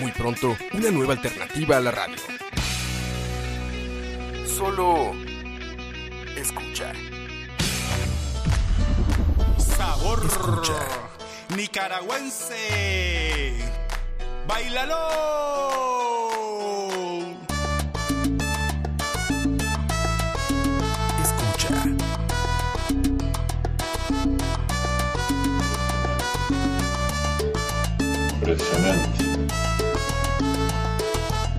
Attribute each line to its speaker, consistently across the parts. Speaker 1: Muy pronto, una nueva alternativa a la radio. Solo escucha.
Speaker 2: sabor
Speaker 1: Escucha.
Speaker 2: nicaragüense. ¡Bailalo!
Speaker 1: Escucha.
Speaker 3: Impresionante.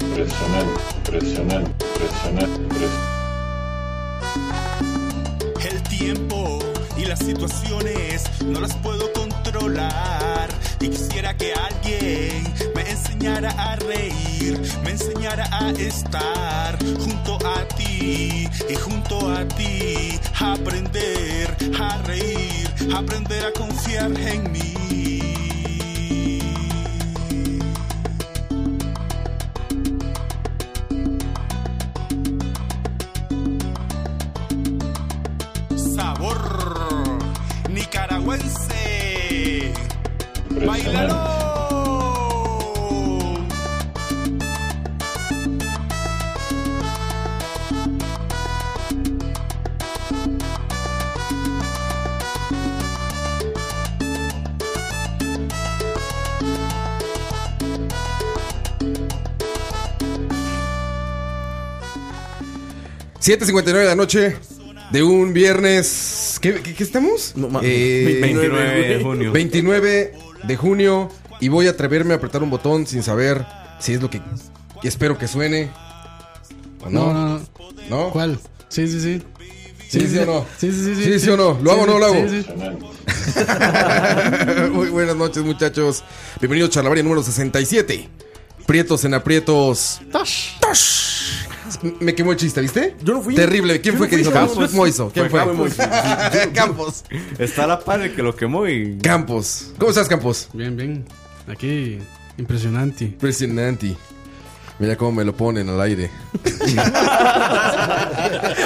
Speaker 3: Impresionante, impresionante, impresionante. impres-
Speaker 2: El tiempo y las situaciones no las puedo controlar. Y quisiera que alguien me enseñara a reír, me enseñara a estar junto a ti y junto a ti. Aprender a reír, aprender a confiar en mí. Sabor nicaragüense.
Speaker 3: Impresionante.
Speaker 2: ¡Bailalo!
Speaker 4: ¿7.59 de la noche de un viernes... ¿Qué, qué- qué estamos?
Speaker 5: No mames.
Speaker 4: Eh,
Speaker 5: 29 de junio.
Speaker 4: 29 de junio y voy a atreverme a apretar un botón sin saber si es lo que espero que suene o
Speaker 6: No,
Speaker 4: no.
Speaker 6: no, no.
Speaker 4: ¿No?
Speaker 6: ¿Cuál? Sí, sí, sí.
Speaker 4: ¿Sí, sí o no?
Speaker 6: Sí, sí, sí.
Speaker 4: ¿Sí, sí o no? ¿Lo hago o no lo hago?
Speaker 6: Sí, sí.
Speaker 3: Impresionante.
Speaker 4: Muy buenas noches, muchachos. Bienvenidos a Charlavaria número 67. Prietos en aprietos.
Speaker 6: Tosh.
Speaker 4: Me quemó el chiste, ¿viste?
Speaker 5: Yo no fui.
Speaker 4: Terrible. ¿Quién
Speaker 5: Yo
Speaker 4: fue
Speaker 5: no
Speaker 4: que
Speaker 5: fui,
Speaker 4: dijo?
Speaker 5: yo no
Speaker 4: Campos
Speaker 5: fui.
Speaker 4: Moiso. ¿Quién
Speaker 5: Fue
Speaker 4: fue?
Speaker 5: Campos
Speaker 4: Campos.
Speaker 5: Está a la par el que lo quemó y.
Speaker 4: Campos. ¿Cómo estás, Campos?
Speaker 6: Bien, bien. Aquí, impresionante.
Speaker 4: Impresionante. Mira cómo me lo ponen al aire.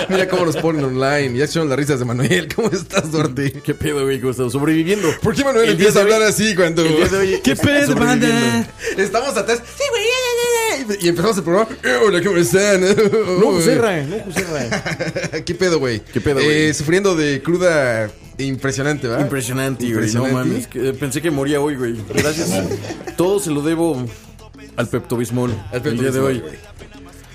Speaker 4: Mira cómo nos ponen online. Ya hicieron las risas de Manuel. ¿Cómo estás, Duarte?
Speaker 5: Mm, ¿Qué pedo, güey? ¿Cómo estás? Sobreviviendo.
Speaker 4: ¿Por qué Manuel
Speaker 5: El
Speaker 4: empieza a
Speaker 5: día de
Speaker 4: hablar así cuando
Speaker 5: El día de hoy
Speaker 6: ¿Qué pedo, banda?
Speaker 4: estamos atrás? Sí, güey. ya, ya, ya. Y empezamos el programa. Eh, Hola, ¿cómo están?
Speaker 5: No, pues, Joserra, no, Joserra.
Speaker 4: ¿Qué pedo, güey?
Speaker 5: ¿Qué pedo, güey?
Speaker 4: Eh, sufriendo de cruda impresionante, ¿verdad?
Speaker 5: Impresionante, güey. No
Speaker 4: Impresionante.
Speaker 5: mames. que- eh, Pensé que moría hoy, güey. Gracias. Todo se lo debo al Pepto Bismol. el día de hoy.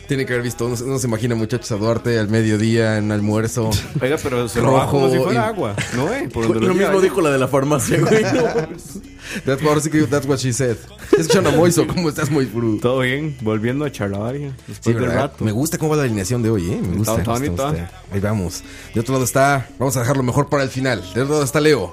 Speaker 4: Tiene que haber visto, no, se- no se imagina, muchachos, a Duarte al mediodía, en almuerzo.
Speaker 7: Oiga, pero se
Speaker 4: Rojo
Speaker 7: lo bajo como si fuera
Speaker 4: y-
Speaker 7: agua, ¿no? eh? Por donde
Speaker 5: Lo
Speaker 7: quiera,
Speaker 5: mismo
Speaker 7: ¿eh?
Speaker 5: dijo la de la farmacia, güey. No mames.
Speaker 4: That's, ahora sí que that's what she said. Escuchan a Moiso, ¿cómo estás, muy bruto?
Speaker 7: Todo bien, volviendo a Charlavaria después
Speaker 4: Sí,
Speaker 7: del
Speaker 4: ¿verdad?
Speaker 7: rato.
Speaker 4: Me gusta cómo va la alineación de hoy, ¿eh? Me gusta.
Speaker 7: Está
Speaker 4: me gusta,
Speaker 7: bonito,
Speaker 4: me gusta. Ahí vamos. De otro lado está, vamos a dejarlo mejor para el final. De otro lado está Leo.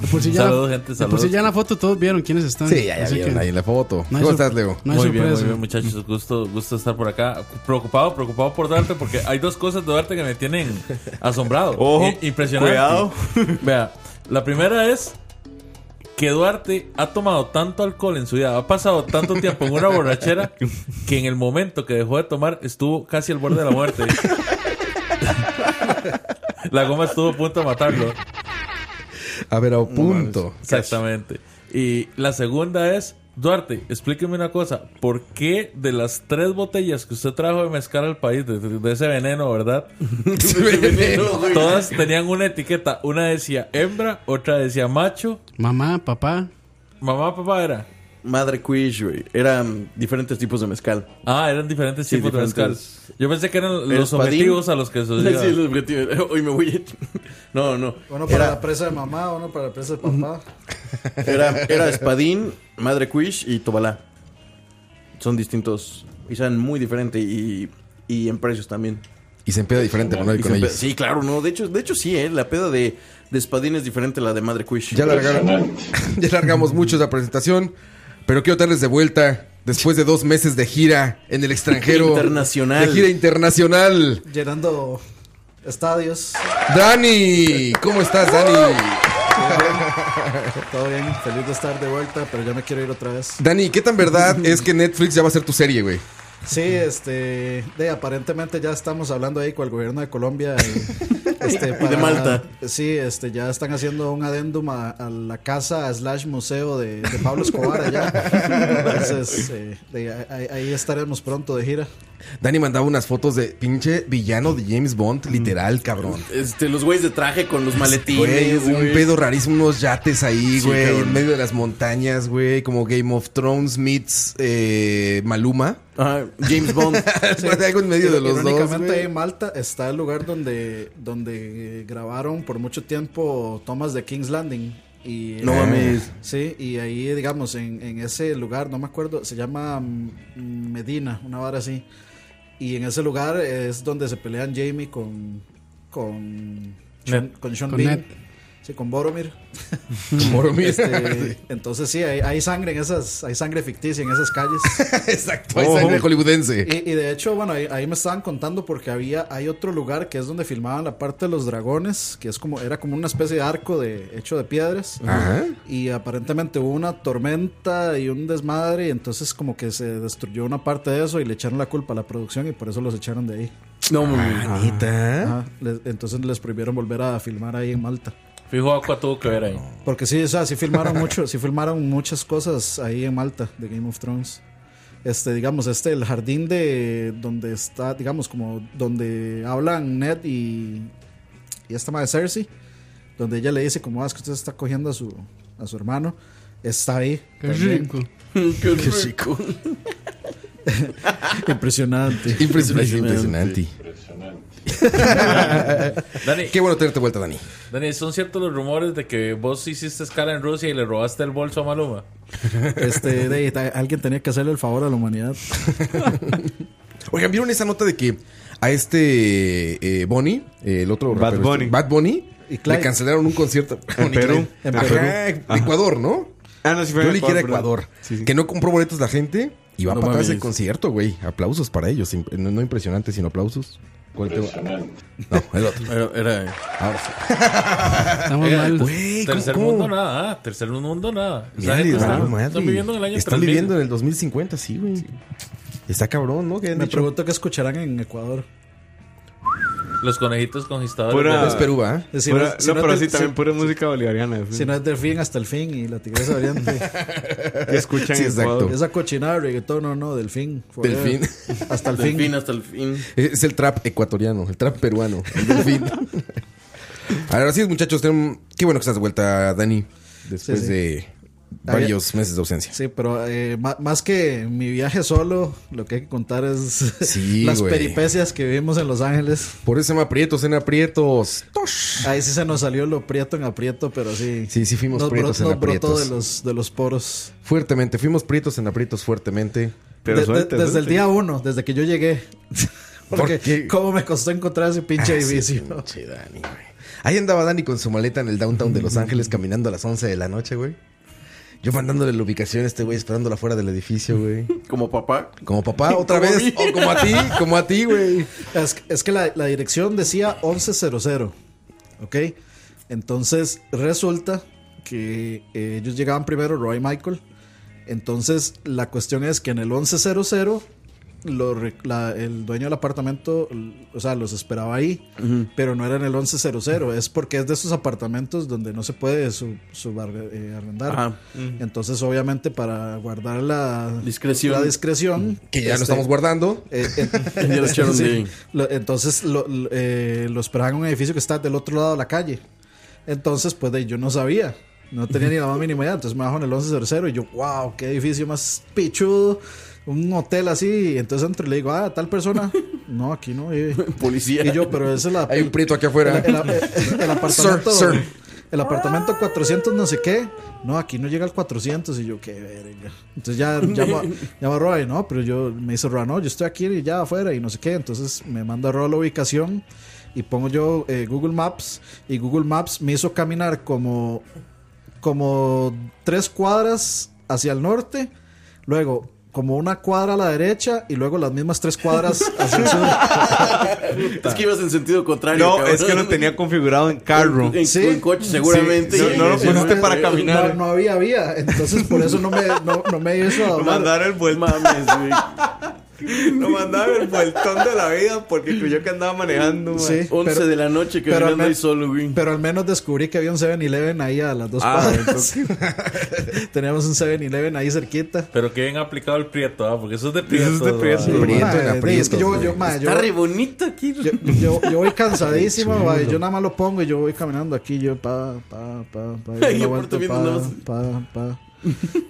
Speaker 6: De por si ya,
Speaker 5: Saludos, gente,
Speaker 6: de por
Speaker 5: saludos.
Speaker 6: si ya en la foto todos vieron quiénes están.
Speaker 4: Sí, ya, ya
Speaker 6: Así
Speaker 4: vieron
Speaker 6: que
Speaker 4: ahí en la foto.
Speaker 6: no hay
Speaker 4: ¿Cómo
Speaker 6: sor-
Speaker 4: estás, Leo?
Speaker 6: No hay
Speaker 8: muy bien, muy
Speaker 6: sorpresa.
Speaker 8: bien, muchachos. Gusto, gusto estar por acá. Preocupado, preocupado por Duarte, porque hay dos cosas de Duarte que me tienen asombrado.
Speaker 7: Ojo,
Speaker 8: I- impresionante.
Speaker 7: cuidado.
Speaker 8: Vea, la primera es que Duarte ha tomado tanto alcohol en su vida, ha pasado tanto tiempo en una borrachera que en el momento que dejó de tomar estuvo casi al borde de la muerte. La goma estuvo a punto de matarlo.
Speaker 4: A ver, a punto.
Speaker 8: Exactamente. Y la segunda es, Duarte, explíqueme una cosa. ¿Por qué de las tres botellas que usted trajo de mezcal al país, de, de ese veneno, verdad? Todas tenían una etiqueta. Una decía hembra, otra decía macho.
Speaker 6: Mamá, papá.
Speaker 8: Mamá, papá era.
Speaker 5: Madre quiz, güey. Eran diferentes tipos de mezcal.
Speaker 8: Ah, eran diferentes
Speaker 5: Sí,
Speaker 8: tipos de
Speaker 5: diferentes.
Speaker 8: mezcal. Yo pensé que eran
Speaker 5: El
Speaker 8: los
Speaker 5: espadín.
Speaker 8: objetivos a los que se
Speaker 5: Sí,
Speaker 8: iba.
Speaker 5: el objetivo. Hoy me voy. No, no.
Speaker 9: Uno para
Speaker 5: Era,
Speaker 9: la presa de mamá, uno para la presa de papá.
Speaker 5: era, era espadín, madre quiz y tobalá. Son distintos. Y son muy diferentes. Y, y en precios también.
Speaker 4: Y se empieza diferente, Manuel,
Speaker 5: Y
Speaker 4: con
Speaker 5: se empe-
Speaker 4: ellos.
Speaker 5: Sí, claro, no. De hecho, de hecho sí, ¿eh? La peda de, de espadín es diferente a la de madre quiz.
Speaker 4: Ya largaron,
Speaker 3: Impresionante.
Speaker 4: ya largamos mucho esa presentación, pero quiero darles de vuelta después de dos meses de gira en el extranjero.
Speaker 5: Internacional.
Speaker 4: De gira internacional.
Speaker 9: Llenando estadios.
Speaker 4: Dani, ¿cómo estás, Dani?
Speaker 9: Todo bien, feliz de estar de vuelta, pero ya me quiero ir otra vez.
Speaker 4: Dani, ¿qué tan verdad es que Netflix ya va a ser tu serie, güey?
Speaker 9: Sí, este, de, aparentemente ya estamos hablando ahí con el gobierno de Colombia y, este, para-
Speaker 5: Malta.
Speaker 9: Sí, este, ya están haciendo un adendum a, a la casa slash museo de, de Pablo Escobar allá. Entonces, eh, de, ahí, ahí estaremos pronto de gira.
Speaker 4: Dani mandaba unas fotos de pinche villano de James Bond, literal, cabrón.
Speaker 5: Este, los güeyes de traje con los
Speaker 4: Güey,
Speaker 5: maletines.
Speaker 4: un
Speaker 5: güey.
Speaker 4: pedo rarísimo, unos yates ahí,
Speaker 5: Sí,
Speaker 4: güey,
Speaker 5: cabrón.
Speaker 4: en medio de las montañas, güey, como Game of Thrones meets eh, Maluma.
Speaker 5: Ajá, James Bond.
Speaker 4: Algo en medio de los dos.
Speaker 9: Irónicamente, ahí
Speaker 4: güey.
Speaker 9: en Malta está el lugar donde, donde grabaron por mucho tiempo tomas de King's Landing. Y, eh,
Speaker 5: No mames.
Speaker 9: Sí, y ahí, digamos, en, en ese lugar, no me acuerdo, se llama mm, Medina, una vara así. Y en ese lugar es donde se pelean Jamie con. con. Sean-
Speaker 8: Ned.
Speaker 9: con Sean
Speaker 6: Con
Speaker 9: Bean.
Speaker 6: Ned.
Speaker 9: Sí, con Boromir.
Speaker 4: Boromir.
Speaker 9: Este, entonces sí, hay, hay sangre en esas, hay sangre ficticia en esas calles.
Speaker 4: Exacto, hay sangre hollywoodense.
Speaker 9: Y, y de hecho, bueno, ahí, ahí me estaban contando porque había, hay otro lugar que es donde filmaban la parte de los dragones, que es como, era como una especie de arco de, hecho de piedras.
Speaker 4: Ajá.
Speaker 9: Y aparentemente hubo una tormenta y un desmadre, y entonces como que se destruyó una parte de eso y le echaron la culpa a la producción y por eso los echaron de ahí.
Speaker 5: No, mames.
Speaker 4: Neta.
Speaker 9: Ajá. Les- entonces les prohibieron volver a filmar ahí en Malta.
Speaker 8: Fijo, Aqua tuvo que ver ahí.
Speaker 9: Porque sí, o sea, sí filmaron mucho, sí filmaron muchas cosas ahí en Malta de Game of Thrones. Este, digamos, este, el jardín de donde está, digamos, como donde hablan Ned y, y esta madre Cersei, donde ella le dice como, ah, es que usted está cogiendo a su, a su hermano, está ahí.
Speaker 6: Qué
Speaker 9: también.
Speaker 6: rico.
Speaker 5: Qué rico.
Speaker 9: Impresionante.
Speaker 4: Impresionante. Impresionante.
Speaker 3: Impresionante.
Speaker 8: Dani,
Speaker 4: Qué bueno tenerte de vuelta, Dani.
Speaker 8: Dani, ¿son ciertos los rumores de que vos hiciste escala en Rusia y le robaste el bolso a Maluma?
Speaker 9: Este, de- de- alguien tenía que hacerle el favor a la humanidad.
Speaker 4: Oigan, ¿vieron esa nota de que a este eh, Bonnie, eh, el otro
Speaker 7: Bad
Speaker 4: rapero,
Speaker 7: Bunny.
Speaker 4: este, Bad Bunny,
Speaker 9: Y Clyde.
Speaker 4: le cancelaron un concierto
Speaker 7: En Perú.
Speaker 4: En
Speaker 9: En
Speaker 4: Perú.
Speaker 9: Perú.
Speaker 4: Ecuador, ¿no?
Speaker 7: Ah, no, si
Speaker 4: Yo leí que era
Speaker 7: perdón.
Speaker 4: Ecuador.
Speaker 7: Sí, sí.
Speaker 4: Que no compró boletos la gente y va
Speaker 5: No
Speaker 4: para atrás
Speaker 5: mames.
Speaker 4: el concierto, güey. Aplausos para ellos. Imp- No, no impresionante, sino aplausos. ¿Cuál te va?
Speaker 3: Impresionante.
Speaker 4: No, el otro.
Speaker 5: Era, era-
Speaker 4: Ahora sí.
Speaker 6: Estamos mal.
Speaker 4: Güey, ¿cómo-
Speaker 8: Eh, Tercer
Speaker 4: cómo?
Speaker 8: mundo nada, ah, tercer mundo nada. Esa
Speaker 4: Mira,
Speaker 8: gente
Speaker 4: les
Speaker 8: está-
Speaker 4: vale madre.
Speaker 8: están viviendo en el año
Speaker 4: Están
Speaker 8: 3000.
Speaker 4: viviendo en el 2050, sí, güey. Está cabrón, ¿no? Que hayan
Speaker 9: Me
Speaker 4: dicho-
Speaker 9: pregunto qué escucharán en Ecuador.
Speaker 8: Los conejitos conquistadores.
Speaker 7: Pura-
Speaker 8: de-
Speaker 4: Es Perú, ¿ah?
Speaker 9: Es decir,
Speaker 7: Pura-
Speaker 9: si
Speaker 7: no, pero
Speaker 9: es
Speaker 7: sí,
Speaker 9: del-
Speaker 7: también
Speaker 9: si-
Speaker 7: pura música bolivariana.
Speaker 9: si no es del fin hasta el fin y la tigresa de oriente.
Speaker 7: Que escuchan
Speaker 4: Sí,
Speaker 7: en
Speaker 4: exacto.
Speaker 7: Ecuador.
Speaker 9: Esa cochinada de reggaetón, no, no, del fin.
Speaker 4: Del fin.
Speaker 9: Hasta el
Speaker 5: Del
Speaker 9: fin.
Speaker 5: fin hasta el fin.
Speaker 4: Es el trap ecuatoriano, el trap peruano. el delfín. Ahora sí, muchachos, ten- qué bueno que estás de vuelta, Dani. Después
Speaker 9: Sí, sí.
Speaker 4: Pues de varios meses de ausencia.
Speaker 9: Sí, pero eh, ma- más que mi viaje solo, lo que hay que contar es
Speaker 4: Sí,
Speaker 9: las
Speaker 4: güey.
Speaker 9: peripecias que vivimos en Los Ángeles.
Speaker 4: Por eso se llama aprietos, en aprietos.
Speaker 9: Ahí sí se nos salió lo prieto en aprieto, pero sí.
Speaker 4: Sí, sí fuimos
Speaker 9: nos
Speaker 4: prietos en
Speaker 9: nos brotó
Speaker 4: aprietos.
Speaker 9: de los, de los poros.
Speaker 4: Fuertemente, fuimos prietos en aprietos fuertemente.
Speaker 7: Pero
Speaker 9: De- de-
Speaker 7: suerte,
Speaker 9: desde el
Speaker 7: suerte.
Speaker 9: día uno, desde que yo llegué. Porque
Speaker 4: ¿Por qué? Ah,
Speaker 9: cómo me costó encontrar ese pinche edificio.
Speaker 4: Pinche Dani, güey. Ahí andaba Dani con su maleta en el downtown de Los Ángeles caminando a las 11 de la noche, güey. Yo mandándole la ubicación a este güey, esperándola fuera del edificio, güey.
Speaker 5: Como papá.
Speaker 4: Como papá, otra vez. O como a ti, como a ti, güey.
Speaker 9: Es, que- es que la, la dirección decía 1100, ¿ok? Entonces resulta que eh, ellos llegaban primero, Roy y Michael. Entonces la cuestión es que en el 1100 lo re- la- el dueño del apartamento, l- o sea, los esperaba ahí, pero no era en el 1100, es porque es de esos apartamentos donde no se puede sub- subar- eh, arrendar.
Speaker 5: Ajá.
Speaker 9: Entonces obviamente para guardar la
Speaker 5: Discreción. Mm.
Speaker 9: la discreción
Speaker 4: Que ya lo
Speaker 9: este,
Speaker 4: estamos guardando.
Speaker 9: eh, eh,
Speaker 5: Ya lo echaron de
Speaker 9: sí.
Speaker 5: ahí.
Speaker 9: Lo- entonces lo, lo- eh, lo esperaban en un edificio que está del otro lado de la calle. Entonces, pues de, ahí yo no sabía. No tenía ni la más mínima idea. Entonces me bajo en el 1100 y yo, wow, qué edificio más pichudo. Un hotel así. Y entonces entro y le digo, ah, tal persona. No, aquí no vive.
Speaker 5: Policía.
Speaker 9: Y yo, pero esa es la.
Speaker 4: Hay un prieto aquí afuera.
Speaker 9: El, el- el- el apartamento.
Speaker 4: Sir, sir.
Speaker 9: El apartamento 400 no sé qué. No, aquí no llega al 400 y yo qué verga. Entonces ya llamo, a- llamo a Roa y no, pero yo me dice Roa, no, yo estoy aquí y ya afuera y no sé qué. Entonces me manda Roa la ubicación y pongo yo eh, Google Maps y Google Maps me hizo caminar como como tres cuadras hacia el norte, luego como una cuadra a la derecha y luego las mismas tres cuadras hacia el sur.
Speaker 5: Es que ibas en sentido contrario.
Speaker 9: No,
Speaker 5: cabrón.
Speaker 9: es que lo tenía
Speaker 7: configurado en carro.
Speaker 5: En,
Speaker 9: Sí.
Speaker 5: en coche, seguramente.
Speaker 9: Sí,
Speaker 5: y-
Speaker 9: sí,
Speaker 5: y-
Speaker 9: sí, no, no, No, no había vía, entonces por eso no me, no, no me hizo hablar.
Speaker 7: Mandaron el vuelto. Lo mandaron el vueltón de la vida porque creyó que andaba manejando. man.
Speaker 9: Sí,
Speaker 5: 11
Speaker 9: pero-
Speaker 5: de la noche que
Speaker 9: pero al
Speaker 5: caminando ahí
Speaker 9: men-
Speaker 5: solo, güey.
Speaker 9: Pero al menos descubrí que había un 7-Eleven ahí a las dos
Speaker 5: Ah,
Speaker 9: cuadras. Teníamos un 7-Eleven ahí cerquita.
Speaker 8: Pero que bien aplicado el prieto, ¿ah? porque eso es de prieto.
Speaker 7: es de prieto,
Speaker 8: ¿verdad?
Speaker 4: Prieto en
Speaker 9: Mae, de- es que
Speaker 4: aprietos,
Speaker 9: yo,
Speaker 4: güey.
Speaker 9: yo, mae, yo-
Speaker 5: Está re bonito aquí.
Speaker 9: yo, yo- yo voy cansadísimo, mae, yo nada más lo pongo y yo voy caminando aquí, yo pa, pa, pa, pa, y
Speaker 5: Ay,
Speaker 9: yo
Speaker 5: yo
Speaker 9: la vuelta,
Speaker 5: por tu
Speaker 9: pa,
Speaker 5: vida
Speaker 9: pa, pa.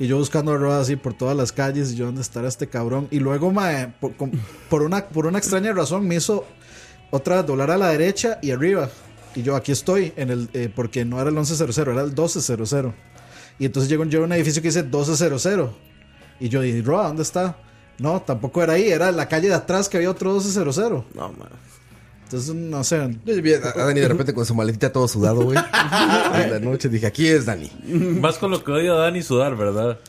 Speaker 9: Y yo buscando ruedas así por todas las calles, y yo dónde estará este cabrón. Y luego, mae, por, con- por una, por una extraña razón me hizo otra vez doblar a la derecha y arriba. Y yo aquí estoy, en el, eh, porque no era el 1100, era el 1200. Y entonces llego yo a un edificio que dice 1200. Y yo dije, Roa, ¿dónde está? No, tampoco era ahí, era en la calle de atrás que había otro 1200.
Speaker 5: No, man.
Speaker 9: Entonces, no sé.
Speaker 4: Yo vi a a Dani de repente con su maletita todo sudado, güey. En la noche dije, aquí es Dani.
Speaker 8: Más con lo que odia Dani sudar, ¿verdad?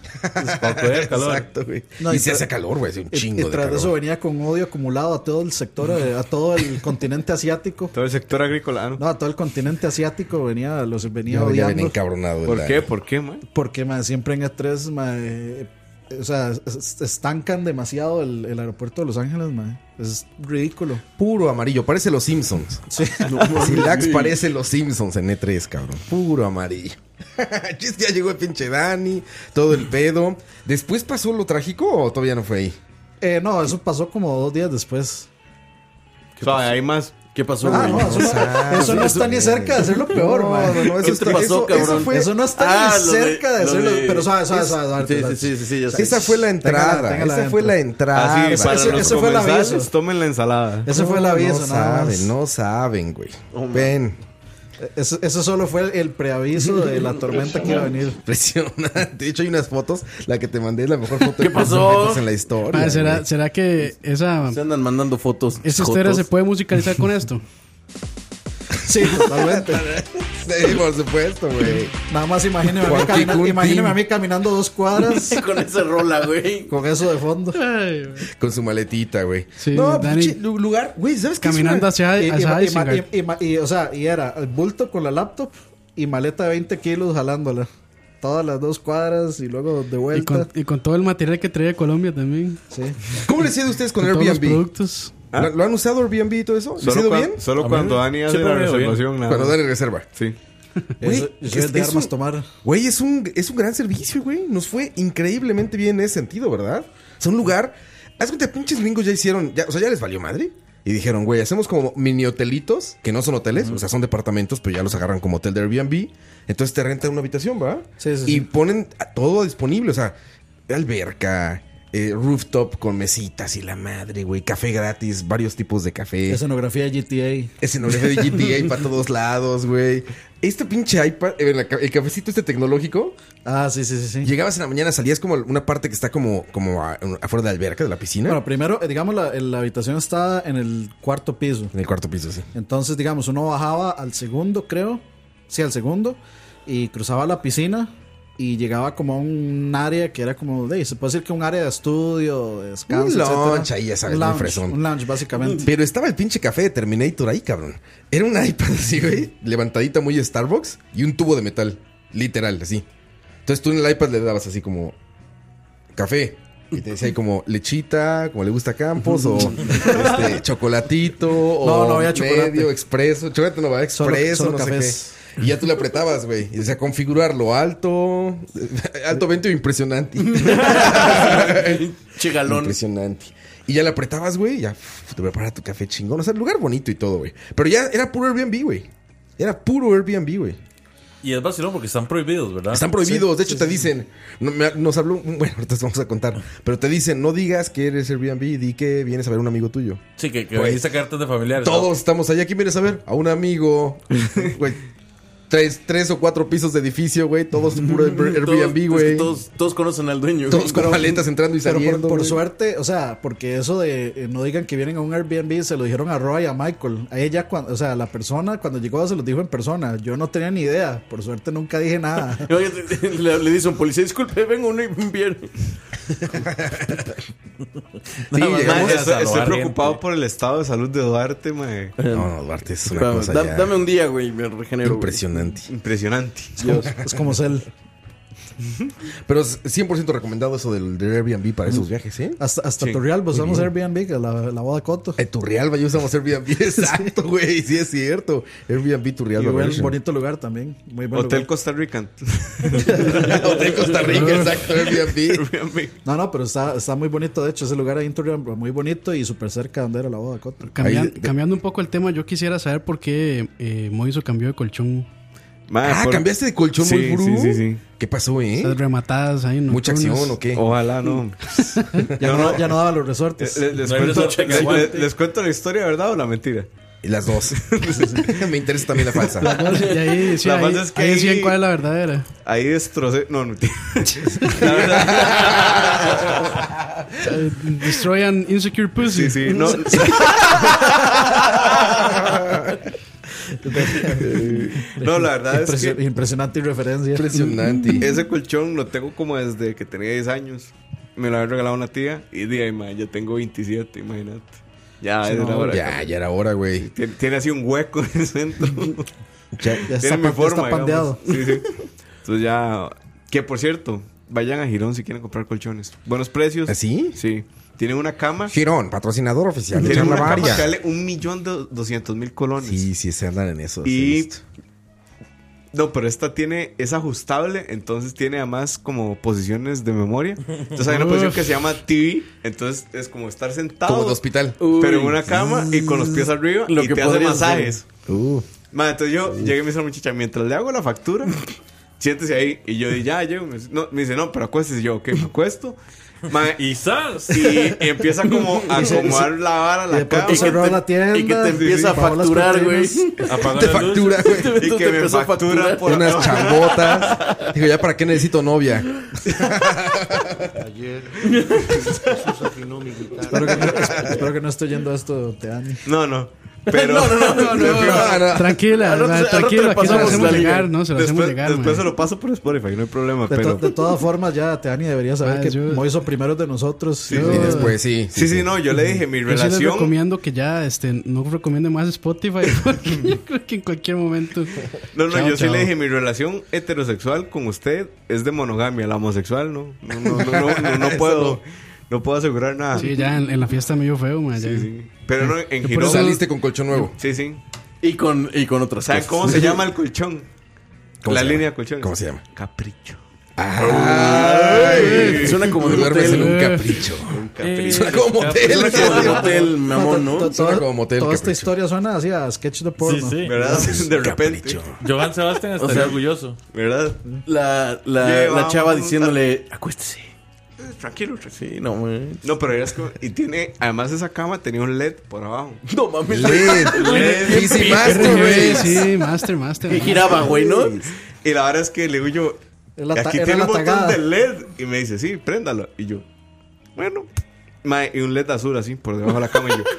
Speaker 8: Para coger calor.
Speaker 4: Exacto, güey.
Speaker 9: No,
Speaker 4: y
Speaker 9: y
Speaker 4: se
Speaker 9: tra-
Speaker 4: hace calor, güey. Hace un
Speaker 9: Y-
Speaker 4: chingo
Speaker 9: y
Speaker 4: de
Speaker 9: tras
Speaker 4: calor.
Speaker 9: de eso venía con odio acumulado a todo el sector, eh, a todo el continente asiático.
Speaker 7: Todo el sector agrícola. ah, ¿no?
Speaker 9: No, a todo el continente asiático venía, los venía
Speaker 4: Ya venía bien
Speaker 9: odiando.
Speaker 4: encabronado. el
Speaker 7: ¿Por
Speaker 4: Dani.
Speaker 7: qué? ¿Por qué, man?
Speaker 9: Porque mae, siempre en E3, mae, eh, o sea, es- es- estancan demasiado el, el aeropuerto de Los Ángeles, mae. Es ridículo.
Speaker 4: Puro amarillo. Parece los Simpsons.
Speaker 9: Sí.
Speaker 4: Silax parece los Simpsons en E3, cabrón. Puro amarillo. Chis, ya llegó el pinche Dani, todo el pedo. ¿Después pasó lo trágico o todavía no fue ahí?
Speaker 9: Eh, no, eso pasó como dos días después.
Speaker 7: O sea, hay más.
Speaker 5: ¿Qué pasó,
Speaker 9: Ah,
Speaker 5: güey?
Speaker 9: no, eso, no,
Speaker 4: sabes,
Speaker 9: eso no está ni cerca de ser lo peor,
Speaker 4: No,
Speaker 9: mae.
Speaker 4: no, no, eso
Speaker 5: ¿Qué te
Speaker 4: está-
Speaker 5: pasó,
Speaker 4: eso- eso
Speaker 5: cabrón?
Speaker 4: fue-
Speaker 9: Eso no está
Speaker 5: Ah,
Speaker 9: ni
Speaker 5: lo
Speaker 9: cerca de,
Speaker 5: lo
Speaker 9: ser lo
Speaker 5: de-
Speaker 9: Pero sabes, sabes, sabes.
Speaker 5: Sí, sí, sí, sí, sí, ya sé.
Speaker 4: Esa fue la entrada.
Speaker 9: Téngala, téngala
Speaker 4: esa fue
Speaker 9: adentro.
Speaker 4: la entrada.
Speaker 7: Así, Ah, para
Speaker 9: ese-
Speaker 7: los
Speaker 9: ese fue el aviso.
Speaker 7: comensales, tomen la ensalada.
Speaker 9: Ese fue el
Speaker 4: No,
Speaker 9: aviso,
Speaker 4: No
Speaker 9: nada más.
Speaker 4: saben, no saben, güey.
Speaker 5: Oh,
Speaker 4: Ven.
Speaker 9: Eso, eso solo fue el, el preaviso de la tormenta que iba a venir.
Speaker 4: Impresionante. De hecho, hay unas fotos. La que te mandé es la mejor foto
Speaker 5: ¿Qué
Speaker 4: de cuatro
Speaker 5: pasó?
Speaker 4: metros en la historia.
Speaker 9: Ah,
Speaker 6: Mae, Ah, ¿será,
Speaker 4: güey.
Speaker 6: ¿Será que
Speaker 7: Eh,
Speaker 6: esa,
Speaker 5: Se andan mandando fotos.
Speaker 6: esa historia
Speaker 5: jotos.
Speaker 6: se puede musicalizar con esto?
Speaker 9: Sí, totalmente.
Speaker 4: Sí, por supuesto, güey.
Speaker 9: Nada más imagíneme a, mí
Speaker 4: Juanqui
Speaker 9: camina-
Speaker 4: Kuntin.
Speaker 9: imagíneme a mí caminando dos cuadras
Speaker 5: Con esa rola, güey.
Speaker 9: con eso de fondo.
Speaker 4: Con su maletita, güey.
Speaker 6: Sí,
Speaker 4: no,
Speaker 6: Dani-
Speaker 4: pinche lu- lugar, güey, ¿sabes qué? es
Speaker 6: Caminando
Speaker 4: una-
Speaker 6: hacia,
Speaker 9: Y,
Speaker 6: hacia
Speaker 9: ima- ima-
Speaker 6: Isengard.
Speaker 9: ima- y, o sea, y era el bulto con la laptop y maleta de 20 kilos jalándola. Todas las dos cuadras y luego de
Speaker 6: Y
Speaker 9: vuelta.
Speaker 6: con, y con todo el material que traía de Colombia también.
Speaker 9: Sí.
Speaker 4: ¿Cómo les ha ido a ustedes con,
Speaker 6: Con todos los
Speaker 4: Airbnb?
Speaker 6: productos.
Speaker 4: ¿Lo, lo han usado Airbnb y todo eso? ¿Les ha
Speaker 7: ¿Ah? Solo,
Speaker 4: ido
Speaker 7: cuan-
Speaker 4: bien?
Speaker 7: solo cuando Dani hace
Speaker 8: siempre
Speaker 7: la
Speaker 8: me ha ido bien.
Speaker 7: reservación. nada
Speaker 4: Cuando
Speaker 7: más.
Speaker 4: dan el reserva.
Speaker 7: Sí.
Speaker 4: Güey,
Speaker 9: Eso- yo soy
Speaker 4: es-
Speaker 9: de
Speaker 4: es
Speaker 9: armas
Speaker 4: un-
Speaker 9: tomar.
Speaker 4: Güey, es un, es un gran servicio, güey. Nos fue increíblemente bien en ese sentido, ¿verdad? O sea, un lugar. Haz cuenta, pinches gringos ya hicieron. Ya, o sea, ya les valió madre. Y dijeron, güey, hacemos como mini hotelitos, que no son hoteles, o sea, son departamentos, pero ya los agarran como hotel de Airbnb. Entonces te rentan una habitación, ¿va?
Speaker 9: Sí, sí,
Speaker 4: Y
Speaker 9: sí.
Speaker 4: ponen a- todo disponible, o sea, alberca, eh, rooftop con mesitas y la madre, güey, café gratis, varios tipos de café.
Speaker 9: Escenografía de GTA.
Speaker 4: Escenografía de GTA para todos lados, güey. Este pinche iPad, eh, la ca- el cafecito este tecnológico,
Speaker 9: Ah, sí, sí, sí. sí.
Speaker 4: llegabas en la mañana, salías como a una parte que está como, como a- afuera de la alberca, de la piscina.
Speaker 9: Bueno, primero, eh, digamos, la, la habitación está en el cuarto piso.
Speaker 4: en el cuarto piso, sí.
Speaker 9: Entonces, digamos, uno bajaba al segundo, creo. Sí, al segundo. Y cruzaba la piscina. Y llegaba como a un área que era como, de, se puede decir que un área de estudio, de descanso.
Speaker 4: Un
Speaker 9: etcétera.
Speaker 4: lounge ahí, ya sabes,
Speaker 9: un
Speaker 4: muy
Speaker 9: lounge,
Speaker 4: fresón.
Speaker 9: un lounge, básicamente.
Speaker 4: Pero estaba el pinche café de Terminator ahí, cabrón. Era un iPad así, güey, levantadita muy Starbucks y un tubo de metal, literal, así. Entonces tú en el iPad le dabas así como café. Y te decía ahí como lechita, como le gusta a Campos, o este, chocolatito, o
Speaker 9: no había chocolate.
Speaker 4: medio expreso. Chocolate no va
Speaker 9: Solo-
Speaker 4: expreso,
Speaker 9: solo
Speaker 4: no sé
Speaker 9: cafés.
Speaker 4: qué. Y ya tú le apretabas, güey. Y decía configurarlo alto, alto 20 o impresionante.
Speaker 5: Che galón.
Speaker 4: Impresionante. Y ya la apretabas, güey, ya uf, te prepara tu café chingón. O sea, lugar bonito y todo, güey. Pero ya era puro Airbnb, güey. Era puro Airbnb, güey.
Speaker 8: Y es vacilón porque están prohibidos, ¿verdad?
Speaker 4: Están prohibidos. de hecho, te dicen. no, me- nos habló. Bueno, ahorita te vamos a contar. Pero te dicen, no digas que eres Airbnb, di que vienes a ver a un amigo tuyo.
Speaker 8: Sí, que, que
Speaker 4: Güey.
Speaker 8: veniste cartas de familiares.
Speaker 4: Todos estamos allá. ¿Quién vienes a ver? A un amigo. Güey. tres, tres o cuatro pisos de edificio, güey. Todos puro Air-
Speaker 5: Todos-
Speaker 4: Airbnb,
Speaker 5: es
Speaker 4: güey.
Speaker 5: que
Speaker 4: Todos,
Speaker 5: todos, todos conocen al dueño. güey.
Speaker 4: con paletas entrando y
Speaker 9: Pero
Speaker 4: saliendo.
Speaker 9: por, por
Speaker 4: güey.
Speaker 9: suerte, o sea, porque eso de eh, no digan que vienen a un Airbnb, se lo dijeron a Roy, a Michael. A ella, cuando, o sea, la persona cuando llegó se los dijo en persona. Yo no tenía ni idea. Por suerte nunca dije nada.
Speaker 5: No, yo te- le, le dice un policía, disculpe, vengo un invierno.
Speaker 4: Sí,
Speaker 5: Nada más,
Speaker 4: llegamos-
Speaker 8: Vamos
Speaker 7: Mae,
Speaker 8: a
Speaker 7: estoy, estoy
Speaker 8: salvar
Speaker 7: preocupado
Speaker 8: gente.
Speaker 7: por el estado de salud de Duarte, mae.
Speaker 4: No, no, Duarte es una
Speaker 5: Espérame,
Speaker 4: cosa
Speaker 5: da-
Speaker 4: ya
Speaker 5: dame un día, güey, me regenero. güey.
Speaker 4: impresionante.
Speaker 7: Impresionante.
Speaker 9: es como Cell.
Speaker 4: Pero es 100% recomendado eso del, del Airbnb para esos viajes, ¿eh?
Speaker 9: Hasta, hasta Torreal, pues usamos Airbnb, que la, la boda Coto.
Speaker 4: En Turrialba yo Eh, usamos Airbnb. Exacto, güey. Sí, es cierto. Airbnb
Speaker 9: Y
Speaker 4: Turrialba.
Speaker 9: buen,
Speaker 4: version.
Speaker 9: bonito lugar también. Muy buen
Speaker 7: Hotel
Speaker 9: lugar.
Speaker 7: Costa Rican.
Speaker 4: Hotel Costa Rica, exacto. Airbnb.
Speaker 9: No, no, pero está, está muy bonito. De hecho, ese lugar ahí en Torreal, muy bonito y súper cerca donde era la boda Coto.
Speaker 6: Cambian-
Speaker 4: Ahí de-
Speaker 6: Cambiando un poco el tema, yo quisiera saber por qué eh, Moiso cambió de colchón.
Speaker 7: Mae,
Speaker 4: Ah,
Speaker 7: por-
Speaker 4: cambiaste de colchón
Speaker 7: Sí,
Speaker 4: muy
Speaker 7: sí, sí, sí.
Speaker 4: ¿Qué pasó, eh?
Speaker 6: Esas rematadas ahí.
Speaker 4: ¿Mucha
Speaker 6: nocturnas.
Speaker 4: acción o qué?
Speaker 7: Ojalá no.
Speaker 9: Ya no, ya no daba los
Speaker 7: Eh,
Speaker 9: resortes.
Speaker 7: le- les,
Speaker 8: No hay
Speaker 7: cuento,
Speaker 8: resorte que
Speaker 7: le-
Speaker 8: aguante.
Speaker 7: le- les cuento la historia, ¿verdad o la mentira?
Speaker 4: Y las dos. Me interesa también la falsa.
Speaker 6: Y ahí decían,
Speaker 7: La
Speaker 6: ahí,
Speaker 7: falta es que
Speaker 6: ahí decían
Speaker 7: ahí-
Speaker 6: cuál es la verdadera.
Speaker 7: Ahí destrocé. No, mentira. La verdad.
Speaker 6: Eh, Destroy an insecure pussy.
Speaker 7: Sí, sí, no. No, la verdad es
Speaker 9: Impresio-
Speaker 7: que
Speaker 9: Impresionante y referencia.
Speaker 4: Impresionante.
Speaker 7: ese colchón lo tengo como desde que tenía 10 años. Me lo había regalado una tía y de ahí, ma, ya tengo 27, imagínate. Ya, Ah, es la hora.
Speaker 4: Ya, ya era hora, güey.
Speaker 7: Tiene, tiene así un hueco en el centro.
Speaker 4: Ya-
Speaker 9: Ya está,
Speaker 7: tiene mi
Speaker 9: pan- ya está
Speaker 7: forma. digamos.
Speaker 9: pandeado.
Speaker 7: Sí, sí. Entonces ya. Que por cierto, vayan a Girón si quieren comprar colchones. Buenos precios.
Speaker 4: ¿Ah, sí?
Speaker 7: Sí. Tienen una cama.
Speaker 4: Girón, patrocinador oficial.
Speaker 7: Tienen
Speaker 4: Charla
Speaker 7: una cama que
Speaker 4: varia.
Speaker 7: vale un millón de doscientos mil colones.
Speaker 4: Sí, sí, se andan en eso. sí,
Speaker 7: Y-
Speaker 4: listo.
Speaker 7: No, pero esta tiene, es ajustable, entonces tiene además como posiciones de memoria. Entonces hay una posición que se llama TV, entonces es como estar sentado.
Speaker 4: Como de hospital.
Speaker 7: Pero en
Speaker 5: Uy.
Speaker 7: una cama y con los pies arriba
Speaker 5: Lo
Speaker 7: y
Speaker 5: que
Speaker 7: te hace
Speaker 5: podrías hacer.
Speaker 7: masajes.
Speaker 4: Uh,
Speaker 7: Ma, entonces yo llegué y me dice la muchacha, mientras le hago la factura, siéntese ahí. Y yo dije, ya, llego. Me dice, no, me dice, no, pero acuéstese. Y yo, ok, me acuesto. Ma, y,
Speaker 8: Y ¡zas!
Speaker 7: y empieza como a acomodar la vara, a
Speaker 9: Y
Speaker 7: la
Speaker 9: después
Speaker 7: cama.
Speaker 9: te cerró
Speaker 5: te-
Speaker 9: la tienda.
Speaker 5: y que te empieza a
Speaker 9: pagó las
Speaker 5: facturar, güey.
Speaker 9: proteínas.
Speaker 8: Apagar
Speaker 4: te
Speaker 8: las luces.
Speaker 4: factura, güey.
Speaker 7: Y
Speaker 5: Te
Speaker 7: que me
Speaker 5: empezó a
Speaker 7: factura
Speaker 5: facturar.
Speaker 7: por
Speaker 4: Unas chambotas. Digo, ¿ya para qué necesito novia?
Speaker 10: Ayer Jesús afinó mi guitarra.
Speaker 9: Espero que, no, espero que no esté oyendo esto, te dan.
Speaker 7: No, no. Pero
Speaker 4: No, Ah, no.
Speaker 9: Ah,
Speaker 6: Tranquila,
Speaker 5: Al otro-
Speaker 6: ¿verdad?
Speaker 5: al otro
Speaker 6: tranquilo,
Speaker 5: le
Speaker 6: aquí se lo
Speaker 5: pasamos
Speaker 6: hacemos
Speaker 5: la liga.
Speaker 6: llegar, ¿no? Se lo hacemos
Speaker 7: después,
Speaker 6: llegar,
Speaker 7: después
Speaker 6: man.
Speaker 7: se lo paso por Spotify, no hay problema.
Speaker 9: De,
Speaker 7: pero
Speaker 9: to- de todas formas, ya Teani debería saber
Speaker 6: Ah,
Speaker 9: que
Speaker 6: yo-
Speaker 9: Moiso primero es de nosotros. Yo-
Speaker 4: Y después, sí.
Speaker 7: sí, sí, no, yo le dije mi
Speaker 6: Yo sí les
Speaker 7: relación.
Speaker 6: recomiendo que ya este, no recomiende más Spotify porque yo creo que en cualquier momento.
Speaker 7: No, no,
Speaker 6: Chao,
Speaker 7: yo sí
Speaker 6: chao.
Speaker 7: le dije mi relación heterosexual con usted es de monogamia, la homosexual no. No, no, no, no, no, no puedo. No puedo asegurar nada.
Speaker 6: Sí, ya en, en la fiesta me dio feo, man. ya.
Speaker 7: ah. Sí, sí. Pero no, en
Speaker 6: por
Speaker 7: Girón.
Speaker 6: eso-
Speaker 4: Saliste con colchón nuevo.
Speaker 7: Sí, sí.
Speaker 5: Y con, y con otras
Speaker 7: ¿Saben
Speaker 5: cosas.
Speaker 7: cómo se llama el colchón?
Speaker 4: ¿Cómo
Speaker 7: la
Speaker 4: se
Speaker 7: línea
Speaker 4: llama?
Speaker 7: de colchones.
Speaker 4: ¿Cómo se llama?
Speaker 7: Capricho.
Speaker 4: Ay,
Speaker 5: Suena como de un
Speaker 4: duermes en
Speaker 5: hotel.
Speaker 4: un capricho. Suena como
Speaker 9: pues,
Speaker 4: motel.
Speaker 5: Suena como de un hotel, mamón,
Speaker 9: to- to-
Speaker 5: ¿no?
Speaker 4: Suena
Speaker 9: toda-
Speaker 4: como motel,
Speaker 9: Toda esta
Speaker 4: capricho.
Speaker 9: historia suena así a sketch de
Speaker 8: Sí,
Speaker 9: porno.
Speaker 8: sí.
Speaker 7: ¿Verdad? De repente.
Speaker 4: Capricho.
Speaker 8: Johan Sebastián estaría orgulloso.
Speaker 7: ¿Verdad?
Speaker 5: La, la,
Speaker 7: Llevamos
Speaker 5: la chava
Speaker 7: un-
Speaker 5: diciéndole, acuéstese.
Speaker 9: Eh,
Speaker 7: Tranquilo, tranquilo.
Speaker 5: Sí, no, man.
Speaker 7: No, pero eras como... Y tiene... Además esa cama tenía un LED por abajo.
Speaker 5: No mames.
Speaker 4: Led. Easy Master,
Speaker 6: Sí,
Speaker 4: güey.
Speaker 6: sí, master, master.
Speaker 5: Y
Speaker 6: man.
Speaker 5: giraba, güey, ¿no?
Speaker 7: Y la verdad es que le digo yo,
Speaker 9: Es la ta-
Speaker 7: aquí
Speaker 9: era
Speaker 7: tiene
Speaker 9: la
Speaker 7: un botón
Speaker 9: tagada.
Speaker 7: de LED. Y me dice, sí, préndalo. Y yo, bueno. Mae, y un LED azul así, por debajo de la cama.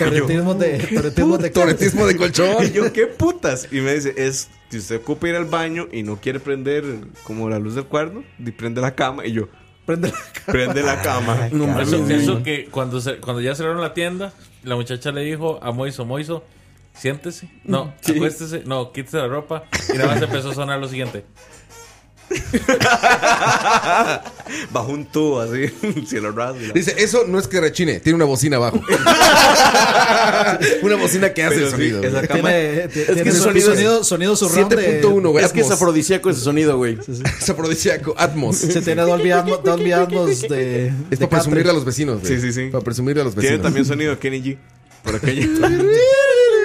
Speaker 7: Y yo,
Speaker 9: Toretismos de. Toretismos de
Speaker 4: Toretismo de colchón.
Speaker 7: y yo, ¿qué putas? Y me dice, es, si usted ocupa ir al baño y no quiere prender como la luz del cuarto, di- prende la cama. Y yo,
Speaker 9: Prende la-
Speaker 7: prende la cama.
Speaker 5: No mames.
Speaker 8: Eso,
Speaker 5: güey.
Speaker 8: eso que cuando, se- cuando ya cerraron la tienda, la muchacha le dijo a Moiso, Moiso, siéntese. No, acuéstese. No, quítese la ropa. Y nada más empezó a sonar lo siguiente.
Speaker 7: Ah, Bajo un tubo así, cielo raso. y la-
Speaker 4: Dice, eso no es que rechine, tiene una bocina abajo. una bocina que hace
Speaker 7: Pero
Speaker 4: el
Speaker 7: sí,
Speaker 4: sonido. güey.
Speaker 7: esa cama
Speaker 9: Tiene, tiene
Speaker 5: que
Speaker 9: un
Speaker 5: sonido-
Speaker 9: sonido, sonido surround de-
Speaker 4: 7.1, güey.
Speaker 5: Es que es
Speaker 4: Atmos.
Speaker 5: afrodisíaco ese sonido, güey.
Speaker 4: Es afrodisíaco. Atmos.
Speaker 9: Se tiene Dolby Atmos, Dolby Atmos de.
Speaker 4: Es
Speaker 9: de
Speaker 4: para presumirle
Speaker 9: Catre.
Speaker 4: a los vecinos, güey.
Speaker 7: Sí, sí, sí.
Speaker 4: Para presumirle a los vecinos.
Speaker 7: Tiene también sonido de Kenny G. Por aquello.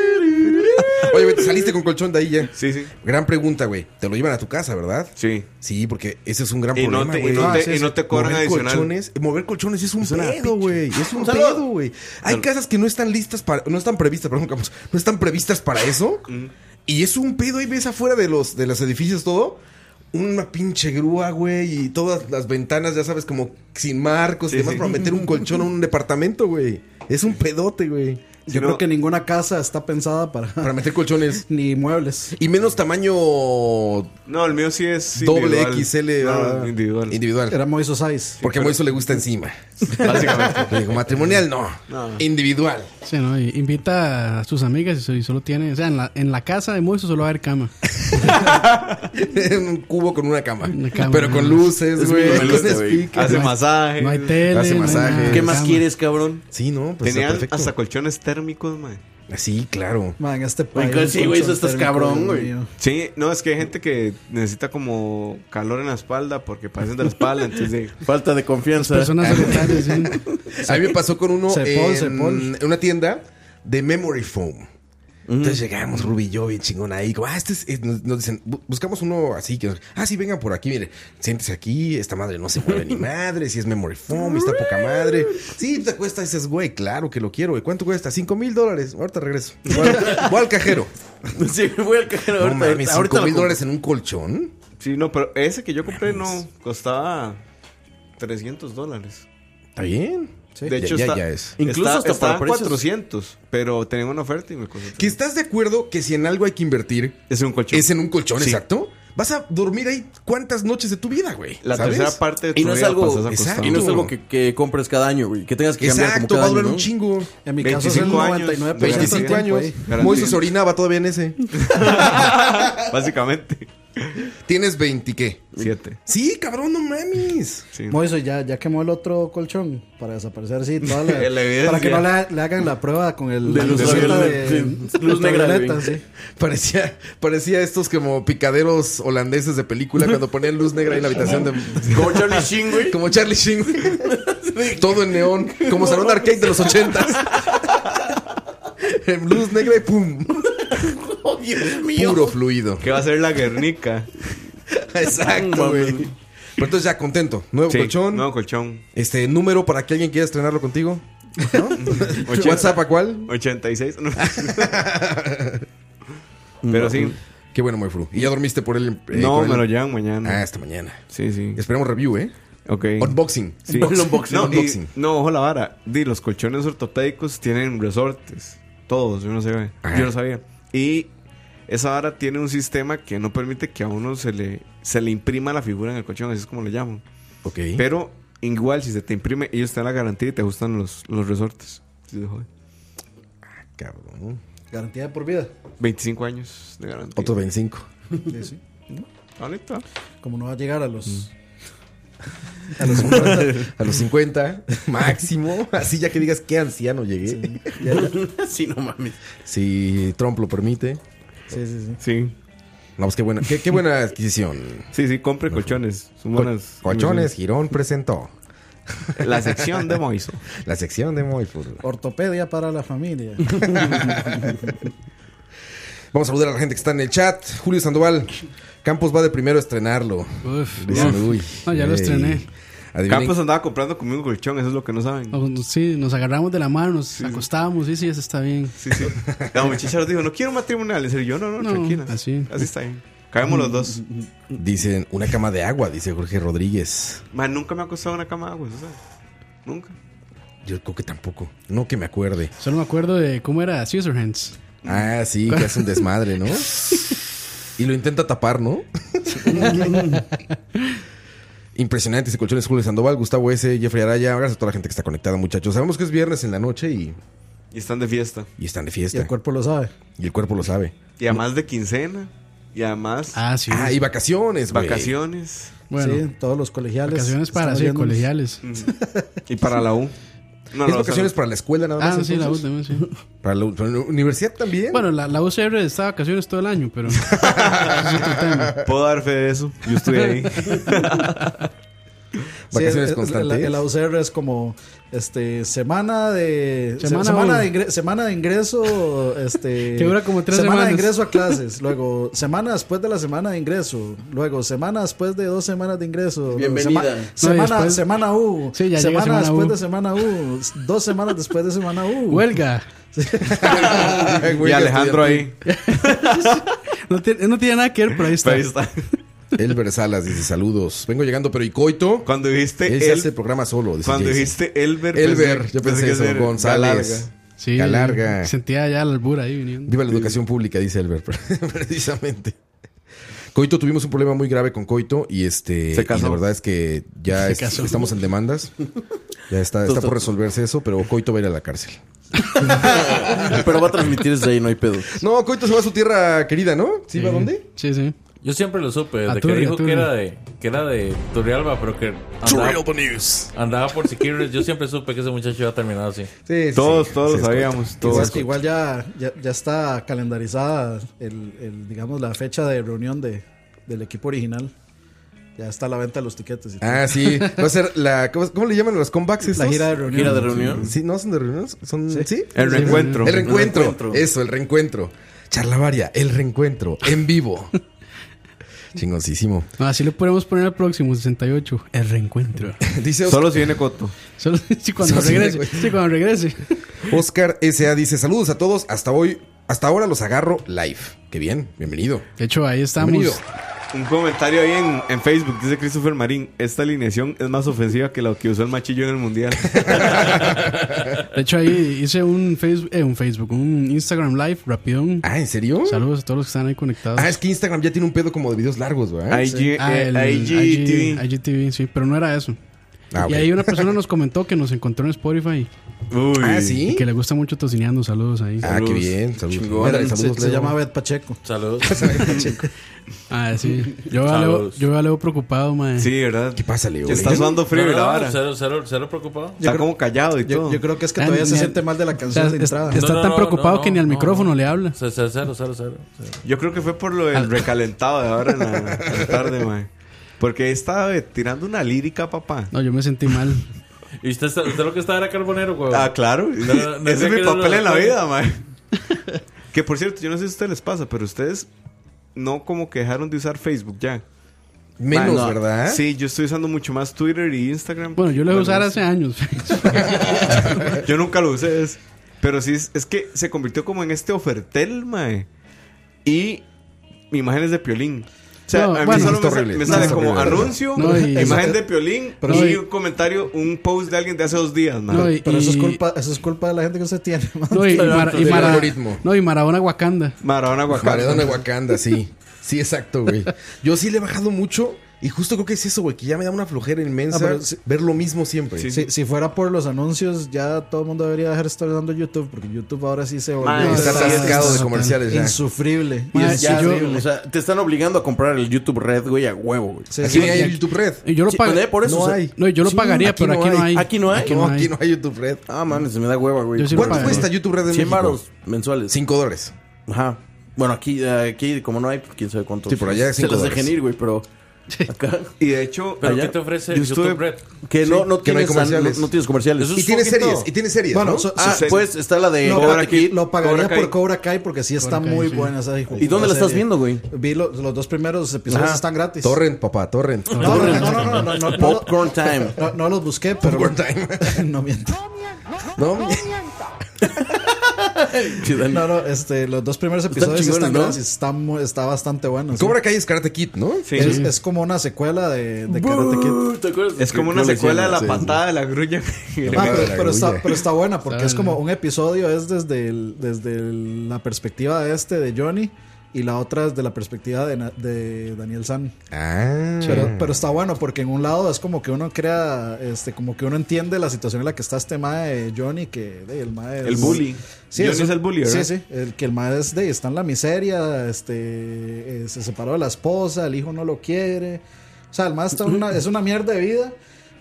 Speaker 4: Oye, güey, te saliste con colchón de ahí ya.
Speaker 7: Sí, sí.
Speaker 4: Gran pregunta, güey. Te lo llevan a tu casa, ¿verdad?
Speaker 7: Sí.
Speaker 4: Sí, porque ese es un gran
Speaker 7: Y no
Speaker 4: problema,
Speaker 7: te- y
Speaker 4: güey.
Speaker 7: no te-
Speaker 4: Ah, sí,
Speaker 7: y
Speaker 4: sí.
Speaker 7: no te cobran
Speaker 4: mover
Speaker 7: adicional.
Speaker 4: Colchones, mover colchones es un pedo, güey. Es un
Speaker 5: Salud.
Speaker 7: Mm.
Speaker 4: pedo, güey. Hay casas que no están listas para... No están previstas, perdón, Campos. No están previstas para eso. Y es un pedo, y ves afuera de los, de los edificios todo, una pinche grúa, güey, y todas las ventanas, ya sabes, como sin marcos
Speaker 9: Sí,
Speaker 4: y demás
Speaker 9: sí.
Speaker 4: para meter un colchón a un departamento, güey. Es un pedote, güey.
Speaker 9: Yo creo que ninguna casa está pensada para...
Speaker 4: Para meter colchones.
Speaker 9: Ni muebles.
Speaker 4: Y menos tamaño...
Speaker 7: No, el mío sí es
Speaker 4: Doble
Speaker 7: individual.
Speaker 4: XL.
Speaker 7: No,
Speaker 4: ah,
Speaker 7: individual.
Speaker 4: Individual.
Speaker 9: Era Moiso Size.
Speaker 4: Porque a Moiso le gusta encima.
Speaker 7: Básicamente.
Speaker 4: Le digo, matrimonial no.
Speaker 7: No.
Speaker 4: Individual.
Speaker 6: Sí, ¿no? Y invita a sus amigas y so- y solo tiene. O sea, en la, en la casa de Moiso solo va a haber cama.
Speaker 4: un cubo con una cama.
Speaker 6: cama,
Speaker 4: Pero
Speaker 6: nada
Speaker 4: con
Speaker 6: más.
Speaker 4: luces,
Speaker 5: Es
Speaker 4: güey.
Speaker 5: muy
Speaker 4: Con
Speaker 5: realista, güey.
Speaker 4: speakers.
Speaker 7: Hace
Speaker 4: No hay-
Speaker 7: masaje.
Speaker 6: No hay tele.
Speaker 4: Hace
Speaker 6: no hay nada,
Speaker 4: masajes.
Speaker 5: ¿Qué más
Speaker 6: cama.
Speaker 5: quieres, cabrón?
Speaker 4: Sí, no, pues
Speaker 7: Tenían
Speaker 4: está perfecto.
Speaker 7: hasta colchones térmicos, man.
Speaker 4: Sí, claro.
Speaker 9: Man, este
Speaker 5: Güey,
Speaker 9: país,
Speaker 5: sí, güey, eso
Speaker 9: colchón
Speaker 5: estás
Speaker 9: térmico,
Speaker 5: cabrón,
Speaker 9: Dios
Speaker 5: güey.
Speaker 9: mío.
Speaker 7: Sí, no, es que hay gente que necesita como calor en la espalda porque padecen de la espalda, entonces de-
Speaker 5: Falta de confianza.
Speaker 6: Personas solitarias, sí.
Speaker 4: A mí me pasó con uno
Speaker 9: Cepol,
Speaker 4: en,
Speaker 9: Cepol.
Speaker 4: en una tienda de memory foam. Entonces llegamos, Ruby y yo, bien chingón ahí. Como, ah, este es- es- nos, nos dicen, "Bu- buscamos uno así. que nos- Ah, sí, vengan por aquí, mire. Siéntese aquí, esta madre no se mueve ni madre. Si es memory foam, está poca madre. Sí, te cuesta. Dices, güey, claro que lo quiero. güey. ¿Cuánto cuesta? Cinco mil dólares. Ahorita regreso. Voy al- voy al cajero.
Speaker 5: Sí, voy al cajero
Speaker 4: No
Speaker 5: ahorita.
Speaker 4: mames,
Speaker 5: ahorita-
Speaker 4: cinco
Speaker 5: ahorita
Speaker 4: mil
Speaker 5: lo
Speaker 4: dólares en un colchón.
Speaker 7: Sí, no, pero ese que yo compré no costaba 300 dólares.
Speaker 4: Está bien.
Speaker 7: de hecho,
Speaker 4: ya, ya,
Speaker 7: está,
Speaker 4: ya es.
Speaker 5: Incluso hasta
Speaker 7: está
Speaker 5: para
Speaker 7: a
Speaker 5: precios.
Speaker 7: 400, pero tenía una oferta y me costó.
Speaker 4: ¿Que estás de acuerdo que si en algo hay que invertir,
Speaker 7: Es un colchón.
Speaker 4: es en un colchón,
Speaker 7: Sí.
Speaker 4: exacto? Vas a dormir ahí cuántas noches de tu vida, güey.
Speaker 7: La
Speaker 4: ¿sabes?
Speaker 7: tercera parte de tu
Speaker 5: Y no es
Speaker 7: vida
Speaker 5: algo-
Speaker 7: pasas acostado.
Speaker 4: Exacto.
Speaker 5: Y no es algo que, que compres cada año, güey. Que tengas que cambiar
Speaker 4: Exacto,
Speaker 5: como
Speaker 4: va
Speaker 5: cada
Speaker 4: a durar
Speaker 5: año,
Speaker 4: un
Speaker 5: ¿no?
Speaker 4: chingo.
Speaker 9: En mi caso es el
Speaker 7: 25 años,
Speaker 9: 99% del
Speaker 4: 25
Speaker 9: tiempo,
Speaker 4: años.
Speaker 9: ahí.
Speaker 7: Garantía.
Speaker 4: Moiso se orinaba todavía en ese.
Speaker 7: Básicamente.
Speaker 4: Tienes 20, ¿qué?
Speaker 7: Siete.
Speaker 4: Sí, cabrón, no mames.
Speaker 7: Sí.
Speaker 9: Moiso, ya, ya quemó el otro colchón para desaparecer, sí, toda la-
Speaker 7: La evidencia.
Speaker 9: para que no le, le hagan la prueba con el
Speaker 5: De luz
Speaker 9: lucecita
Speaker 5: negra,
Speaker 9: de-
Speaker 5: sí, luz negra,
Speaker 9: ultravioleta,
Speaker 5: güey.
Speaker 9: sí.
Speaker 4: Parecía, parecía estos como picaderos holandeses de película cuando ponían luz negra en la habitación de...
Speaker 5: Como Charlie Sheen, güey.
Speaker 4: Como Charlie Sheen. güey. Todo en neón. Como salón de arcade de los ochentas. En luz negra y pum.
Speaker 5: Oh, Dios mío.
Speaker 4: Puro fluido.
Speaker 7: ¿Qué va a ser la Guernica?
Speaker 4: Exacto, güey.
Speaker 5: Mames.
Speaker 4: Pero entonces ya contento. Nuevo
Speaker 7: Sí,
Speaker 4: colchón.
Speaker 7: No, colchón.
Speaker 4: Este número para que alguien quiera estrenarlo contigo. ¿No? ¿WhatsApp a cuál?
Speaker 7: 86. No. Pero sí.
Speaker 4: Qué bueno, muy fru. ¿Y ya dormiste por él? eh,
Speaker 7: No,
Speaker 4: con él?
Speaker 7: me lo llevan
Speaker 4: Ah,
Speaker 7: mañana.
Speaker 4: esta mañana.
Speaker 7: Sí, sí.
Speaker 4: Esperemos review, ¿eh?
Speaker 7: Ok.
Speaker 4: Unboxing.
Speaker 7: Sí.
Speaker 5: Un unboxing.
Speaker 7: No, y-
Speaker 4: Unboxing.
Speaker 7: no, ojo la vara. Di, los colchones ortopédicos tienen resortes. Todos, yo no sé.
Speaker 4: Ajá.
Speaker 7: Yo no sabía. Y esa vara tiene un sistema que no permite que a uno se le, se le imprima la figura en el colchón, así es como le llaman.
Speaker 4: Ok.
Speaker 7: Pero igual, si se te imprime, ellos te dan la garantía y te ajustan los, los resortes. Sí, se jode.
Speaker 4: Cabrón.
Speaker 9: Garantía de por vida.
Speaker 7: 25 años de garantía.
Speaker 4: Otro 25.
Speaker 9: Sí, sí.
Speaker 7: Ahorita.
Speaker 9: Como no va a llegar a los.
Speaker 4: A los 50. a los 50. Máximo. Así ya que digas qué anciano llegué.
Speaker 5: Sí, no mames.
Speaker 4: Si Trump lo permite.
Speaker 9: Sí, sí, sí.
Speaker 7: Sí.
Speaker 4: No, pues qué buena, qué, qué buena adquisición.
Speaker 7: Sí, sí, compre colchones. Son buenas.
Speaker 4: Colchones, Girón presentó
Speaker 7: inversiones. La sección de Moiso.
Speaker 4: la sección de Moifur.
Speaker 9: Ortopedia para la familia.
Speaker 4: Vamos a saludar a la gente que está en el chat. Julio Sandoval. Campos va de primero a estrenarlo.
Speaker 6: Uf,
Speaker 4: Dicen,
Speaker 6: uf.
Speaker 4: uy.
Speaker 6: No, ya lo
Speaker 4: ey.
Speaker 6: estrené.
Speaker 4: Adivinen-
Speaker 7: Campos andaba comprando conmigo un colchón, eso es lo que no saben.
Speaker 6: Nos- Sí, nos agarramos de la mano, nos acostábamos. Sí, sí, eso está bien.
Speaker 7: Sí, sí. La muchacha nos dijo, no quiero matrimonial. En serio, yo no, no,
Speaker 6: No,
Speaker 7: tranquila.
Speaker 6: así.
Speaker 7: Así está bien. Cabemos los dos.
Speaker 4: Dicen una cama de agua, dice Jorge Rodríguez.
Speaker 7: Man, nunca me ha acostado en una cama de agua, ¿sabes? Nunca.
Speaker 4: Yo creo que tampoco. No que me acuerde.
Speaker 6: Solo me acuerdo de cómo era Caesar Hands.
Speaker 4: Ah, sí, que hace un desmadre, ¿no? Y lo intenta tapar, ¿no? Impresionante ese colchón es Julio Sandoval, Gustavo S., Jeffrey Araya. Gracias a toda la gente que está conectada, muchachos. Sabemos que es viernes en la noche y,
Speaker 7: Y están de fiesta.
Speaker 4: y están de
Speaker 9: Y
Speaker 4: fiesta.
Speaker 9: el cuerpo lo sabe.
Speaker 4: Y el cuerpo lo sabe.
Speaker 7: Y además de quincena. Y además
Speaker 6: Ah, sí.
Speaker 4: Ah, y vacaciones, güey.
Speaker 7: vacaciones.
Speaker 6: bueno,
Speaker 9: sí, todos los colegiales.
Speaker 6: vacaciones para
Speaker 9: están
Speaker 6: sí,
Speaker 9: oyéndonos.
Speaker 6: colegiales.
Speaker 7: Y para la U. No, no,
Speaker 4: es
Speaker 7: o sea,
Speaker 4: vacaciones para la escuela nada más.
Speaker 6: Ah, sí, la U
Speaker 4: entonces?
Speaker 6: también, sí.
Speaker 4: Para la, para la universidad también.
Speaker 6: Bueno, la, la UCR está de vacaciones todo el año, pero. eso es otro tema.
Speaker 7: Puedo dar fe de eso. Yo estuve ahí.
Speaker 4: Vacaciones
Speaker 9: el- el,
Speaker 4: constantes.
Speaker 9: el AUCR es como este semana de se-
Speaker 6: Semana
Speaker 9: semana,
Speaker 6: uno.
Speaker 9: de, ingre- semana de ingreso este
Speaker 6: Que dura como tres
Speaker 9: semana de
Speaker 6: semanas.
Speaker 9: ingreso a clases, luego semana después de la semana de ingreso, luego semana después de dos semanas de ingreso, luego
Speaker 5: Bienvenida.
Speaker 9: sema-
Speaker 5: No, y
Speaker 9: semana
Speaker 6: después-
Speaker 9: semana U,
Speaker 6: Sí, ya llega
Speaker 9: semana,
Speaker 6: semana
Speaker 9: después
Speaker 6: U.
Speaker 9: de semana U, dos semanas después de semana U.
Speaker 6: Huelga.
Speaker 7: Y Alejandro ahí.
Speaker 6: No tiene, no tiene nada que ver, pero ahí está.
Speaker 7: Pero ahí está.
Speaker 4: El Versalas dice saludos. Vengo llegando, pero y Coito.
Speaker 7: Cuando
Speaker 4: Él
Speaker 7: dijiste
Speaker 4: se
Speaker 7: el-
Speaker 4: hace el programa solo. Dice
Speaker 7: cuando
Speaker 4: Jason.
Speaker 7: dijiste Elber.
Speaker 4: Elber, yo pensé
Speaker 7: que
Speaker 4: eso,
Speaker 7: era
Speaker 4: González.
Speaker 7: Galarga.
Speaker 6: Sí,
Speaker 4: Galarga.
Speaker 6: Sentía ya la albura ahí viniendo.
Speaker 4: Viva la educación pública, dice Elber, precisamente. Coito, tuvimos un problema muy grave con Coito y este
Speaker 7: Se casó.
Speaker 4: y la verdad es que ya es-
Speaker 6: casó.
Speaker 4: estamos en demandas. Ya está, está por resolverse eso, pero Coito va a ir a la cárcel.
Speaker 5: Pero va a transmitir desde ahí, no hay pedo.
Speaker 4: No, Coito se va a su tierra querida, ¿no? ¿Sí, va a dónde?
Speaker 6: Sí, sí.
Speaker 8: Yo siempre lo supe,
Speaker 6: A
Speaker 8: desde que
Speaker 6: Turri, a
Speaker 8: dijo
Speaker 6: Turri.
Speaker 8: que era de, que era de Turrialba, pero que andaba,
Speaker 4: News.
Speaker 8: andaba por Siquirres. Yo siempre supe que ese muchacho iba a terminar así.
Speaker 4: Sí, sí,
Speaker 7: Todos,
Speaker 4: sí,
Speaker 7: todos
Speaker 4: sí,
Speaker 7: lo
Speaker 4: es Coito.
Speaker 7: sabíamos.
Speaker 9: Igual,
Speaker 7: Todos.
Speaker 9: igual ya, ya, ya está calendarizada el, el, digamos, la fecha de reunión de, del equipo original. Ya está a la venta de los tiquetes. y todo.
Speaker 4: Ah, sí. Va a ser la. ¿Cómo, cómo le llaman los comebacks? Estos?
Speaker 9: la gira de reunión.
Speaker 5: Gira de reunión.
Speaker 4: Sí, no son de reuniones. Son, sí.
Speaker 7: El reencuentro.
Speaker 4: El reencuentro.
Speaker 5: El reencuentro.
Speaker 4: Eso, el reencuentro. Charlavaria, el reencuentro. En vivo. Chingoncísimo.
Speaker 6: No, así le podemos poner al próximo, 68. El reencuentro.
Speaker 4: Dice Oscar,
Speaker 7: Solo si viene Coto.
Speaker 6: Solo sí, cuando
Speaker 4: Solo sí,
Speaker 6: regrese.
Speaker 4: güey.
Speaker 6: Sí, cuando regrese.
Speaker 4: Oscar S.A. dice: Saludos a todos. Hasta hoy, hasta ahora los agarro live. Qué bien, bienvenido.
Speaker 6: De hecho, ahí estamos.
Speaker 4: Bienvenido.
Speaker 7: Un comentario ahí en, en Facebook dice Christopher Marín: Esta alineación es más ofensiva que la que usó el machillo en el mundial.
Speaker 6: De hecho, ahí hice un Facebook, eh, un Facebook, un Instagram Live rapidón.
Speaker 4: Ah, ¿en serio?
Speaker 6: Saludos a todos los que están ahí conectados.
Speaker 4: Ah, es que Instagram ya tiene un pedo como de videos largos, ¿verdad?
Speaker 7: IG,
Speaker 6: Ah,
Speaker 7: eh,
Speaker 6: el
Speaker 7: IGTV.
Speaker 6: IG IGTV, sí, pero no era eso.
Speaker 4: Ah, ok.
Speaker 6: Y ahí una persona nos comentó que nos encontró en Spotify
Speaker 7: Uy.
Speaker 4: Ah,
Speaker 6: y
Speaker 4: sí.
Speaker 6: que le gusta mucho tocineando. Saludos ahí.
Speaker 4: Ah, qué bien.
Speaker 5: Chingón.
Speaker 4: Saludos.
Speaker 9: Se-
Speaker 4: Ándale, saludos,
Speaker 9: se,
Speaker 4: Leo.
Speaker 9: llama Bet Pacheco.
Speaker 5: Saludos.
Speaker 6: Ah, sí. Yo veo a Leo,
Speaker 8: Saludos.
Speaker 6: yo veo a Leo preocupado, mae.
Speaker 7: Sí, ¿verdad?
Speaker 4: ¿Qué pasa, Leo? ¿Eh?
Speaker 7: Ya está sudando frío
Speaker 8: No,
Speaker 7: y la
Speaker 8: no,
Speaker 7: vara.
Speaker 8: cero, cero, cero preocupado.
Speaker 7: Está como callado y
Speaker 9: Yo,
Speaker 7: todo.
Speaker 9: yo creo que es que
Speaker 6: Ah,
Speaker 9: todavía se
Speaker 6: ni-
Speaker 9: siente mal de la canción
Speaker 6: o sea,
Speaker 9: de
Speaker 6: es-
Speaker 9: entrada.
Speaker 6: es- Está tan preocupado que ni al micrófono le habla.
Speaker 8: Cero, cero, cero, cero, cero, cero.
Speaker 7: Yo creo que fue por lo del recalentado de ahora en la, en la tarde, mae. Porque estaba eh, tirando una lírica, papá.
Speaker 6: No, yo me sentí mal.
Speaker 8: Y usted, está- usted lo que estaba era carbonero, güey.
Speaker 7: Ah, claro.
Speaker 8: No, no
Speaker 7: Ese
Speaker 8: sé
Speaker 7: es mi
Speaker 8: qué es lo
Speaker 7: papel
Speaker 8: de
Speaker 7: en la
Speaker 8: todo.
Speaker 7: vida, mae. que por cierto, yo no sé si a ustedes les pasa, pero ustedes no como que dejaron de usar Facebook ya. Mae,
Speaker 4: Menos,
Speaker 7: no.
Speaker 4: ¿verdad?
Speaker 7: Sí, yo estoy usando mucho más Twitter y Instagram.
Speaker 6: Bueno, yo lo voy a usar
Speaker 7: es-
Speaker 6: hace años.
Speaker 7: Yo nunca lo usé. es- Pero sí, es, es que se convirtió como en este ofertel, mae. Y imágenes de piolín. O sea,
Speaker 6: No,
Speaker 7: a mí
Speaker 6: bueno.
Speaker 7: solo
Speaker 4: Está
Speaker 7: me, sa-
Speaker 4: horrible,
Speaker 7: me
Speaker 4: está
Speaker 7: sale
Speaker 4: horrible,
Speaker 7: como
Speaker 4: la verdad.
Speaker 7: anuncio,
Speaker 6: No, y-
Speaker 7: imagen de piolín
Speaker 6: Pero
Speaker 7: y
Speaker 6: sí.
Speaker 7: un comentario, un post de alguien de hace dos días, mae.
Speaker 6: No, y-
Speaker 9: Pero eso es,
Speaker 6: y-
Speaker 9: culpa, eso es culpa de la gente que usted tiene. man.
Speaker 6: No, y, y Mara- y
Speaker 4: Del
Speaker 6: Mara-
Speaker 4: algoritmo.
Speaker 6: no, y Maradona Wakanda.
Speaker 7: Maradona Guacamole.
Speaker 4: Maradona Wakanda, sí. Sí, exacto, güey. Yo sí le he bajado mucho y justo creo que es eso, güey, que ya me da una flojera inmensa
Speaker 9: Ah, pero sí-
Speaker 4: ver lo mismo siempre.
Speaker 7: Sí.
Speaker 9: Si, si fuera por los anuncios, ya todo el mundo debería dejar de estar dando YouTube, porque YouTube ahora sí se volvió
Speaker 7: Man,
Speaker 4: Está
Speaker 7: Está-
Speaker 4: atascado de
Speaker 6: está-
Speaker 4: comerciales ya.
Speaker 9: insufrible.
Speaker 6: Man,
Speaker 9: Insufrible.
Speaker 6: si yo-
Speaker 5: O sea, te están obligando a comprar el YouTube Red, güey, a huevo, güey.
Speaker 9: Sí,
Speaker 4: Aquí
Speaker 9: sí.
Speaker 4: ni hay YouTube Red.
Speaker 6: Y yo lo
Speaker 5: Sí,
Speaker 6: pag-
Speaker 5: ¿eh? Por eso,
Speaker 4: No
Speaker 5: o sea,
Speaker 4: hay.
Speaker 6: No, yo lo
Speaker 4: Sí,
Speaker 6: pagaría, pero aquí no hay.
Speaker 5: Aquí no hay.
Speaker 6: Aquí no
Speaker 4: No,
Speaker 6: hay.
Speaker 4: aquí no hay YouTube Red.
Speaker 5: Ah, mames, se me da hueva, güey.
Speaker 6: Yo sí lo
Speaker 4: ¿Cuánto
Speaker 6: pago.
Speaker 4: cuesta YouTube Red en
Speaker 5: 100
Speaker 4: México?
Speaker 5: baros mensuales.
Speaker 4: 5 dólares.
Speaker 5: Ajá. Bueno, aquí, eh, aquí como no hay, quién sabe cuántos.
Speaker 4: Sí, por allá
Speaker 5: Se
Speaker 4: cinco
Speaker 5: las
Speaker 4: dólares.
Speaker 5: dejen ir, güey, pero... Acá...
Speaker 7: Y de hecho,
Speaker 8: ¿Pero
Speaker 5: Allá.
Speaker 8: qué te ofrece
Speaker 7: Yo estuve-
Speaker 8: YouTube Red?
Speaker 5: Que no, no,
Speaker 4: que no
Speaker 5: tienes
Speaker 4: hay
Speaker 5: an-
Speaker 4: comerciales.
Speaker 5: no- no tienes comerciales.
Speaker 8: Eso
Speaker 4: Y
Speaker 8: es
Speaker 4: tiene
Speaker 8: poquito.
Speaker 4: series, y tiene series,
Speaker 9: Bueno,
Speaker 4: ¿no?
Speaker 9: so-
Speaker 5: Ah,
Speaker 7: Sí, sí.
Speaker 5: pues está la de
Speaker 9: No,
Speaker 5: Cobra Kid.
Speaker 9: lo pagaría
Speaker 7: Cobra Kai.
Speaker 9: por Cobra Kai porque sí está
Speaker 6: Cobra Kai,
Speaker 9: muy
Speaker 6: sí.
Speaker 9: buena esa
Speaker 5: ¿Y dónde la estás viendo, güey?
Speaker 9: Vi lo- los dos primeros episodios,
Speaker 5: Ajá.
Speaker 9: están gratis.
Speaker 4: Torrent, papá, Torrent.
Speaker 9: No, no, no, no, no, no, no, no,
Speaker 5: Popcorn Time.
Speaker 9: no, no los busqué, pero
Speaker 4: Popcorn time.
Speaker 9: no miento.
Speaker 4: No, mi-
Speaker 9: No, no, este, los dos primeros episodios están,
Speaker 5: chingones, ¿no?
Speaker 9: gratis, está, mu- está bastante bueno. sí.
Speaker 4: Cobra Kai es Karate Kid, ¿no?
Speaker 7: sí.
Speaker 9: es, es como una secuela de, de Karate Kid.
Speaker 5: ¿Te acuerdas?
Speaker 7: Es como una
Speaker 5: No lo
Speaker 7: secuela de la
Speaker 5: hicieron, sí.
Speaker 7: patada de la grulla.
Speaker 9: Ah,
Speaker 4: Madre
Speaker 9: pero,
Speaker 4: la
Speaker 9: pero está,
Speaker 4: grulla.
Speaker 9: pero está buena porque
Speaker 6: Está
Speaker 9: es como
Speaker 6: bien.
Speaker 9: un episodio es desde, el- desde el- la perspectiva de este de Johnny y la otra es de la perspectiva de, Na- de Daniel San.
Speaker 4: Ah.
Speaker 9: Pero, pero está bueno porque en un lado es como que uno crea, este, como que uno entiende la situación en la que está este mae de Johnny, que de, el mae es-
Speaker 7: El bully.
Speaker 9: Sí,
Speaker 7: Johnny
Speaker 9: un-
Speaker 7: es el bully, ¿verdad?
Speaker 9: Sí, sí, el, que el mae es de, está en la miseria, este, eh, se separó de la esposa, el hijo no lo quiere. O sea, el mae está en una, es una mierda de vida.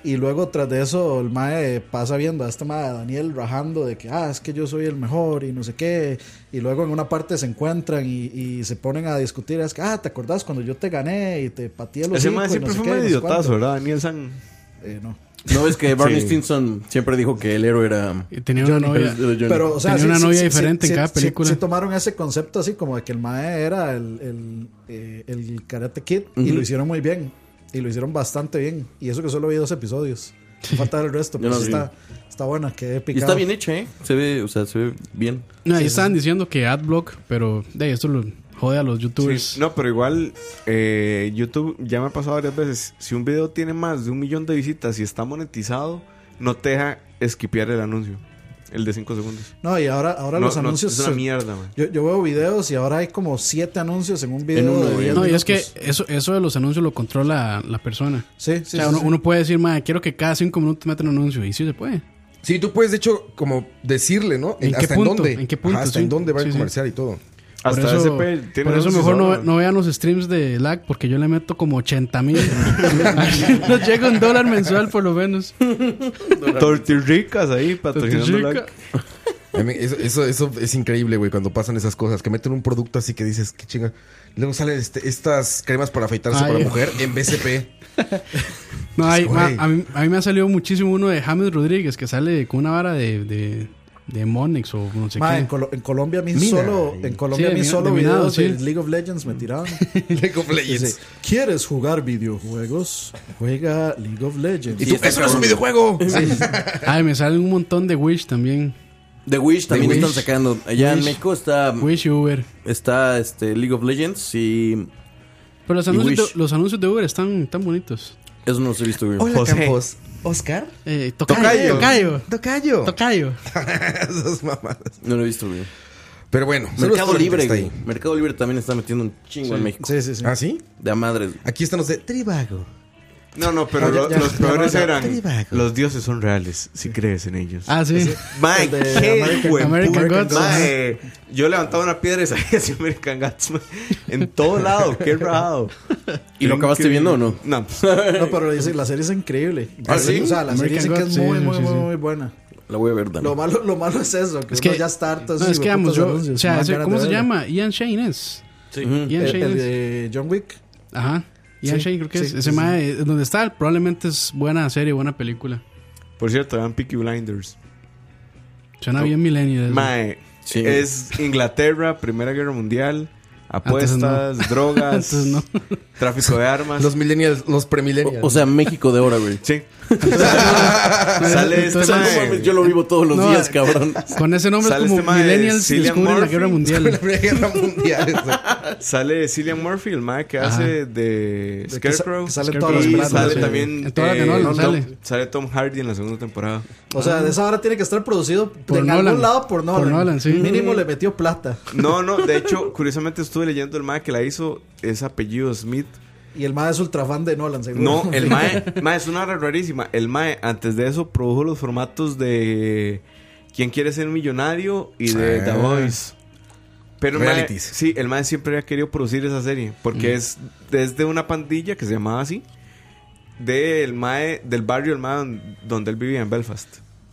Speaker 9: Y luego tras de eso el mae pasa viendo a este mae de Daniel rajando de que, ah, es que yo soy el mejor y no sé qué. Y luego en una parte se encuentran y, y se ponen a discutir. Es que, ah, ¿te acordás cuando yo te gané y te pateé los
Speaker 7: Ese
Speaker 9: hocicos
Speaker 7: man
Speaker 9: y no
Speaker 7: siempre
Speaker 9: sé
Speaker 7: fue
Speaker 9: qué,
Speaker 7: un
Speaker 9: no sé cuánto?"
Speaker 7: idiotazo, ¿verdad? Daniel San.
Speaker 9: eh, no.
Speaker 5: ¿No ves que Barney
Speaker 9: Sí.
Speaker 5: Stinson siempre dijo que el héroe era.
Speaker 6: tenía una novia.
Speaker 9: Pero, o sea,
Speaker 6: Tenía
Speaker 9: sí-
Speaker 6: una
Speaker 9: sí-
Speaker 6: novia
Speaker 9: sí-
Speaker 6: diferente
Speaker 9: sí-
Speaker 6: en cada
Speaker 9: sí-
Speaker 6: película.
Speaker 9: Sí, tomaron ese concepto así como de que el Mae era el, el, eh, el Karate Kid y
Speaker 5: Ujú.
Speaker 9: lo hicieron muy bien. Y lo hicieron bastante bien. Y eso que solo vi dos episodios. Falta el resto,
Speaker 5: Yo
Speaker 9: pero
Speaker 5: las
Speaker 9: sí
Speaker 5: vi.
Speaker 9: está, está buena, quedé
Speaker 5: Y
Speaker 9: picado.
Speaker 5: está bien hecha, ¿eh? Se ve, o sea, se ve bien.
Speaker 6: No, ahí estaban diciendo que Adblock, pero de ahí esto lo jode a los youtubers.
Speaker 7: Sí, no, pero igual eh, YouTube ya me ha pasado varias veces. Si un video tiene más de un millón de visitas y está monetizado, no te deja esquipear el anuncio. El de 5 segundos.
Speaker 9: No, y ahora, ahora
Speaker 7: No,
Speaker 9: los
Speaker 7: no,
Speaker 9: anuncios.
Speaker 7: es una
Speaker 9: son-
Speaker 7: mierda, man.
Speaker 9: yo, yo veo videos y ahora hay como siete anuncios en un video. de 10
Speaker 6: No, y
Speaker 9: minutos.
Speaker 6: es que eso, eso de los anuncios lo controla la persona.
Speaker 9: Pues- Sí,
Speaker 6: o sea,
Speaker 4: sí,
Speaker 6: uno,
Speaker 4: sí.
Speaker 6: uno puede decir, madre, quiero que cada cinco minutos metan un anuncio. Y sí se puede.
Speaker 4: Sí, tú puedes, de hecho, como decirle, ¿no?
Speaker 6: ¿En qué
Speaker 4: ¿Hasta
Speaker 6: punto?
Speaker 4: en dónde?
Speaker 6: ¿En qué punto?
Speaker 4: Ajá, hasta
Speaker 6: Sí.
Speaker 4: en dónde va
Speaker 6: Sí,
Speaker 4: el
Speaker 6: sí.
Speaker 4: comercial y todo.
Speaker 6: Por eso, por eso mejor no, ve- no vean los streams de lag porque yo le meto como 80 mil. Nos llega un dólar mensual por lo menos.
Speaker 7: Tortirricas ahí patrocinando la...
Speaker 4: A mí Eso, eso, eso es increíble, güey, cuando pasan esas cosas. Que meten un producto así que dices, qué chinga. Luego salen este- estas cremas para afeitarse
Speaker 6: Ay,
Speaker 4: para
Speaker 6: eh.
Speaker 4: mujer en BCP.
Speaker 6: No, hay-
Speaker 9: Pues,
Speaker 4: Güey.
Speaker 6: ma- a, mí, a mí me ha salido muchísimo uno de James Rodríguez que sale con una vara de, de, de Monex o no sé
Speaker 9: Ma,
Speaker 6: qué.
Speaker 9: en, Colo- en Colombia a mí
Speaker 6: Mina.
Speaker 9: solo, en Colombia
Speaker 6: Sí,
Speaker 9: a mí
Speaker 6: de mi-
Speaker 9: solo
Speaker 6: de minado,
Speaker 9: videos
Speaker 6: sí.
Speaker 9: de League of Legends me tiraban.
Speaker 4: League of Legends.
Speaker 9: Dice, ¿Quieres jugar videojuegos? Juega League of Legends.
Speaker 4: Y tú, "Eso no es un videojuego".
Speaker 6: Ay, me salen un montón de Wish también.
Speaker 5: The Wish también
Speaker 6: Wish.
Speaker 5: están sacando. Allá en
Speaker 6: Wish.
Speaker 5: México está.
Speaker 6: Wish y Uber.
Speaker 5: Está este, League of Legends y.
Speaker 6: Pero los
Speaker 5: Y
Speaker 6: anuncios,
Speaker 5: Wish.
Speaker 6: de, los anuncios de Uber están tan bonitos.
Speaker 5: Eso no los he visto, güey.
Speaker 4: Campos. ¿Oscar?
Speaker 6: Eh, tocayo, tocayo. Tocayo. Tocayo.
Speaker 4: Esas mamadas.
Speaker 5: No lo he visto, güey.
Speaker 4: Pero bueno, solo
Speaker 5: Mercado
Speaker 4: Storm
Speaker 5: Libre,
Speaker 4: está
Speaker 5: güey.
Speaker 4: ahí.
Speaker 5: Mercado Libre también está metiendo un chingo
Speaker 4: Sí.
Speaker 5: en México.
Speaker 9: Sí, sí, sí.
Speaker 4: ¿Ah, sí?
Speaker 5: De a madres. güey.
Speaker 4: Aquí están los de Tribago.
Speaker 7: No, no, pero
Speaker 4: No, ya-
Speaker 7: lo-
Speaker 4: ya-
Speaker 7: los
Speaker 4: ya
Speaker 7: peores
Speaker 4: no, ya-
Speaker 7: eran...
Speaker 4: Tribago.
Speaker 7: Los dioses son reales, si crees en ellos.
Speaker 6: Ah, sí.
Speaker 7: Mae,
Speaker 9: de
Speaker 7: qué
Speaker 9: American-
Speaker 7: buen
Speaker 6: American
Speaker 7: puto.
Speaker 6: Gods.
Speaker 7: Mae, yo levantaba una piedra y salía así American Gods. mae. En todo lado, qué rajado.
Speaker 5: ¿Y lo acabaste viendo o no?
Speaker 7: No.
Speaker 9: No, pero dice, la serie es increíble.
Speaker 5: ¿Ah, sí?
Speaker 9: O sea, la serie
Speaker 6: American
Speaker 9: dicen que
Speaker 6: Gods,
Speaker 9: es
Speaker 6: sí,
Speaker 9: muy,
Speaker 6: sí,
Speaker 9: muy,
Speaker 6: sí,
Speaker 9: muy,
Speaker 6: sí.
Speaker 9: muy buena.
Speaker 5: La voy a ver, dame.
Speaker 9: Lo malo, lo malo es eso, que
Speaker 6: Es
Speaker 9: uno
Speaker 6: que-
Speaker 9: ya está harto. de
Speaker 6: No,
Speaker 9: esos
Speaker 6: es que vamos,
Speaker 9: hijueputas
Speaker 6: yo.
Speaker 9: anuncios,
Speaker 6: O sea,
Speaker 9: me dan
Speaker 6: ese-
Speaker 9: ganas
Speaker 6: ¿cómo
Speaker 9: de
Speaker 6: se
Speaker 9: verlo.
Speaker 6: llama? Ian Shane es.
Speaker 5: Ujú.
Speaker 6: Ian
Speaker 9: El,
Speaker 6: Shane
Speaker 9: el
Speaker 6: es.
Speaker 9: de John Wick.
Speaker 6: Ajá. Ian
Speaker 9: Sí,
Speaker 6: Shane creo que
Speaker 9: sí,
Speaker 6: es.
Speaker 9: sí,
Speaker 6: Ese
Speaker 9: sí.
Speaker 6: mae, eh, donde está, probablemente es buena serie, buena película.
Speaker 7: Por cierto, eran Peaky Blinders.
Speaker 6: Suena
Speaker 7: No.
Speaker 6: bien millennial. eso.
Speaker 7: Mae,
Speaker 5: Sí.
Speaker 7: es Inglaterra, Primera Guerra Mundial,
Speaker 6: Antes no.
Speaker 7: apuestas, drogas,
Speaker 6: Antes no.
Speaker 7: tráfico de armas.
Speaker 4: Los millennials, los premillennials.
Speaker 5: O sea, México de ahora, güey.
Speaker 7: Sí. Sale este
Speaker 5: O sea, no
Speaker 7: mae.
Speaker 5: mames, yo lo vivo todos los
Speaker 6: No,
Speaker 5: días,
Speaker 6: eh,
Speaker 5: cabrón.
Speaker 6: Con ese nombre es
Speaker 7: Sale
Speaker 6: como
Speaker 7: este mae,
Speaker 6: Millennials
Speaker 7: Cillian
Speaker 6: descubren la
Speaker 7: Murphy.
Speaker 6: guerra mundial.
Speaker 4: la Primera Guerra Mundial. eso.
Speaker 7: Sale Cillian Murphy, el mae que
Speaker 6: Ajá.
Speaker 7: hace de
Speaker 9: que sa-
Speaker 7: Scarecrow.
Speaker 9: que sale en
Speaker 7: Y
Speaker 9: todas las películas,
Speaker 7: Sale
Speaker 9: sí.
Speaker 7: también.
Speaker 6: En todas las de
Speaker 7: eh,
Speaker 6: Nolan
Speaker 7: Tom-
Speaker 6: sale.
Speaker 7: sale Tom Hardy en la segunda temporada.
Speaker 9: O sea, de esa hora tiene que estar producido
Speaker 6: Ah. Por
Speaker 9: en
Speaker 6: Nolan.
Speaker 9: algún lado por
Speaker 6: Por
Speaker 9: Nolan.
Speaker 6: Nolan, sí.
Speaker 9: Mínimo le metió plata.
Speaker 7: No, no, de hecho, curiosamente estuve leyendo el mae que la hizo, es apellido Smith.
Speaker 9: Y el mae es ultra fan de Nolan, seguro.
Speaker 7: No, el mae, mae es una hora rarísima. El mae antes de eso produjo los formatos de ¿Quién quiere ser millonario? y de
Speaker 4: Ah.
Speaker 7: The Voice. Pero el mae-
Speaker 4: Realities.
Speaker 7: sí, el mae siempre había querido producir esa serie porque
Speaker 9: Mm.
Speaker 7: es desde una pandilla que se llamaba así del mae del barrio el mae don- donde él vivía en Belfast.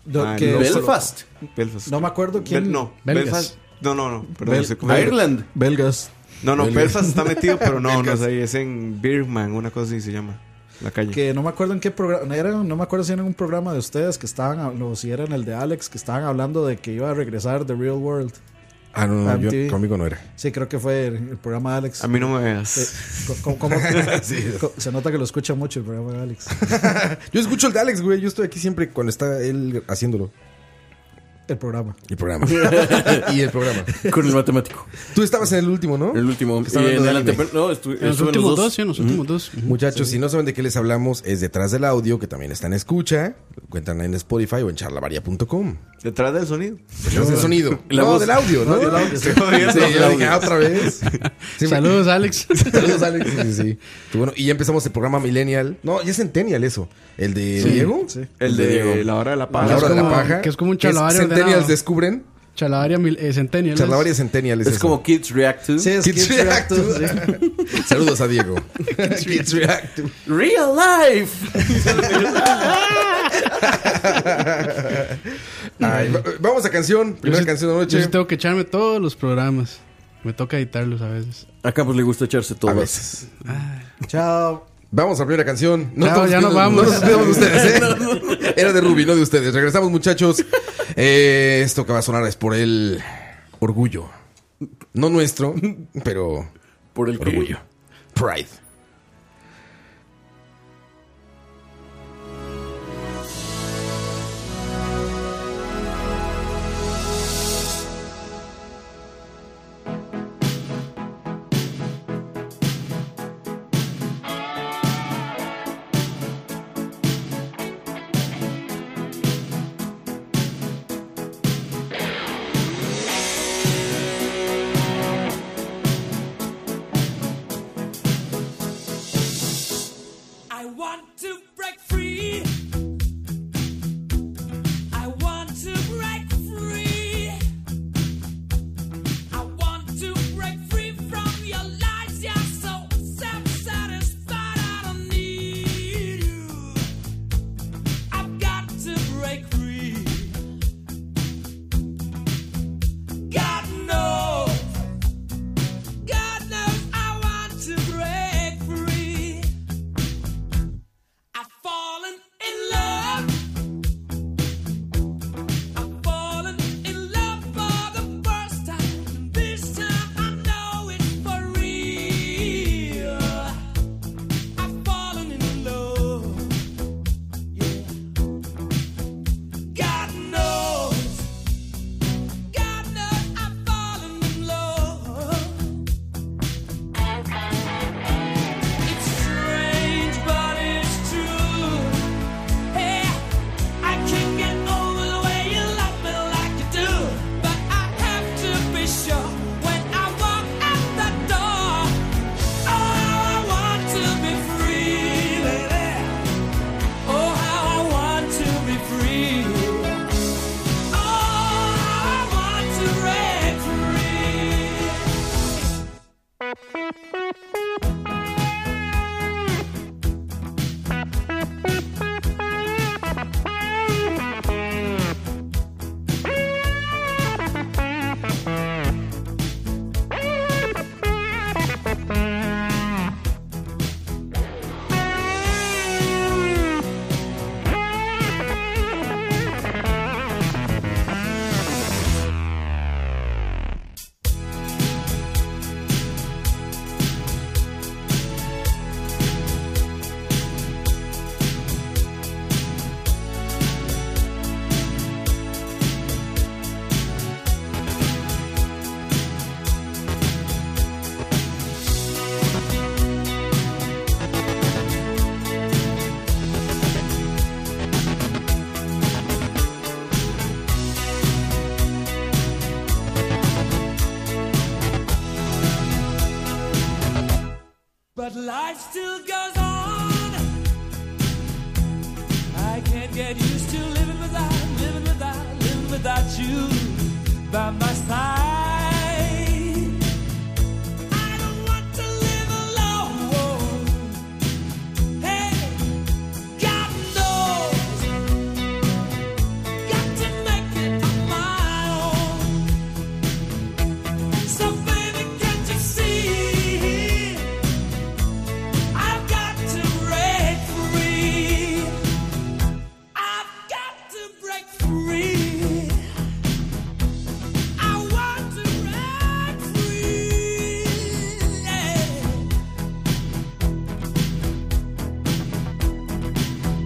Speaker 9: Lo
Speaker 7: Mae,
Speaker 9: que-
Speaker 7: no,
Speaker 5: Belfast.
Speaker 7: Belfast.
Speaker 9: No me acuerdo quién-
Speaker 7: Bel- no,
Speaker 6: Ah, Belgas.
Speaker 7: Belfast. No, no, no, perdón,
Speaker 9: Bel-
Speaker 7: estoy confundido.
Speaker 5: Ireland.
Speaker 9: Belgas.
Speaker 7: No, no,
Speaker 4: Belgas.
Speaker 7: Belfast está metido, pero no, no
Speaker 4: Belgas.
Speaker 7: es ahí, es en Birman, una cosa así se llama la calle.
Speaker 9: Que no me acuerdo en qué programa, era, no me acuerdo si era en un programa de ustedes que estaban, hab- no, si era en el de Alex, que estaban hablando de que iba a regresar The Real World.
Speaker 4: Ah, no, no, yo-
Speaker 9: MTV.
Speaker 4: conmigo no era.
Speaker 9: Sí, creo que fue el, el programa de Alex.
Speaker 7: A mí no me veas.
Speaker 9: Eh, co- co- como- co- Se nota que lo escucha mucho el programa de Alex.
Speaker 4: Yo escucho el de Alex, güey. Yo estoy aquí siempre cuando está él haciéndolo.
Speaker 9: El programa.
Speaker 4: El programa. y el programa.
Speaker 5: Con el matemático.
Speaker 4: Tú estabas en el último, ¿no?
Speaker 5: El último.
Speaker 4: Está hablando
Speaker 5: Y en
Speaker 4: de
Speaker 5: el
Speaker 4: anime.
Speaker 5: antepen- No, estu-
Speaker 6: En los
Speaker 5: estuve en
Speaker 6: últimos dos, sí, en los últimos dos. Ujú.
Speaker 4: Muchachos, si no saben de qué les hablamos, es Detrás del Audio, que también está en escucha. Lo encuentran en Spotify o en charlavaria.com.
Speaker 7: Detrás del sonido.
Speaker 4: Detrás del Pues sonido.
Speaker 5: La
Speaker 4: no,
Speaker 5: voz.
Speaker 4: del audio, ¿no?
Speaker 9: Del audio, sí.
Speaker 4: Sí, yo dije, ah, otra vez. Sí,
Speaker 6: Saludos, Alex.
Speaker 4: me- Saludos, Alex. Sí, sí, sí. Y bueno, y ya empezamos el programa Millennial. No, ya es Centennial eso. El de Diego.
Speaker 9: Sí.
Speaker 7: El
Speaker 5: de
Speaker 7: de
Speaker 5: Diego.
Speaker 7: la hora de la
Speaker 4: A
Speaker 7: paz.
Speaker 4: la
Speaker 6: es
Speaker 4: hora de la
Speaker 6: como-
Speaker 4: paja.
Speaker 6: que es como un chalabario ordenado.
Speaker 4: Centennials descubren.
Speaker 6: Chalabaria mil, eh, Centennial.
Speaker 4: Charlavaria Centennial es,
Speaker 5: Es
Speaker 4: eso.
Speaker 5: como Kids React to.
Speaker 9: Sí, es
Speaker 4: Kids
Speaker 9: Kids
Speaker 4: React.
Speaker 9: Reactus, sí.
Speaker 4: Saludos a Diego. Kids React.
Speaker 5: Real life.
Speaker 4: Ay, va- vamos a canción.
Speaker 6: Yo
Speaker 4: Primera
Speaker 6: sí-
Speaker 4: canción de la
Speaker 6: Yo
Speaker 4: noche.
Speaker 6: sí tengo que echarme todos los programas. Me toca editarlos a veces.
Speaker 5: A Campos le gusta pues, echarse
Speaker 4: A
Speaker 5: todo.
Speaker 4: veces.
Speaker 9: Chao.
Speaker 4: Vamos a la primera canción.
Speaker 6: Ya,
Speaker 4: estamos
Speaker 6: ya nos
Speaker 4: pidiendo-
Speaker 6: vamos.
Speaker 4: No nos pedimos de ustedes, ¿eh? Era de Ruby, no de ustedes. Regresamos, muchachos. Eh, esto que va a sonar es por el orgullo. No nuestro, pero
Speaker 5: Por el
Speaker 4: orgullo. Pride.
Speaker 11: I want to break free. I want to break free. I want to break free from your lies. You're so self satisfied. I don't need you. I've got to break free. God knows. God knows I want to break free. I've fallen in love. I've fallen in love for the first time. This time I know it's for real. I've fallen in love. Yeah. God knows. God knows I've fallen in love. It's strange, but it's true. Hey, I can't get over the way you love me like you do. But I have to be sure when I walk out the door. Oh, how I want to be free, lady. Oh, how I want to be free. Oh, how I want to break free. But life still goes on. I can't get used to living without, living without, living without you by my side. I don't want to live alone. Hey, God knows, got to make it on my own. So baby, can't you see? I've got to break free. I've got to break free. I want to break free.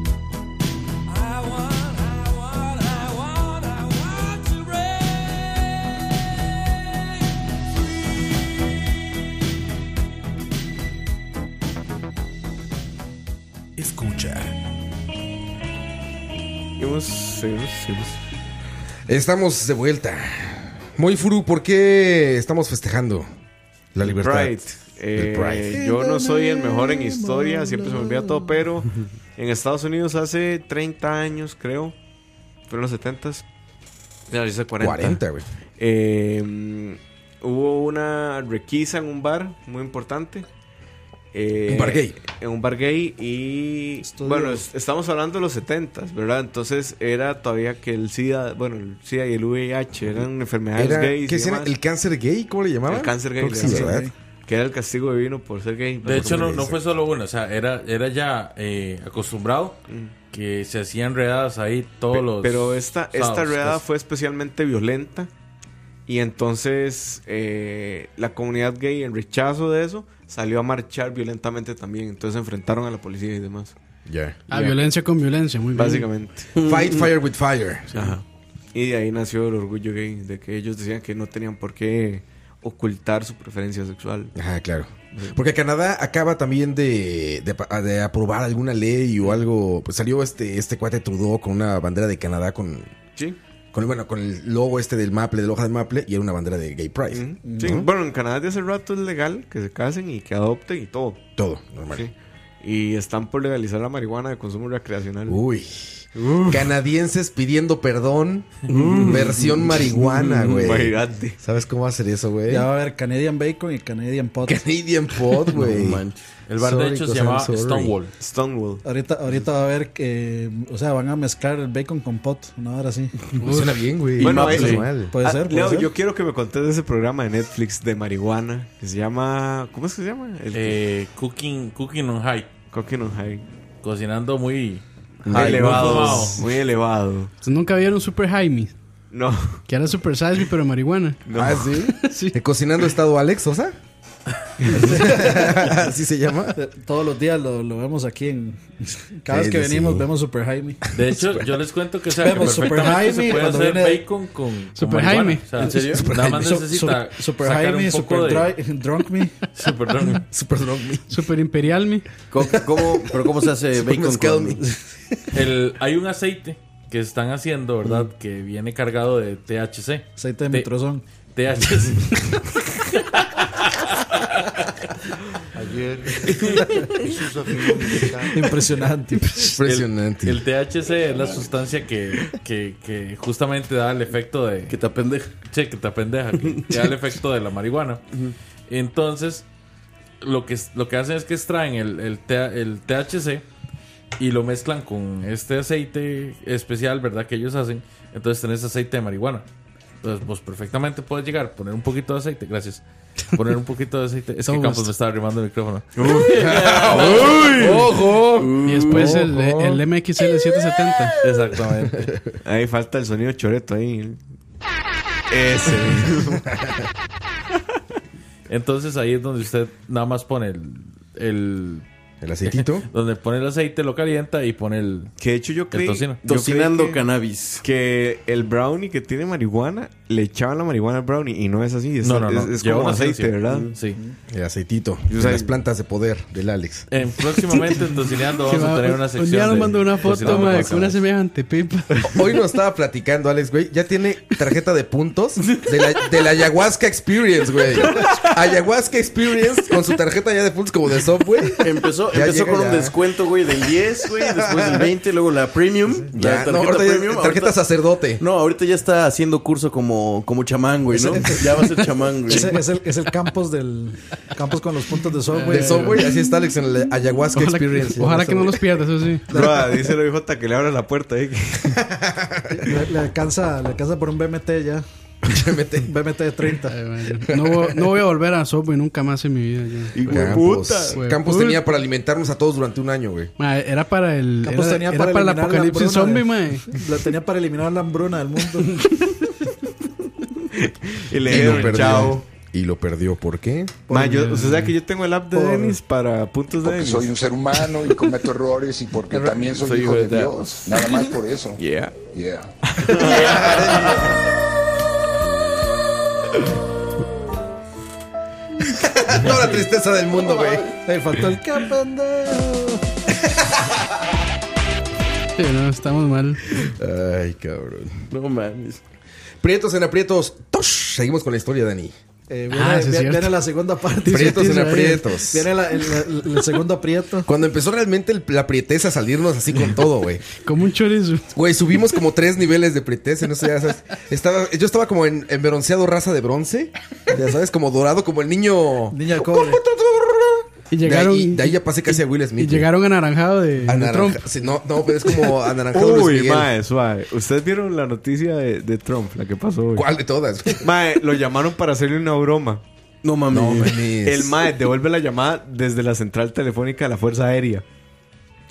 Speaker 11: I want, I want, I want, I want to break free.
Speaker 2: Escucha.
Speaker 7: Seguimos, seguimos, seguimos.
Speaker 4: Estamos de vuelta. Muy Furu, ¿por qué estamos festejando la libertad?
Speaker 7: Pride. Eh, Yo no soy el mejor en historia, siempre se me olvida todo, pero en Estados Unidos hace 30 años, creo, fueron los 70s, no, hace 40.
Speaker 4: 40, güey.
Speaker 7: Eh, hubo una requisa en un bar muy importante. Eh,
Speaker 4: Un bar gay.
Speaker 7: En un bar gay y...
Speaker 9: Estudio.
Speaker 7: Bueno, es- estamos hablando de los 70, ¿verdad? Entonces era todavía que el SIDA, bueno, el SIDA y el VIH eran enfermedades
Speaker 4: Era,
Speaker 7: gays.
Speaker 4: ¿Qué
Speaker 7: y
Speaker 4: decían?
Speaker 7: demás.
Speaker 4: ¿El cáncer gay? ¿Cómo le llamaban?
Speaker 7: El cáncer gay,
Speaker 4: Creo que sí,
Speaker 7: le llamaban.
Speaker 4: ¿verdad?
Speaker 7: que era el castigo divino por ser gay.
Speaker 8: De hecho, no, no fue solo uno, o sea, era, era ya eh, acostumbrado que se hacían redadas ahí todos
Speaker 7: Pe-
Speaker 8: los.
Speaker 7: Pero esta, esta
Speaker 8: sábados,
Speaker 7: redada
Speaker 8: pues.
Speaker 7: fue especialmente violenta. Y entonces eh, la comunidad gay, en rechazo de eso, salió a marchar violentamente también. Entonces se enfrentaron a la policía y demás.
Speaker 4: Ya.
Speaker 6: Ah, violencia con violencia, muy bien.
Speaker 7: Básicamente.
Speaker 4: Fight fire with fire.
Speaker 7: Ajá. Y de ahí nació el orgullo gay, de que ellos decían que no tenían por qué ocultar su preferencia sexual.
Speaker 4: Ajá, claro. Porque Canadá acaba también de, de- de aprobar alguna ley o algo. Pues salió este, este cuate Trudeau con una bandera de Canadá con.
Speaker 7: Sí.
Speaker 4: Con, bueno, con el logo este del maple, de la hoja de maple, y era una bandera de Gay Pride.
Speaker 7: Ujú. Sí,
Speaker 4: ¿no?
Speaker 7: Bueno, en Canadá de hace rato es legal que se casen y que adopten y todo.
Speaker 4: Todo, normal.
Speaker 7: Sí. Y están por legalizar la marihuana de consumo recreacional.
Speaker 4: Uy. Canadienses pidiendo perdón.
Speaker 8: Mm.
Speaker 4: Versión marihuana, güey.
Speaker 7: Imagínate.
Speaker 4: ¿Sabes cómo hacer eso, güey?
Speaker 9: Ya va a haber Canadian Bacon y Canadian Pot.
Speaker 4: Canadian Pod, güey.
Speaker 8: El bar, de
Speaker 4: Sorry,
Speaker 8: hecho,
Speaker 4: cause
Speaker 8: se
Speaker 4: I'm
Speaker 8: llamaba
Speaker 4: sorry.
Speaker 8: Stonewall.
Speaker 7: Stonewall.
Speaker 9: Ahorita, ahorita va a haber que. O sea, van a mezclar el bacon con pot. Una hora así.
Speaker 4: Uy, Suena bien, güey.
Speaker 7: Bueno,
Speaker 4: Maple.
Speaker 7: eh,
Speaker 4: Normal.
Speaker 9: Puede
Speaker 7: Ah,
Speaker 9: ser, puede
Speaker 7: Leo,
Speaker 9: ser.
Speaker 7: yo quiero que me contes de ese programa de Netflix de marihuana que se llama. ¿Cómo es que se llama? El
Speaker 8: Eh, cooking, cooking on High.
Speaker 7: Cooking on High.
Speaker 8: Cocinando muy.
Speaker 7: Muy elevado.
Speaker 8: Wow.
Speaker 7: Muy elevado.
Speaker 6: ¿Ustedes nunca vieron Super Jaime?
Speaker 7: No.
Speaker 6: Que era Super Size Me, pero marihuana.
Speaker 7: no.
Speaker 4: Ah, ¿sí? ¿De cocinando estado Alex Sosa? Así se llama.
Speaker 9: Todos los días lo, lo vemos aquí en. Cada
Speaker 4: Sí,
Speaker 9: vez que
Speaker 4: sí,
Speaker 9: venimos
Speaker 4: sí.
Speaker 9: vemos Super Jaime.
Speaker 8: De hecho, yo les cuento que, o sea, que
Speaker 9: Vemos Super
Speaker 8: perfectamente
Speaker 9: Jaime
Speaker 8: se puede
Speaker 9: cuando
Speaker 8: hacer
Speaker 9: viene-
Speaker 8: bacon con. con
Speaker 6: Super
Speaker 8: marihuana.
Speaker 6: Jaime.
Speaker 8: O sea, en serio,
Speaker 4: Super
Speaker 8: nada más
Speaker 9: So-
Speaker 8: necesita.
Speaker 9: so- super
Speaker 8: sacar un
Speaker 9: Jaime,
Speaker 8: poco
Speaker 9: Super
Speaker 8: de-
Speaker 9: dry- Drunk Me.
Speaker 8: Super Jaime.
Speaker 4: Super drunk me.
Speaker 6: Super Imperial Me.
Speaker 5: ¿Cómo, cómo- pero cómo se hace
Speaker 4: Super
Speaker 5: bacon
Speaker 4: mezcal
Speaker 5: con-
Speaker 4: me.
Speaker 8: El- hay un aceite que están haciendo, ¿verdad? Que viene cargado de THC.
Speaker 9: Aceite de
Speaker 8: Te-
Speaker 9: mitrozón.
Speaker 8: THC.
Speaker 10: Ayer hizo su afirmación militar.
Speaker 9: Impresionante.
Speaker 4: Impresionante.
Speaker 8: El THC es la sustancia que, que, que justamente da el efecto de.
Speaker 5: que te apendeja?
Speaker 8: Che, que te apendeja, que, que da el efecto de la marihuana. Entonces, lo que, lo que hacen es que extraen el, el, T- el THC y lo mezclan con este aceite especial, ¿verdad? Que ellos hacen. Entonces tenés aceite de marihuana. Entonces, pues perfectamente puedes llegar, poner un poquito de aceite, gracias. Poner un poquito de aceite. Es que
Speaker 6: Todo
Speaker 8: Campos
Speaker 6: gusto.
Speaker 8: me estaba arrimando el micrófono.
Speaker 6: Y después el, el MXL770.
Speaker 8: Exactamente.
Speaker 7: Ahí falta el sonido choreto ahí. Ese.
Speaker 8: Entonces ahí es donde usted nada más pone el, el-
Speaker 4: El aceitito.
Speaker 8: donde pone el aceite, lo calienta y pone el
Speaker 7: Que de hecho yo creí.
Speaker 8: tocino.
Speaker 7: yo creí
Speaker 5: Cocinando
Speaker 7: que-
Speaker 5: cannabis.
Speaker 7: Que el brownie que tiene marihuana le echaban la marihuana al brownie y no es así. Es,
Speaker 8: No, no, no.
Speaker 7: es- es
Speaker 8: Lleva
Speaker 7: como
Speaker 8: una
Speaker 7: aceite,
Speaker 8: ciencia.
Speaker 7: ¿verdad?
Speaker 8: Sí.
Speaker 4: El aceitito.
Speaker 7: Yo
Speaker 4: de
Speaker 7: sé-
Speaker 4: las plantas de poder del Alex.
Speaker 8: En, próximamente en Tocineando
Speaker 6: Que
Speaker 8: vamos a
Speaker 6: va-
Speaker 8: tener una sección.
Speaker 6: un día nos
Speaker 8: de
Speaker 6: mandó una foto,
Speaker 8: Cocinando
Speaker 6: mae,
Speaker 8: con
Speaker 6: con una
Speaker 8: Sabores.
Speaker 6: semejante pipa.
Speaker 4: Hoy nos estaba platicando, Alex, güey. Ya tiene tarjeta de puntos de la, de la Ayahuasca Experience, güey. Ayahuasca Experience con su tarjeta ya de puntos como de software.
Speaker 5: Empezó,
Speaker 4: Ya
Speaker 5: empezó
Speaker 4: llega
Speaker 5: con
Speaker 4: ya.
Speaker 5: un descuento, güey, del 10, güey, después del 20, luego la premium.
Speaker 4: Ya,
Speaker 5: la tarjeta
Speaker 4: no, ahorita ya-
Speaker 5: premium,
Speaker 4: tarjeta
Speaker 5: ahorita-
Speaker 4: sacerdote.
Speaker 5: No, ahorita ya está haciendo curso como, como chamán, güey, ¿no? Ya va a ser chamán, güey.
Speaker 9: Es, el- es el, es el campus del. Campus con los puntos de software.
Speaker 4: de software, así está Alex en la Ayahuasca
Speaker 6: Ojalá, que-
Speaker 4: Experience.
Speaker 6: ojalá que no los pierdas, eso sí.
Speaker 7: Roa, dice el OIJ que le abra la puerta eh, ahí.
Speaker 9: Le, le alcanza, le alcanza por un BMT ya. BMT de 30.
Speaker 6: Ay, mae, No, vo- no voy a volver a Subway nunca más en mi vida. ya.
Speaker 4: Campos,
Speaker 6: Güey,
Speaker 4: Campos
Speaker 6: puta.
Speaker 4: tenía para alimentarnos a todos durante un año, güey.
Speaker 6: Mae, era para el,
Speaker 9: Campos
Speaker 6: era,
Speaker 9: tenía
Speaker 6: era
Speaker 9: para
Speaker 6: para el
Speaker 9: eliminar la
Speaker 6: apocalipsis
Speaker 9: hambruna
Speaker 6: zombie, mae.
Speaker 9: de- La tenía para eliminar la hambruna del mundo.
Speaker 7: Y le dieron chao.
Speaker 4: Y lo perdió, ¿por qué?
Speaker 7: Ma, yo- o sea, que yo tengo el app de
Speaker 9: por-
Speaker 7: Denis para puntos de Denis.
Speaker 12: un ser humano y cometo errores y porque también
Speaker 7: soy hijo de Dios.
Speaker 12: Nada más por eso.
Speaker 7: Yeah.
Speaker 12: Yeah.
Speaker 4: Toda la tristeza del mundo, güey.
Speaker 9: Le faltó el campandeo.
Speaker 6: Sí, no, estamos mal.
Speaker 4: Ay, cabrón.
Speaker 5: No mames.
Speaker 4: Prietos en aprietos. ¡Tosh! Seguimos con la historia, Dani.
Speaker 9: Eh, viene,
Speaker 6: Ah, sí es
Speaker 9: viene-
Speaker 6: cierto.
Speaker 9: viene la segunda parte.
Speaker 4: Prietos en aprietos.
Speaker 9: Viene la- el, el- el segundo aprieto.
Speaker 4: Cuando empezó realmente el- la prieteza a salirnos así con todo, güey.
Speaker 6: Como un chorizo.
Speaker 4: Güey, subimos como tres niveles de prieteza, no sé, ya sabes. Estaba, yo estaba como en, en bronceado raza de bronce. Ya sabes, como dorado, como el niño.
Speaker 9: Niño de cobre.
Speaker 6: Y
Speaker 4: De
Speaker 6: llegaron.
Speaker 4: ahí, de ahí ya pasé casi a Will
Speaker 6: y
Speaker 4: Smith. güey.
Speaker 6: llegaron anaranjado de, de
Speaker 4: Anaranja-
Speaker 6: Trump.
Speaker 4: sí, no, no, pero es como anaranjado Luis
Speaker 7: Uy,
Speaker 4: Miguel.
Speaker 7: mae, suave. ¿Ustedes vieron la noticia de, de Trump, la que pasó hoy?
Speaker 4: ¿Cuál de todas?
Speaker 7: Mae, lo llamaron para hacerle una broma.
Speaker 5: No mames.
Speaker 7: El MAE devuelve la llamada desde la central telefónica de la Fuerza Aérea.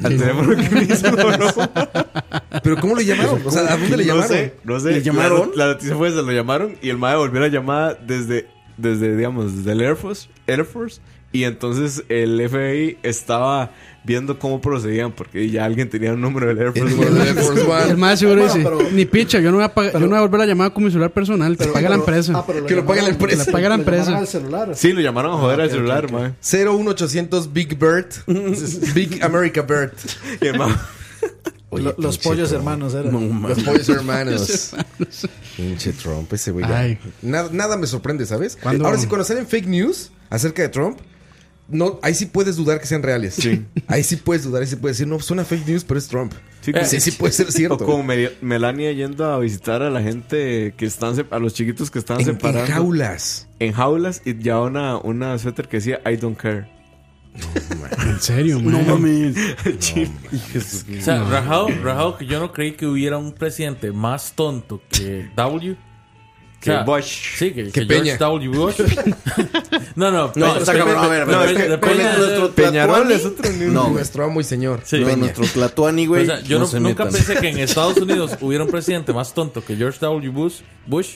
Speaker 7: Al teléfono que me hizo, ¿no?
Speaker 4: ¿Pero cómo le llamaron? O sea, ¿a dónde le
Speaker 7: No
Speaker 4: llamaron?
Speaker 7: sé, no sé.
Speaker 4: ¿Le llamaron?
Speaker 7: La, la noticia fue esa, lo llamaron y el MAE volvió la llamada desde, desde digamos, desde el Air Force, Air Force. Y entonces el FBI estaba viendo cómo procedían porque ya alguien tenía un número del Air Force. One.
Speaker 6: El más seguro dice, ni picha, yo no voy a pagar, yo no voy a volver a llamar con mi celular personal, que pague la empresa. Que lo pague la empresa.
Speaker 9: celular.
Speaker 7: Sí, lo llamaron a joder
Speaker 4: Ah,
Speaker 7: al celular, mae.
Speaker 4: 01800 Big Bird. Big America Bird.
Speaker 9: Lo- los pollos hermanos eran.
Speaker 4: Los pollos hermanos. Pinche Trump, ese güey. ya.
Speaker 9: Ay.
Speaker 4: Nada, nada me sorprende, ¿sabes?
Speaker 6: Cuando-
Speaker 4: Ahora sí, cuando salen fake news acerca de Trump, no, ahí sí puedes dudar que sean reales. Ahí sí puedes dudar, ahí sí puedes decir, no, suena fake news, pero es Trump. Sí, sí, puede ser cierto.
Speaker 7: Eh, O como Mel- Melania yendo a visitar a la gente que están sep- a los chiquitos que están
Speaker 4: En- en
Speaker 7: separados.
Speaker 4: jaulas.
Speaker 7: En jaulas y ya una, una suéter que decía I don't care.
Speaker 6: En serio, man.
Speaker 7: No mames.
Speaker 8: O sea, rajado, rajado que yo no creí que hubiera un presidente más tonto que W.
Speaker 7: Que
Speaker 8: O sea,
Speaker 7: Bush.
Speaker 8: Sí, que,
Speaker 7: Que
Speaker 8: que
Speaker 7: Peña.
Speaker 8: George W. Bush. no, no,
Speaker 5: No, está cabrón. A ver, a ver, a ver.
Speaker 8: de
Speaker 5: Con
Speaker 8: Peña-
Speaker 5: nuestro
Speaker 8: de-
Speaker 5: Peñarol es
Speaker 4: otro
Speaker 5: nivel. No, güey.
Speaker 4: nuestro amo y señor.
Speaker 8: Sí.
Speaker 5: No,
Speaker 8: Peña.
Speaker 5: nuestro Tlatuani, güey.
Speaker 8: O sea, yo
Speaker 5: no
Speaker 8: no-
Speaker 5: se
Speaker 8: nunca
Speaker 5: metan.
Speaker 8: pensé que en Estados Unidos hubiera un presidente más tonto que George W. Bush. Bush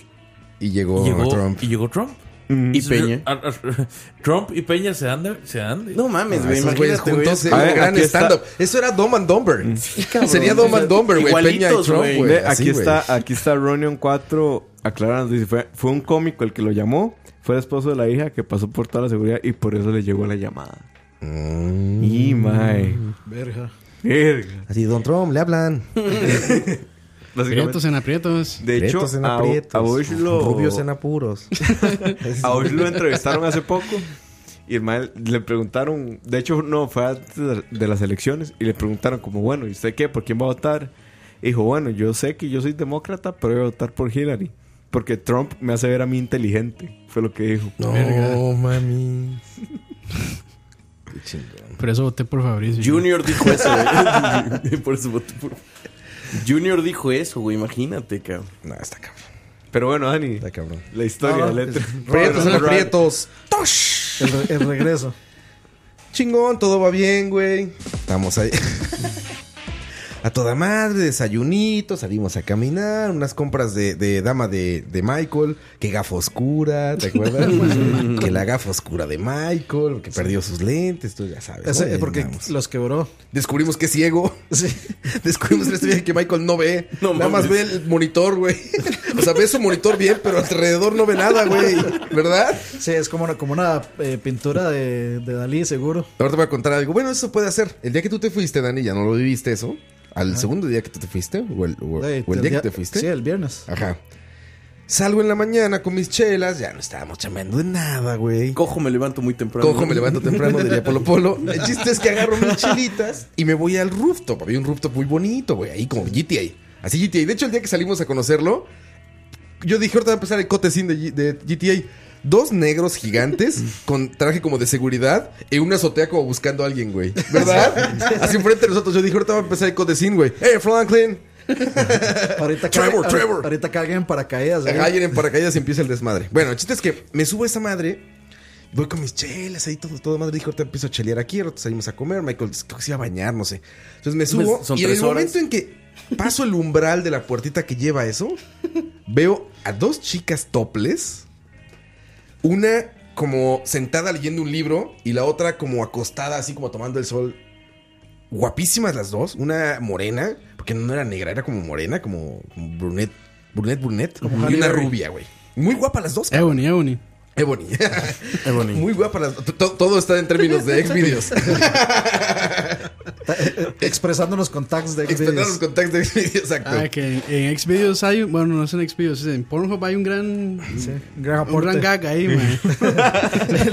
Speaker 4: Y llegó,
Speaker 8: llegó
Speaker 4: Trump.
Speaker 8: Y llegó Trump.
Speaker 4: Mm.
Speaker 5: Y Peña.
Speaker 8: Ar- ar- Trump y Peña se dan de- se dan de-
Speaker 5: No mames,
Speaker 4: Ah,
Speaker 5: güey.
Speaker 4: esos güeyes
Speaker 5: imagínate, güey.
Speaker 4: juntos
Speaker 5: Es-
Speaker 4: era un gran
Speaker 7: aquí está- Mm.
Speaker 4: stand-up. Eso era Dom and Dumber.
Speaker 5: cabrón.
Speaker 4: Sería Dom and Dumber, güey. Peña y
Speaker 5: Igualitos,
Speaker 4: Trump,
Speaker 5: güey.
Speaker 4: güey.
Speaker 7: Ve,
Speaker 4: Así,
Speaker 7: aquí,
Speaker 4: güey.
Speaker 7: está, aquí está Ronion 4 aclarando. Dice, fue, fue un cómico el que lo llamó. Fue el esposo de la hija que pasó por toda la seguridad y por eso le llegó la llamada.
Speaker 4: Mm.
Speaker 7: Y mae.
Speaker 9: Verga.
Speaker 7: Verga.
Speaker 4: Así, Don Trump, le hablan.
Speaker 7: Básicamente.
Speaker 6: Aprietos en aprietos.
Speaker 7: De hecho,
Speaker 4: Prietos en
Speaker 7: a,
Speaker 4: aprietos.
Speaker 7: a Bush lo-
Speaker 4: Rubios en apuros.
Speaker 7: A Bush lo entrevistaron hace poco y el mae le preguntaron, de hecho no, fue antes de- de las elecciones y le preguntaron como, bueno, ¿y usted qué? ¿Por quién va a votar? Y dijo, bueno, yo sé que yo soy demócrata, pero voy a votar por Hillary. Porque Trump me hace ver a mí inteligente. Fue lo que dijo.
Speaker 4: No, mami. Qué chingón.
Speaker 6: Por eso voté por Fabricio.
Speaker 5: Junior dijo eso, güey. Por eso voté por- Junior dijo eso, güey. Imagínate, cabrón.
Speaker 4: No, está cabrón.
Speaker 7: Pero bueno, Dani,
Speaker 4: Está cabrón.
Speaker 7: la historia,
Speaker 9: Ah,
Speaker 7: la letra.
Speaker 4: Prietos en aprietos.
Speaker 9: El, re- el regreso.
Speaker 4: Chingón, todo va bien, güey. Estamos ahí. A toda madre, desayunito, salimos a caminar, unas compras de, de dama de, de Michael, que gafa oscura, ¿te acuerdas? que la gafa oscura de Michael, que perdió sus lentes, tú ya sabes. ¿no?
Speaker 9: Ese-
Speaker 4: Y ahí
Speaker 9: porque
Speaker 4: andamos.
Speaker 9: los quebró.
Speaker 4: Descubrimos que es ciego. Descubrimos en este viaje que Michael no ve.
Speaker 5: No
Speaker 4: nada más ve
Speaker 5: mames.
Speaker 4: el monitor, güey. O sea, ve su monitor bien, pero alrededor no ve nada, güey. ¿Verdad?
Speaker 9: Sí, es como una, como una eh, pintura de, de Dalí, seguro.
Speaker 4: Ahora te voy a contar algo. Bueno, eso puede hacer. El día que tú te fuiste, Dani, ya no lo viviste eso. Al segundo día que tú te fuiste, o el, o-
Speaker 9: Ey,
Speaker 4: o el
Speaker 9: el
Speaker 4: día que
Speaker 9: día-
Speaker 4: te fuiste.
Speaker 9: Sí, el viernes.
Speaker 4: Ajá. Salgo en la mañana con mis chelas, ya no estábamos chamando de nada, güey.
Speaker 5: Cojo me levanto muy temprano.
Speaker 4: Cojo, me levanto temprano, diría Polo Polo. El chiste es que agarro mis chelitas y me voy al rooftop. Había un rooftop muy bonito, güey, ahí como GTA. Así GTA. De hecho, el día que salimos a conocerlo, yo dije, ahorita va a empezar el cotecín de, G- de GTA. Dos negros gigantes con traje como de seguridad en una azotea como buscando a alguien, güey. ¿Verdad? Así enfrente de nosotros. Yo dije, ahorita va a empezar el cotecín, güey. ¡Hey, Franklin!
Speaker 9: Ahorita
Speaker 4: Trevor,
Speaker 9: cae-
Speaker 4: Trevor.
Speaker 9: Ahorita caguen en paracaídas. ¿eh?
Speaker 4: Ayer en paracaídas y empieza el desmadre. Bueno, el chiste es que me subo a esa madre, voy con mis chelas ahí, todo, todo madre. Dijo, ahorita empiezo a chelear aquí, ahorita salimos a comer. Michael creo que se iba a bañar, no sé. Entonces me subo
Speaker 5: Pues, son
Speaker 4: y en el
Speaker 5: tres horas.
Speaker 4: momento en que paso el umbral de la puertita que lleva eso, veo a dos chicas toples. Una como sentada leyendo un libro y la otra como acostada, así como tomando el sol. Guapísimas las dos. Una morena, porque no era negra, era como morena, como como brunette, brunette, brunette. y
Speaker 9: Halle
Speaker 4: una
Speaker 9: Berry.
Speaker 4: rubia, güey. Muy guapa las dos. cabrón.
Speaker 6: Ebony, Ebony.
Speaker 4: Ebony.
Speaker 5: Ebony.
Speaker 4: Muy guapa las dos. To- Todo está en términos de exvideos.
Speaker 9: Expresándonos con tags de
Speaker 4: Extender los
Speaker 9: Xvideos.
Speaker 4: contactos de exvideos, exacto.
Speaker 6: Ah, que en Xvideos hay, un- bueno, no es en Xvideos, es en Pornhub hay un gran,
Speaker 9: Sí, un gran
Speaker 6: un
Speaker 9: aporte.
Speaker 6: gran gag ahí, man.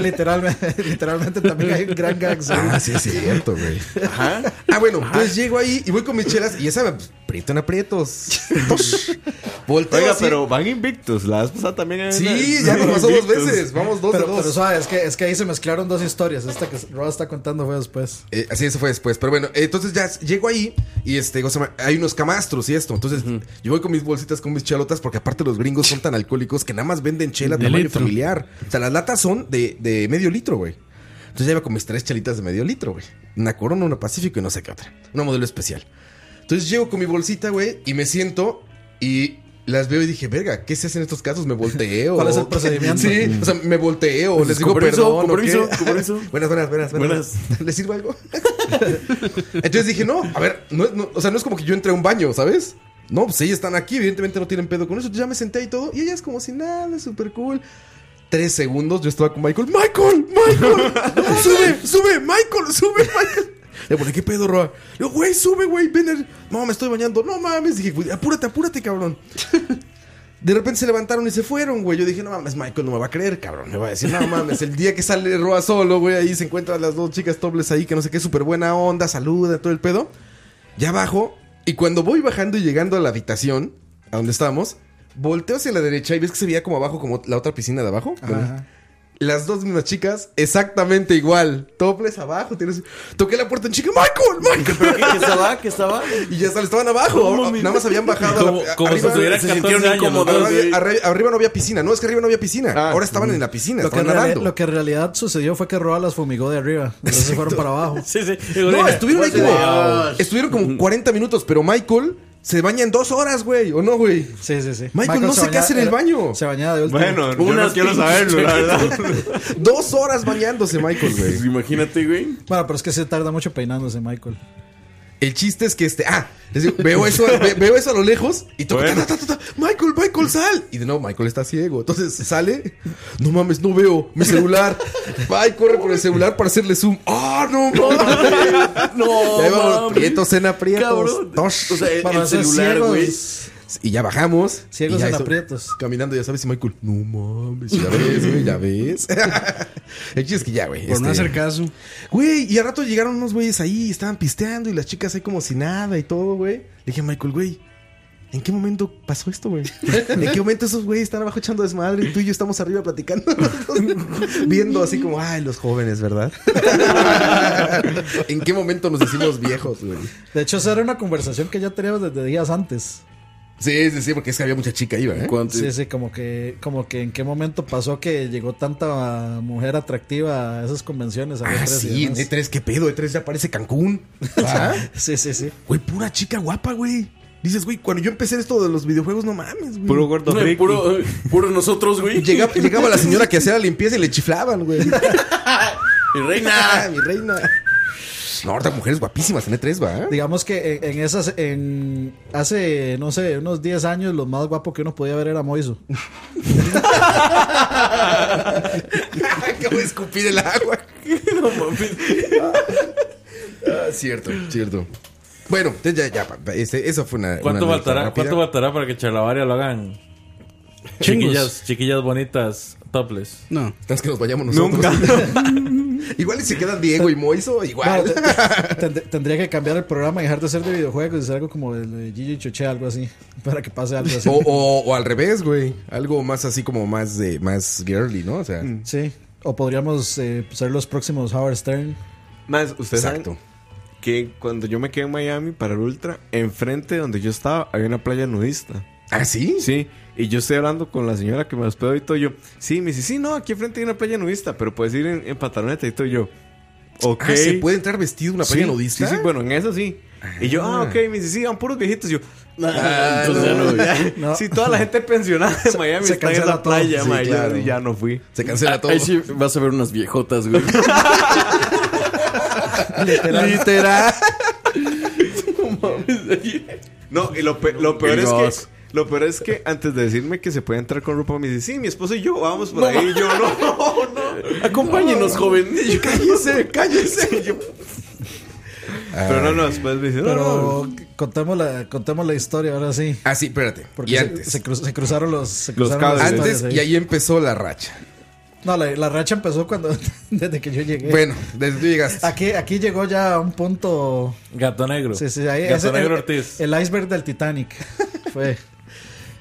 Speaker 9: literalmente, literalmente también hay un gran gag. seguro.
Speaker 4: Ah, sí, es cierto, güey. Ah, bueno, pues llego ahí y voy con mis chelas y ya saben, pues, prieto en aprietos. Tosh. Volteo
Speaker 7: Oiga,
Speaker 4: así.
Speaker 7: pero van invictos. La vez pasada también. hay
Speaker 4: Sí,
Speaker 7: una-
Speaker 4: ya nos pasó dos
Speaker 7: invictos.
Speaker 4: veces. Vamos dos
Speaker 9: pero,
Speaker 4: de dos.
Speaker 9: pero suave, es que, es que ahí se mezclaron dos historias. Esta que Rob está contando fue después.
Speaker 4: Eh, así eso fue después. Pero bueno, eh, entonces ya llego ahí y este, o sea, hay unos camastros y esto. Entonces yo voy con mis bolsitas, con mis chalotas, porque aparte los gringos son tan alcohólicos que nada más venden chela
Speaker 6: De
Speaker 4: de tamaño
Speaker 6: litro.
Speaker 4: familiar. O sea, las latas son de, de medio litro, güey. Entonces ya iba con mis tres chelitas de medio litro, güey. Una corona, una pacífico y no sé qué otra. Una modelo especial. Entonces llego con mi bolsita, güey, y me siento y las veo y dije, verga, ¿qué se hace en estos casos? ¿Me volteo?
Speaker 9: ¿Cuál es el procedimiento?
Speaker 4: Sí, o sea, me volteo,
Speaker 5: Pues,
Speaker 4: les digo
Speaker 5: compromiso,
Speaker 4: perdón. ¿o
Speaker 5: compromiso,
Speaker 4: qué?
Speaker 5: compromiso.
Speaker 4: Buenas, buenas, buenas, buenas. ¿Les sirvo algo? Entonces dije, no, a ver, no, es- no- o sea, no es como que yo entré a un baño, ¿sabes? No, pues ellas están aquí, evidentemente no tienen pedo con eso. Entonces ya me senté y todo, y ellas como si nada, súper cool. Tres segundos, yo estaba con Michael. ¡Michael! ¡Michael! ¡Sube! ¡Sube! ¡Michael! ¡Sube! ¡Michael! Le pone, ¿qué pedo, Roa? Le digo, güey, sube, güey, ven. el- No, me estoy bañando. No mames. Dije, güey, apúrate, apúrate, cabrón. De repente se levantaron y se fueron, güey. Yo dije, no mames, Michael no me va a creer, cabrón. Me va a decir, no mames, el día que sale Roa solo, güey, ahí se encuentran las dos chicas dobles ahí, que no sé qué, súper buena onda, saluda, todo el pedo. Ya bajo, y cuando voy bajando y llegando a la habitación, a donde estábamos, volteo hacia la derecha y ves que se veía como abajo, como la otra piscina de abajo.
Speaker 9: Ajá.
Speaker 4: Las dos mismas chicas, exactamente igual. Toples abajo, tienes. Toqué la puerta en chica, Michael, Michael.
Speaker 5: ¿Pero qué, qué estaba? ¿Qué estaba?
Speaker 4: Y ya sal- estaban abajo.
Speaker 5: ¿Cómo, mi-
Speaker 4: Nada más habían bajado. a la-
Speaker 8: Como- como si
Speaker 4: arriba-
Speaker 8: tuvieran
Speaker 5: se sintieron
Speaker 8: 14 años.
Speaker 5: incómodos,
Speaker 8: ¿no?
Speaker 4: Arriba, arri- arriba no había piscina. No, es que arriba no había piscina. Ahora estaban en la piscina,
Speaker 9: Lo que,
Speaker 4: estaban
Speaker 9: en reali-
Speaker 4: nadando.
Speaker 9: lo que en realidad sucedió fue que Roa las fumigó de arriba. Entonces se fueron para abajo.
Speaker 8: Sí, sí.
Speaker 4: No, estuvieron ahí como.
Speaker 5: Dios.
Speaker 4: Estuvieron como 40 minutos, pero Michael se baña en dos horas, güey. ¿O no, güey?
Speaker 9: Sí, sí, sí.
Speaker 4: Michael, no
Speaker 9: se
Speaker 4: sé qué
Speaker 9: bañaba-
Speaker 4: hace en el
Speaker 9: era-
Speaker 4: baño.
Speaker 9: Se bañaba de último.
Speaker 7: Bueno, yo no
Speaker 5: Unas
Speaker 7: quiero saberlo, la verdad.
Speaker 4: Dos horas bañándose, Michael, güey.
Speaker 5: Pues imagínate, güey.
Speaker 9: Bueno, pero es que se tarda mucho peinándose, Michael.
Speaker 4: El chiste es que este, ah, les digo, veo eso, ve- veo eso a lo lejos y toco,
Speaker 7: Bueno.
Speaker 4: ta, ta, ta, ta, Michael, Michael, sal. Y de nuevo, Michael está ciego. Entonces sale, no mames, no veo mi celular. Va y corre por el celular para hacerle zoom. ¡Ah, no mames!
Speaker 5: No,
Speaker 4: Ya íbamos
Speaker 5: mames.
Speaker 4: prietos en aprietos.
Speaker 5: Cabrón.
Speaker 4: Tosh.
Speaker 5: O sea, el,
Speaker 9: Para
Speaker 5: el
Speaker 9: hacer
Speaker 5: celular,
Speaker 9: ciegos.
Speaker 5: güey.
Speaker 4: y ya bajamos.
Speaker 9: Ciegos
Speaker 4: y ya
Speaker 9: en
Speaker 4: eso-
Speaker 9: aprietos.
Speaker 4: Caminando, ya sabes, y Michael, no mames, ya ves, güey, ya ves. el chiste es que ya, güey.
Speaker 6: Por no
Speaker 4: este,
Speaker 6: hacer caso.
Speaker 4: Güey, y al rato llegaron unos güeyes ahí, estaban pisteando y las chicas ahí como si nada y todo, güey. Le dije a Michael, güey, ¿en qué momento pasó esto, güey? ¿En qué momento esos güeyes están abajo echando desmadre y tú y yo estamos arriba platicando? Viendo así como, ay, los jóvenes, ¿verdad? ¿En qué momento nos hicimos viejos, güey?
Speaker 9: De hecho, esa era una conversación que ya teníamos desde días antes.
Speaker 4: Sí, sí, sí, porque es que había mucha chica ahí, ¿eh?
Speaker 5: Cuando-
Speaker 9: Sí, sí, como que, como que en qué momento pasó que llegó tanta mujer atractiva a esas convenciones. a
Speaker 4: Ah,
Speaker 9: E3 y
Speaker 4: sí, en
Speaker 9: demás.
Speaker 4: E3, ¿qué pedo? E3 ya parece Cancún. ¿Ah?
Speaker 9: sí, sí, sí.
Speaker 4: Güey, pura chica guapa, güey. Dices, güey, cuando yo empecé esto de los videojuegos, no mames, güey.
Speaker 7: Puro gordo
Speaker 5: No,
Speaker 7: friki.
Speaker 5: puro, puro nosotros, güey.
Speaker 4: Llegaba, llegaba la señora que hacía la limpieza y le chiflaban, güey.
Speaker 5: Mi reina.
Speaker 4: Ah, mi reina. No, ahorita mujeres guapísimas en E3, va. ¿eh?
Speaker 9: Digamos que en, en esas, en hace, no sé, unos 10 años, lo más guapo que uno podía ver era Moiso.
Speaker 4: Acabo de escupir el agua. Ah, cierto, cierto. Bueno, entonces ya, ya, pa- pa- este, esa fue una.
Speaker 8: ¿Cuánto
Speaker 4: una anécdota
Speaker 8: faltará,
Speaker 4: rápida.
Speaker 8: ¿Cuánto faltará para que Charlavaria lo hagan? Chiquillas, chiquillas bonitas, topless.
Speaker 6: No.
Speaker 4: Antes que nos vayamos nosotros. igual y se quedan Diego y Moiso,
Speaker 9: Bueno,
Speaker 4: igual.
Speaker 9: te- te- tend- tendría que cambiar el programa y dejar de ser de videojuegos y hacer algo como el de Gigi Choche, algo así, para que pase algo así.
Speaker 4: O, o, o al revés, güey. Algo más así como más de más girly, ¿no? O sea,
Speaker 9: Mm. Sí. O podríamos eh, ser los próximos Howard Stern.
Speaker 7: Más, ustedes saben
Speaker 4: exacto.
Speaker 7: que cuando yo me quedé en Miami para el Ultra, enfrente de donde yo estaba había una playa nudista.
Speaker 4: ¿Ah, sí?
Speaker 7: Sí, y yo estoy hablando con la señora que me hospedó y todo yo. Sí, me dice, sí, no, aquí enfrente hay una playa nudista, pero puedes ir en, en pantaloneta y todo yo. Ok.
Speaker 4: Ah, ¿Se puede entrar vestido una playa
Speaker 7: sí,
Speaker 4: nudista?
Speaker 7: Sí, sí, bueno, en eso sí. Y yo, ah, ok, me dice, sí, van puros viejitos. Y yo,
Speaker 4: Ah,
Speaker 7: entonces ya
Speaker 4: no.
Speaker 7: no, ya.
Speaker 9: No.
Speaker 7: Sí, toda la gente pensionada de Miami
Speaker 9: se
Speaker 7: está en
Speaker 9: cancela
Speaker 7: la
Speaker 9: todo.
Speaker 7: playa,
Speaker 4: Sí,
Speaker 7: ma, ya-
Speaker 4: claro.
Speaker 7: ya no fui.
Speaker 4: Se cancela todo.
Speaker 5: Ahí sí vas a ver unas viejotas, güey.
Speaker 4: Literal.
Speaker 7: No, y lo, pe- lo peor es
Speaker 5: Dios.
Speaker 7: que. Lo peor es que antes de decirme que se puede entrar con ropa, me dice, sí, mi esposo y yo vamos por ahí. Y yo, no, no, no.
Speaker 5: Acompáñenos, joven. Y yo,
Speaker 7: Cállese, cállese. Yo- Pero no, no, después me dice, no, no.
Speaker 9: Pero contemos la, contemos la historia ahora sí.
Speaker 4: Ah, sí, espérate.
Speaker 9: Porque
Speaker 4: y
Speaker 9: se,
Speaker 4: antes.
Speaker 9: se cru- se cruzaron los, se
Speaker 7: Los
Speaker 9: cruzaron
Speaker 7: cables.
Speaker 9: las
Speaker 4: antes,
Speaker 9: historias ahí.
Speaker 4: y ahí empezó la racha.
Speaker 9: No, la, la racha empezó cuando desde que yo llegué.
Speaker 4: Bueno, desde tú llegaste.
Speaker 9: Aquí, aquí llegó ya a un punto.
Speaker 8: Gato negro.
Speaker 9: Sí, sí, ahí-
Speaker 8: Gato
Speaker 9: ese-
Speaker 8: negro
Speaker 9: el,
Speaker 8: Ortiz.
Speaker 9: el iceberg del Titanic. Fue.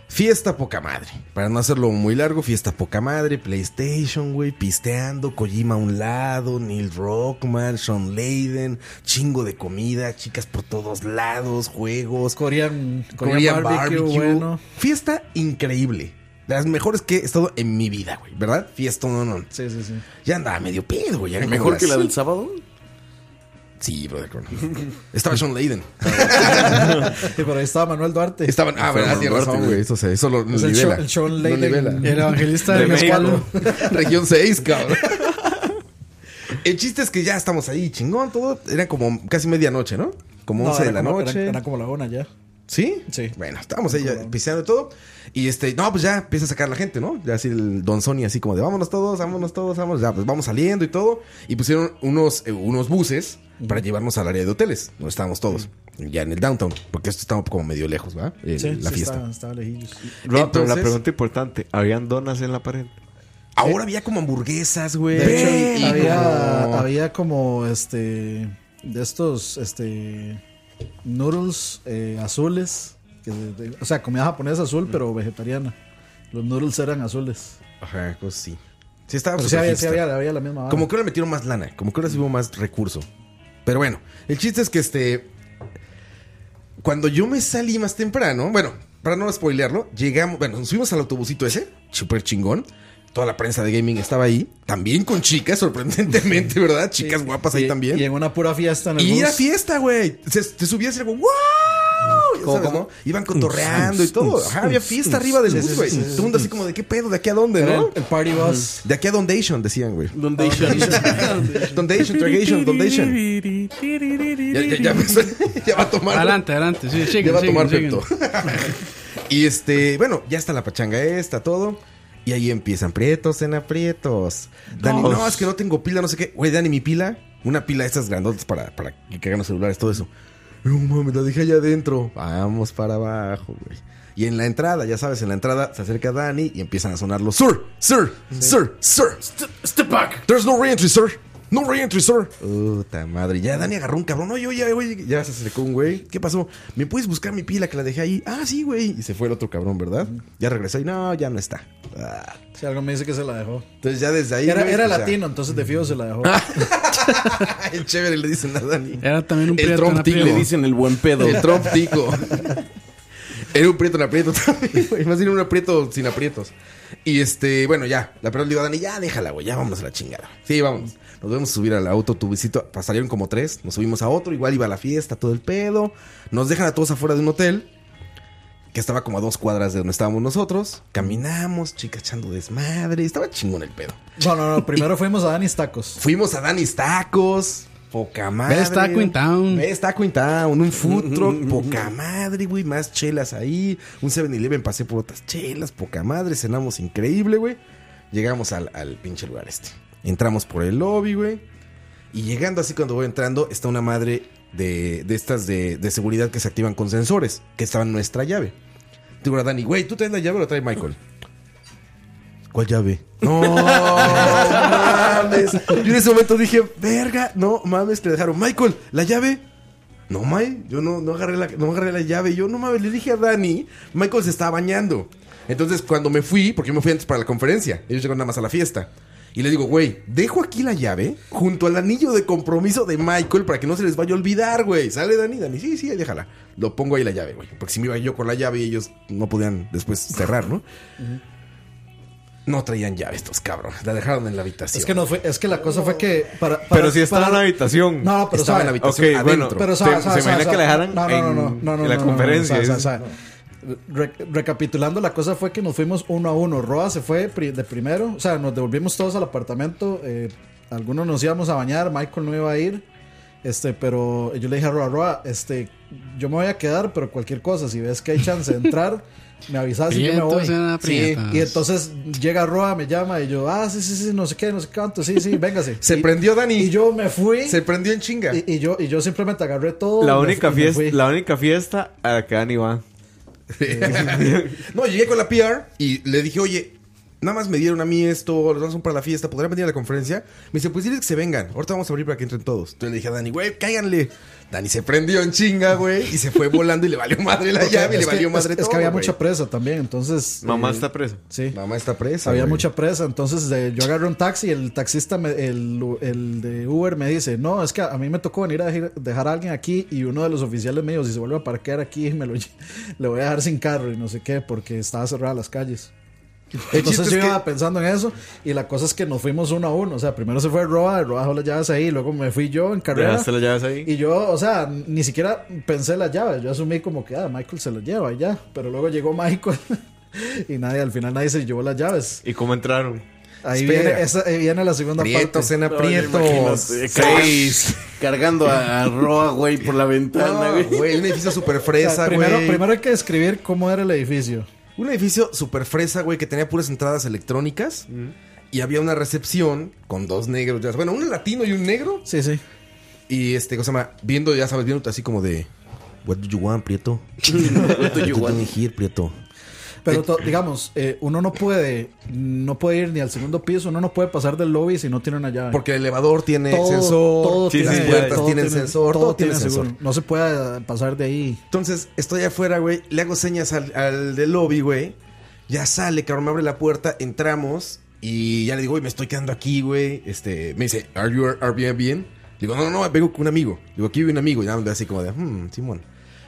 Speaker 4: Fiesta poca madre. Para no hacerlo muy largo, fiesta poca madre, PlayStation, güey, pisteando, Kojima a un lado, Neil Rockman, Sean Layden, chingo de comida, chicas por todos lados, juegos.
Speaker 9: Korean,
Speaker 4: Korean,
Speaker 9: Korean
Speaker 4: barbecue,
Speaker 9: barbecue, bueno.
Speaker 4: Fiesta increíble. De las mejores que he estado en mi vida, güey, ¿verdad? Fiesta, no, no.
Speaker 9: Sí, sí, sí.
Speaker 4: Ya andaba medio pedo, güey. eran como
Speaker 5: ¿Mejor
Speaker 4: las
Speaker 5: que la del sábado?
Speaker 4: Sí, brother. con- Estaba Sean Layden.
Speaker 9: Ah, Sí, pero ahí estaba Manuel Duarte.
Speaker 4: Estaban. Ah, verdad, tiene razón, güey. Eso, se, eso lo
Speaker 9: Es el
Speaker 4: nivela.
Speaker 9: Sean- el Sean
Speaker 4: Lo
Speaker 9: Layden.
Speaker 4: nivela.
Speaker 6: El evangelista de
Speaker 4: Región
Speaker 6: Mezcal.
Speaker 4: cuatro. Región 6, cabrón. El chiste es que ya estamos ahí, chingón, todo. Era como casi medianoche, ¿no? Como
Speaker 9: No,
Speaker 4: 11 de
Speaker 9: era
Speaker 4: la
Speaker 9: como-
Speaker 4: noche.
Speaker 9: Era, era como la una ya.
Speaker 4: ¿Sí?
Speaker 9: Sí.
Speaker 4: Bueno, estábamos ahí ya piseando todo. Y este, no, pues ya empieza a sacar la gente, ¿no? Ya así el Don Sony, así como de vámonos todos, vámonos todos, vámonos. Ya, pues vamos saliendo y todo. Y pusieron unos, eh, unos buses para llevarnos al área de hoteles, donde estábamos todos. Ya en el downtown, porque esto estaba como medio lejos, ¿verdad? El-
Speaker 9: Sí,
Speaker 4: la
Speaker 9: sí,
Speaker 4: fiesta.
Speaker 9: Estaba, estaba lejillos.
Speaker 7: Rob, pero la
Speaker 4: Entonces-
Speaker 7: pregunta importante: ¿habían donas en la pared?
Speaker 4: Ahora había como hamburguesas, güey.
Speaker 9: De hecho,
Speaker 4: Y
Speaker 9: había,
Speaker 4: como-
Speaker 9: había como este de estos este noodles eh, azules, que de- de- o sea, comida japonesa
Speaker 4: Mm.
Speaker 9: azul pero vegetariana. Los noodles eran azules.
Speaker 4: Ajá, cosas sí. Sí, estaba
Speaker 9: Pero sí
Speaker 4: súper
Speaker 9: había, sí
Speaker 4: hipster.
Speaker 9: había, había la misma vara.
Speaker 4: Como que ahora metieron más lana, como que ahora sí hubo más recurso. Pero bueno, el chiste es que este. Cuando yo me salí más temprano, bueno, para no spoilearlo, llegamos, bueno, nos fuimos al autobusito ese, súper chingón. Toda la prensa de gaming estaba ahí, también con chicas, sorprendentemente, ¿verdad? Chicas guapas ahí
Speaker 9: Y-
Speaker 4: también.
Speaker 9: Y en una pura fiesta en el
Speaker 4: Y era
Speaker 9: bus.
Speaker 4: fiesta, güey. Se- Te subías y era como, ¡wow! Ya
Speaker 9: ¿Cómo,
Speaker 4: sabes,
Speaker 9: cómo?
Speaker 4: ¿no? Iban cotorreando y todo. Ajá, había fiesta arriba del
Speaker 9: Sí,
Speaker 4: bus,
Speaker 9: sí,
Speaker 4: güey.
Speaker 9: sí, sí,
Speaker 4: Todo el mundo así como, ¿de qué pedo? ¿De aquí a dónde,
Speaker 9: Era
Speaker 4: no?
Speaker 9: el- el party bus.
Speaker 4: De aquí a Dondation, decían, güey.
Speaker 5: Foundation.
Speaker 4: Dondation, Tragation, Dondation. Ya, ya, ya me suena- ya va a tomar.
Speaker 6: Adelante, adelante. Sí,
Speaker 4: ya
Speaker 6: sigan,
Speaker 4: va a
Speaker 6: sigan,
Speaker 4: tomar
Speaker 6: sigan.
Speaker 4: Pepto. y este, bueno, ya está la pachanga esta, todo. Y ahí empiezan prietos en aprietos. Dani,
Speaker 7: Dos.
Speaker 4: no, es que no tengo pila, no sé qué. Güey, Dani, mi pila. Una pila de estas grandotas para, para que cargan los celulares, todo eso. No mames, la dejé allá adentro. Vamos para abajo, güey. Y en la entrada, ya sabes, en la entrada se acerca Dani y empiezan a sonar los Sir, Sir, Sir, Sir.
Speaker 5: Step back.
Speaker 4: There's no reentry, sir. No reentry, sir. Puta madre. Ya Dani agarró un cabrón. Oye, oye, oye. Ya se acercó un güey. ¿Qué pasó? ¿Me puedes buscar mi pila que la dejé ahí? Ah, sí, güey. Y se fue el otro cabrón, ¿verdad? Ya regresó y no, ya no está. Ah.
Speaker 9: Si algo me dice que se la dejó.
Speaker 4: Entonces ya desde ahí.
Speaker 9: Era,
Speaker 4: güey,
Speaker 9: era
Speaker 4: o sea,
Speaker 9: latino, entonces de fijo se la dejó.
Speaker 4: el chévere le dicen a Dani.
Speaker 6: Era también un
Speaker 4: El
Speaker 6: prieto,
Speaker 4: Trump
Speaker 6: una
Speaker 4: Tico.
Speaker 6: prieta.
Speaker 5: Le dicen el buen pedo.
Speaker 4: El Trump Tico. Era un prieto en aprieto también, güey. Más bien un aprieto sin aprietos. Y este, bueno, ya. La perra le digo a Dani, ya déjala, güey. Ya vamos a la chingada. Sí, vamos. Nos vamos a subir al auto, tu visito. Salieron como tres. Nos subimos a otro. Igual iba a la fiesta, todo el pedo. Nos dejan a todos afuera de un hotel. Que estaba como a dos cuadras de donde estábamos nosotros. Caminamos, chica echando desmadre. Estaba chingón el pedo.
Speaker 9: No, no, no. Primero fuimos a Dani's Tacos.
Speaker 4: Fuimos a Dani's Tacos. Poca madre.
Speaker 6: Best Taco in Town.
Speaker 4: Best Taco in Town. Un food truck. poca madre, güey. Más chelas ahí. Un 7-Eleven pasé por otras chelas. Poca madre. Cenamos increíble, güey. Llegamos al, al pinche lugar este. Entramos por el lobby, güey. Y llegando así cuando voy entrando, está una madre de, de estas de, de seguridad que se activan con sensores. Que estaba en nuestra llave. Digo a Dani, güey, ¿tú traes la llave o la trae Michael? ¿Cuál llave? No, mames. Yo en ese momento dije, verga, no mames, te dejaron. Michael, ¿la llave? No, Mike, yo no, no, agarré la, no agarré la llave. Yo no mames, le dije a Dani, Michael se estaba bañando. Entonces, cuando me fui, porque yo me fui antes para la conferencia, ellos llegaron nada más a la fiesta. Y le digo, güey, dejo aquí la llave junto al anillo de compromiso de Michael para que no se les vaya a olvidar, güey. Sale Dani, Dani, sí, sí, ahí déjala. Lo pongo ahí la llave, güey. Porque si me iba yo con la llave y ellos no podían después cerrar, ¿no? No traían llave estos cabrones. La dejaron en la habitación.
Speaker 9: Es que no fue, es que la cosa fue que para, para-
Speaker 7: Pero si estaba
Speaker 9: para-
Speaker 7: en la habitación.
Speaker 9: No, no, pero
Speaker 4: Estaba
Speaker 9: sabe,
Speaker 4: en la habitación
Speaker 7: Ok, bueno,
Speaker 4: adentro.
Speaker 9: Pero,
Speaker 7: Te-
Speaker 9: sabe,
Speaker 7: se
Speaker 9: sabe,
Speaker 7: imagina
Speaker 9: sabe,
Speaker 7: que la
Speaker 9: sabe.
Speaker 7: dejaran
Speaker 9: no, no, no,
Speaker 7: en-
Speaker 9: no, no, no,
Speaker 7: en la
Speaker 9: no, no,
Speaker 7: conferencia,
Speaker 9: sabe,
Speaker 7: es-
Speaker 9: sabe, sabe. Re- recapitulando, la cosa fue que nos fuimos uno a uno. Roa se fue pri- de primero, o sea, nos devolvimos todos al apartamento. eh, algunos nos íbamos a bañar, Michael no iba a ir. Este, pero yo le dije a Roa, Roa, este, yo me voy a quedar, pero cualquier cosa, si ves que hay chance de entrar, me avisas y yo me voy.
Speaker 6: Prietos en
Speaker 9: Sí,
Speaker 6: aprietos.
Speaker 9: y entonces llega Roa, me llama y yo, ah, sí, sí, sí, no sé qué, no sé cuánto, sí, sí, véngase.
Speaker 4: Se
Speaker 9: Y-
Speaker 4: prendió Dani.
Speaker 9: Y yo me fui.
Speaker 4: Se prendió en chinga.
Speaker 9: Y, y yo, y yo simplemente agarré todo.
Speaker 7: La
Speaker 9: y me-
Speaker 7: única,
Speaker 9: y me
Speaker 7: fiesta,
Speaker 9: fui.
Speaker 7: la única fiesta a la que Dani va.
Speaker 4: no, llegué con la PR y le dije, oye, nada más me dieron a mí esto, los dos son para la fiesta, ¿podrían venir a la conferencia? Me dice, pues diles que se vengan, ahorita vamos a abrir para que entren todos. Entonces le dije a Dani, güey, cáiganle. Dani se prendió en chinga, güey, y se fue volando y le valió madre la
Speaker 9: Porque
Speaker 4: llave, y
Speaker 9: es
Speaker 4: le
Speaker 9: que-
Speaker 4: valió
Speaker 9: es-
Speaker 4: madre
Speaker 9: Es,
Speaker 4: todo.
Speaker 9: que había
Speaker 4: güey.
Speaker 9: mucha presa también, entonces.
Speaker 4: Mamá
Speaker 9: eh,
Speaker 4: está presa.
Speaker 9: Sí.
Speaker 4: Mamá está presa.
Speaker 9: Había
Speaker 4: güey.
Speaker 9: mucha presa, entonces eh, yo agarré un taxi y el taxista, me- el, el de Uber me dice, no, es que a mí me tocó venir a dejar- dejar a alguien aquí y uno de los oficiales me dijo, si se vuelve a parquear aquí, me lo, lle- le voy a dejar sin carro y no sé qué, porque estaba cerrada las calles. Entonces
Speaker 4: chiste
Speaker 9: yo
Speaker 4: es que-
Speaker 9: iba pensando en eso y la cosa es que nos fuimos uno a uno, o sea, primero se fue Roa, Roa dejó las llaves ahí, luego me fui yo en carrera.
Speaker 5: ¿Dejaste las llaves ahí?
Speaker 9: Y yo, o sea, ni siquiera pensé las llaves, yo asumí como que, ah, Michael se las lleva y ya, pero luego llegó Michael. Y nadie, al final nadie se llevó las llaves.
Speaker 7: ¿Y cómo entraron?
Speaker 9: Ahí
Speaker 7: Espera.
Speaker 9: viene, esa, ahí viene la segunda
Speaker 4: Prietos
Speaker 9: parte.
Speaker 4: en aprietos.
Speaker 5: eh, Seis. Cargando a, a Roa, güey, por la ventana,
Speaker 4: No,
Speaker 5: güey.
Speaker 4: güey, un edificio súper
Speaker 9: O sea,
Speaker 4: fresa, güey.
Speaker 9: primero, primero hay que describir cómo era el edificio.
Speaker 4: Un edificio súper fresa, güey, que tenía puras entradas electrónicas. Y había una recepción con dos negros. ya- Bueno, un latino y un negro.
Speaker 9: Sí, sí.
Speaker 4: Y este, ¿cómo se llama? Viendo, ya sabes, viendo así como de. What do you want, Prieto?
Speaker 9: What do you
Speaker 4: What
Speaker 9: want?
Speaker 4: do here, Prieto?
Speaker 9: Pero to- digamos, eh, uno no puede, no puede ir ni al segundo piso, uno no puede pasar del lobby si no tiene una llave.
Speaker 4: Porque el elevador tiene
Speaker 9: Todo-
Speaker 4: sensor,
Speaker 9: todo tiene
Speaker 4: las
Speaker 9: llave,
Speaker 4: puertas
Speaker 9: todo
Speaker 4: tienen
Speaker 9: tiene-
Speaker 4: sensor, todo, tiene sensor.
Speaker 9: seguro. No se puede pasar de ahí.
Speaker 4: Entonces, estoy afuera, güey. Le hago señas al, al del lobby, güey. Ya sale, cabrón, me abre la puerta, entramos. Y ya le digo, güey, me estoy quedando aquí, güey. Este, me dice, ¿Are you Airbnb? Le digo, no, no, no, vengo con un amigo. Le digo, aquí vive un amigo. Y ya me ve así como de, hmm, Simón.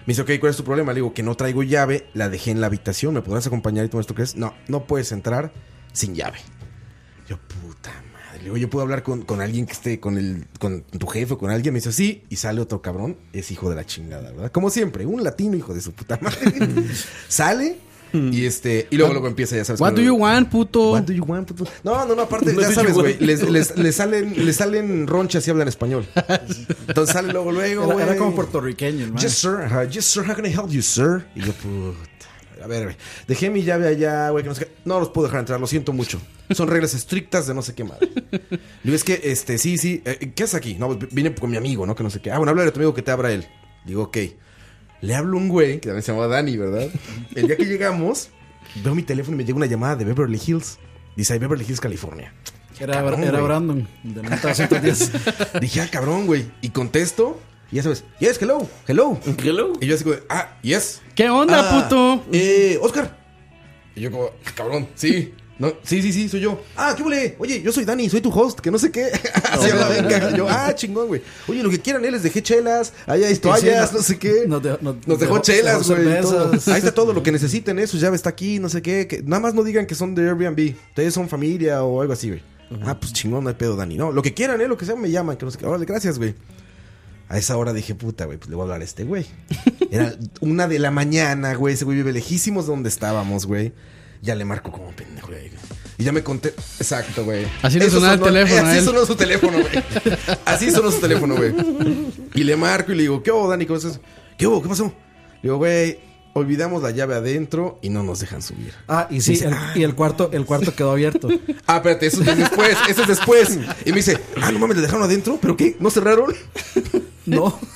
Speaker 4: Me dice, ok, ¿cuál es tu problema? Le digo, que no traigo llave, la dejé en la habitación. ¿Me podrás acompañar y todo esto que es? No, no puedes entrar sin llave. Yo, puta madre. Le digo, yo puedo hablar con, con alguien que esté con el con tu jefe o con alguien. Me dice, sí. Y sale otro cabrón. Es hijo de la chingada, ¿verdad? Como siempre, un latino hijo de su puta madre. sale y este y luego luego empieza, ya sabes.
Speaker 6: Mm. What
Speaker 4: con
Speaker 6: do
Speaker 4: el-
Speaker 6: you want, puto? What
Speaker 4: do you want, puto? No, no, no, aparte, ya sabes, güey. Les, les- les salen, les salen ronchas y hablan español. Entonces sale luego, luego,
Speaker 9: Era-
Speaker 4: güey.
Speaker 9: era como puertorriqueño, hermano.
Speaker 4: Yes, sir. Ajá, Yes, sir. How can I help you, sir? Y yo, puta. A ver, güey. Dejé mi llave allá, güey. que no, sé qué. no los puedo dejar entrar, lo siento mucho. Son reglas estrictas de no sé qué madre. Le digo, es que, este, sí, sí. eh, ¿Qué haces aquí? No, vine con mi amigo, ¿no? Que no sé qué. Ah, bueno, háblale a tu amigo que te abra él. Digo, ok. Le hablo a un güey, que también se llamaba Dani, ¿verdad? El día que llegamos, veo mi teléfono y me llega una llamada de Beverly Hills. Dice, "Ay, Beverly Hills, California.
Speaker 9: Era,
Speaker 4: Cabrón,
Speaker 9: era
Speaker 4: güey.
Speaker 9: Brandon. el de 1910.
Speaker 4: Dije, ah, cabrón, güey. Y contesto. Y ya sabes, yes, hello, hello.
Speaker 5: Hello.
Speaker 4: Y yo así como, de, ah, yes. Ah,
Speaker 6: ¿Qué onda, puto?
Speaker 4: Eh, Oscar. Y yo como, cabrón, sí. No, sí, sí, sí, soy yo. Ah, qué mole. Oye, yo soy Dani, soy tu host, que no sé qué. Así hablaba en caja. Yo, ah, chingón, güey. Oye, lo que quieran, él les dejé chelas, ahí hay toallas, no sé qué.
Speaker 9: Nos dejó,
Speaker 4: Nos dejó chelas, güey. todo.
Speaker 9: cervezas.
Speaker 4: Ahí está todo lo que necesiten, eso ya está aquí, no sé qué. que- nada más no digan que son de Airbnb. Ustedes son familia o algo así, güey. Ah, pues chingón, no hay pedo, Dani. No, lo que quieran, eh, lo que sea, me llaman, que no sé qué. Órale, gracias, güey. A esa hora dije, puta, güey, pues le voy a hablar a este güey. Era una de la mañana, güey. Ese güey vive lejísimos de donde estábamos, güey. Ya le marco como pendejo, güey. Y ya me conté. Exacto, güey.
Speaker 6: Así le
Speaker 4: Eso
Speaker 6: sonaba el
Speaker 4: sonó-
Speaker 6: teléfono a
Speaker 4: Así
Speaker 6: él.
Speaker 4: sonó su teléfono, güey. Así sonó su teléfono, güey. Y le marco y le digo, ¿qué hubo, Dani? ¿Cómo estás? ¿Qué hubo? ¿Qué pasó? Le digo, güey, olvidamos la llave adentro y no nos dejan subir.
Speaker 9: Ah, y sí,
Speaker 4: Dice,
Speaker 9: el-
Speaker 4: "Ah".
Speaker 9: y el cuarto, el cuarto quedó abierto.
Speaker 4: Ah, espérate, eso es después, eso es después. Y me dice, ah, no mames, le dejaron adentro, pero ¿qué? ¿No cerraron?
Speaker 9: No.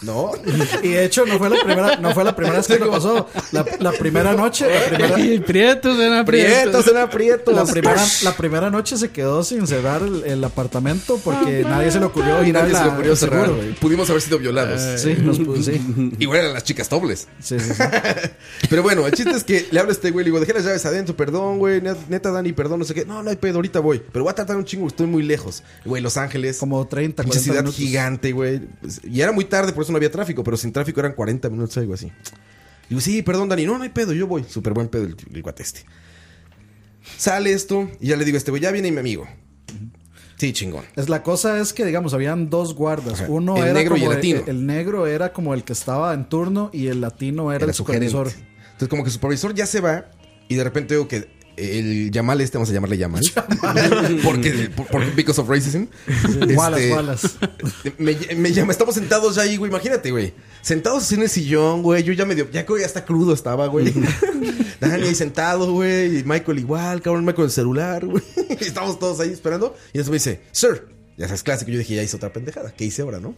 Speaker 4: No.
Speaker 9: Y de hecho no fue la primera, no fue la primera vez que me pasó. La, la primera noche, la primera,
Speaker 6: Prietos en aprietos.
Speaker 4: Prietos, eran aprietos.
Speaker 9: la primera, la primera noche se quedó sin cerrar el, el apartamento porque nadie se le ocurrió
Speaker 4: Y
Speaker 9: girar
Speaker 4: nadie se
Speaker 9: la-
Speaker 4: le ocurrió
Speaker 9: el
Speaker 4: cerrar,
Speaker 9: seguro. Eh,
Speaker 4: güey. Pudimos haber sido violados.
Speaker 9: Sí, nos pudo- sí.
Speaker 4: Igual eran las chicas dobles.
Speaker 9: Sí, sí,
Speaker 4: Pero bueno, el chiste es que le hablo a este güey, le digo, dejé las llaves adentro, perdón, güey, net- neta, Dani, perdón, no sé qué. No, no hay pedo, ahorita voy. Pero voy a tratar un chingo, estoy muy lejos. Güey, Los Ángeles.
Speaker 9: Como 30,
Speaker 4: Pinche
Speaker 9: 40
Speaker 4: ciudad
Speaker 9: minutos.
Speaker 4: gigante, güey. Pues, Y era muy tarde, por eso no había tráfico, pero sin tráfico eran 40 minutos, algo así. Digo, sí, perdón, Dani, no, no hay pedo, yo voy. Súper buen pedo el, el cuate este. Sale esto y ya le digo a este güey, ya viene mi amigo. Sí, chingón.
Speaker 9: Es la cosa es que digamos habían dos guardas,
Speaker 4: Ajá.
Speaker 9: uno
Speaker 4: El
Speaker 9: era
Speaker 4: negro y
Speaker 9: como
Speaker 4: el latino.
Speaker 9: el negro era como el que estaba en turno y el latino era,
Speaker 4: Era
Speaker 9: el
Speaker 4: su gerente.
Speaker 9: supervisor.
Speaker 4: Entonces, como que su supervisor ya se va y de repente veo que el Yamal este, vamos a llamarle Yamal. porque, por- porque because of racism. Este,
Speaker 9: Wallace, Wallace.
Speaker 4: Me, me llama, estamos sentados ya ahí, güey, imagínate, güey. Sentados en el sillón, güey. Yo ya medio, ya creo que ya está crudo estaba, güey. Dani ahí sentado, güey. Y Michael igual, cabrón, Michael con el celular, güey. Estamos todos ahí esperando. Y eso me dice, Sir, Ya sabes, clásico. Yo dije, ya hice otra pendejada. ¿Qué hice ahora, no?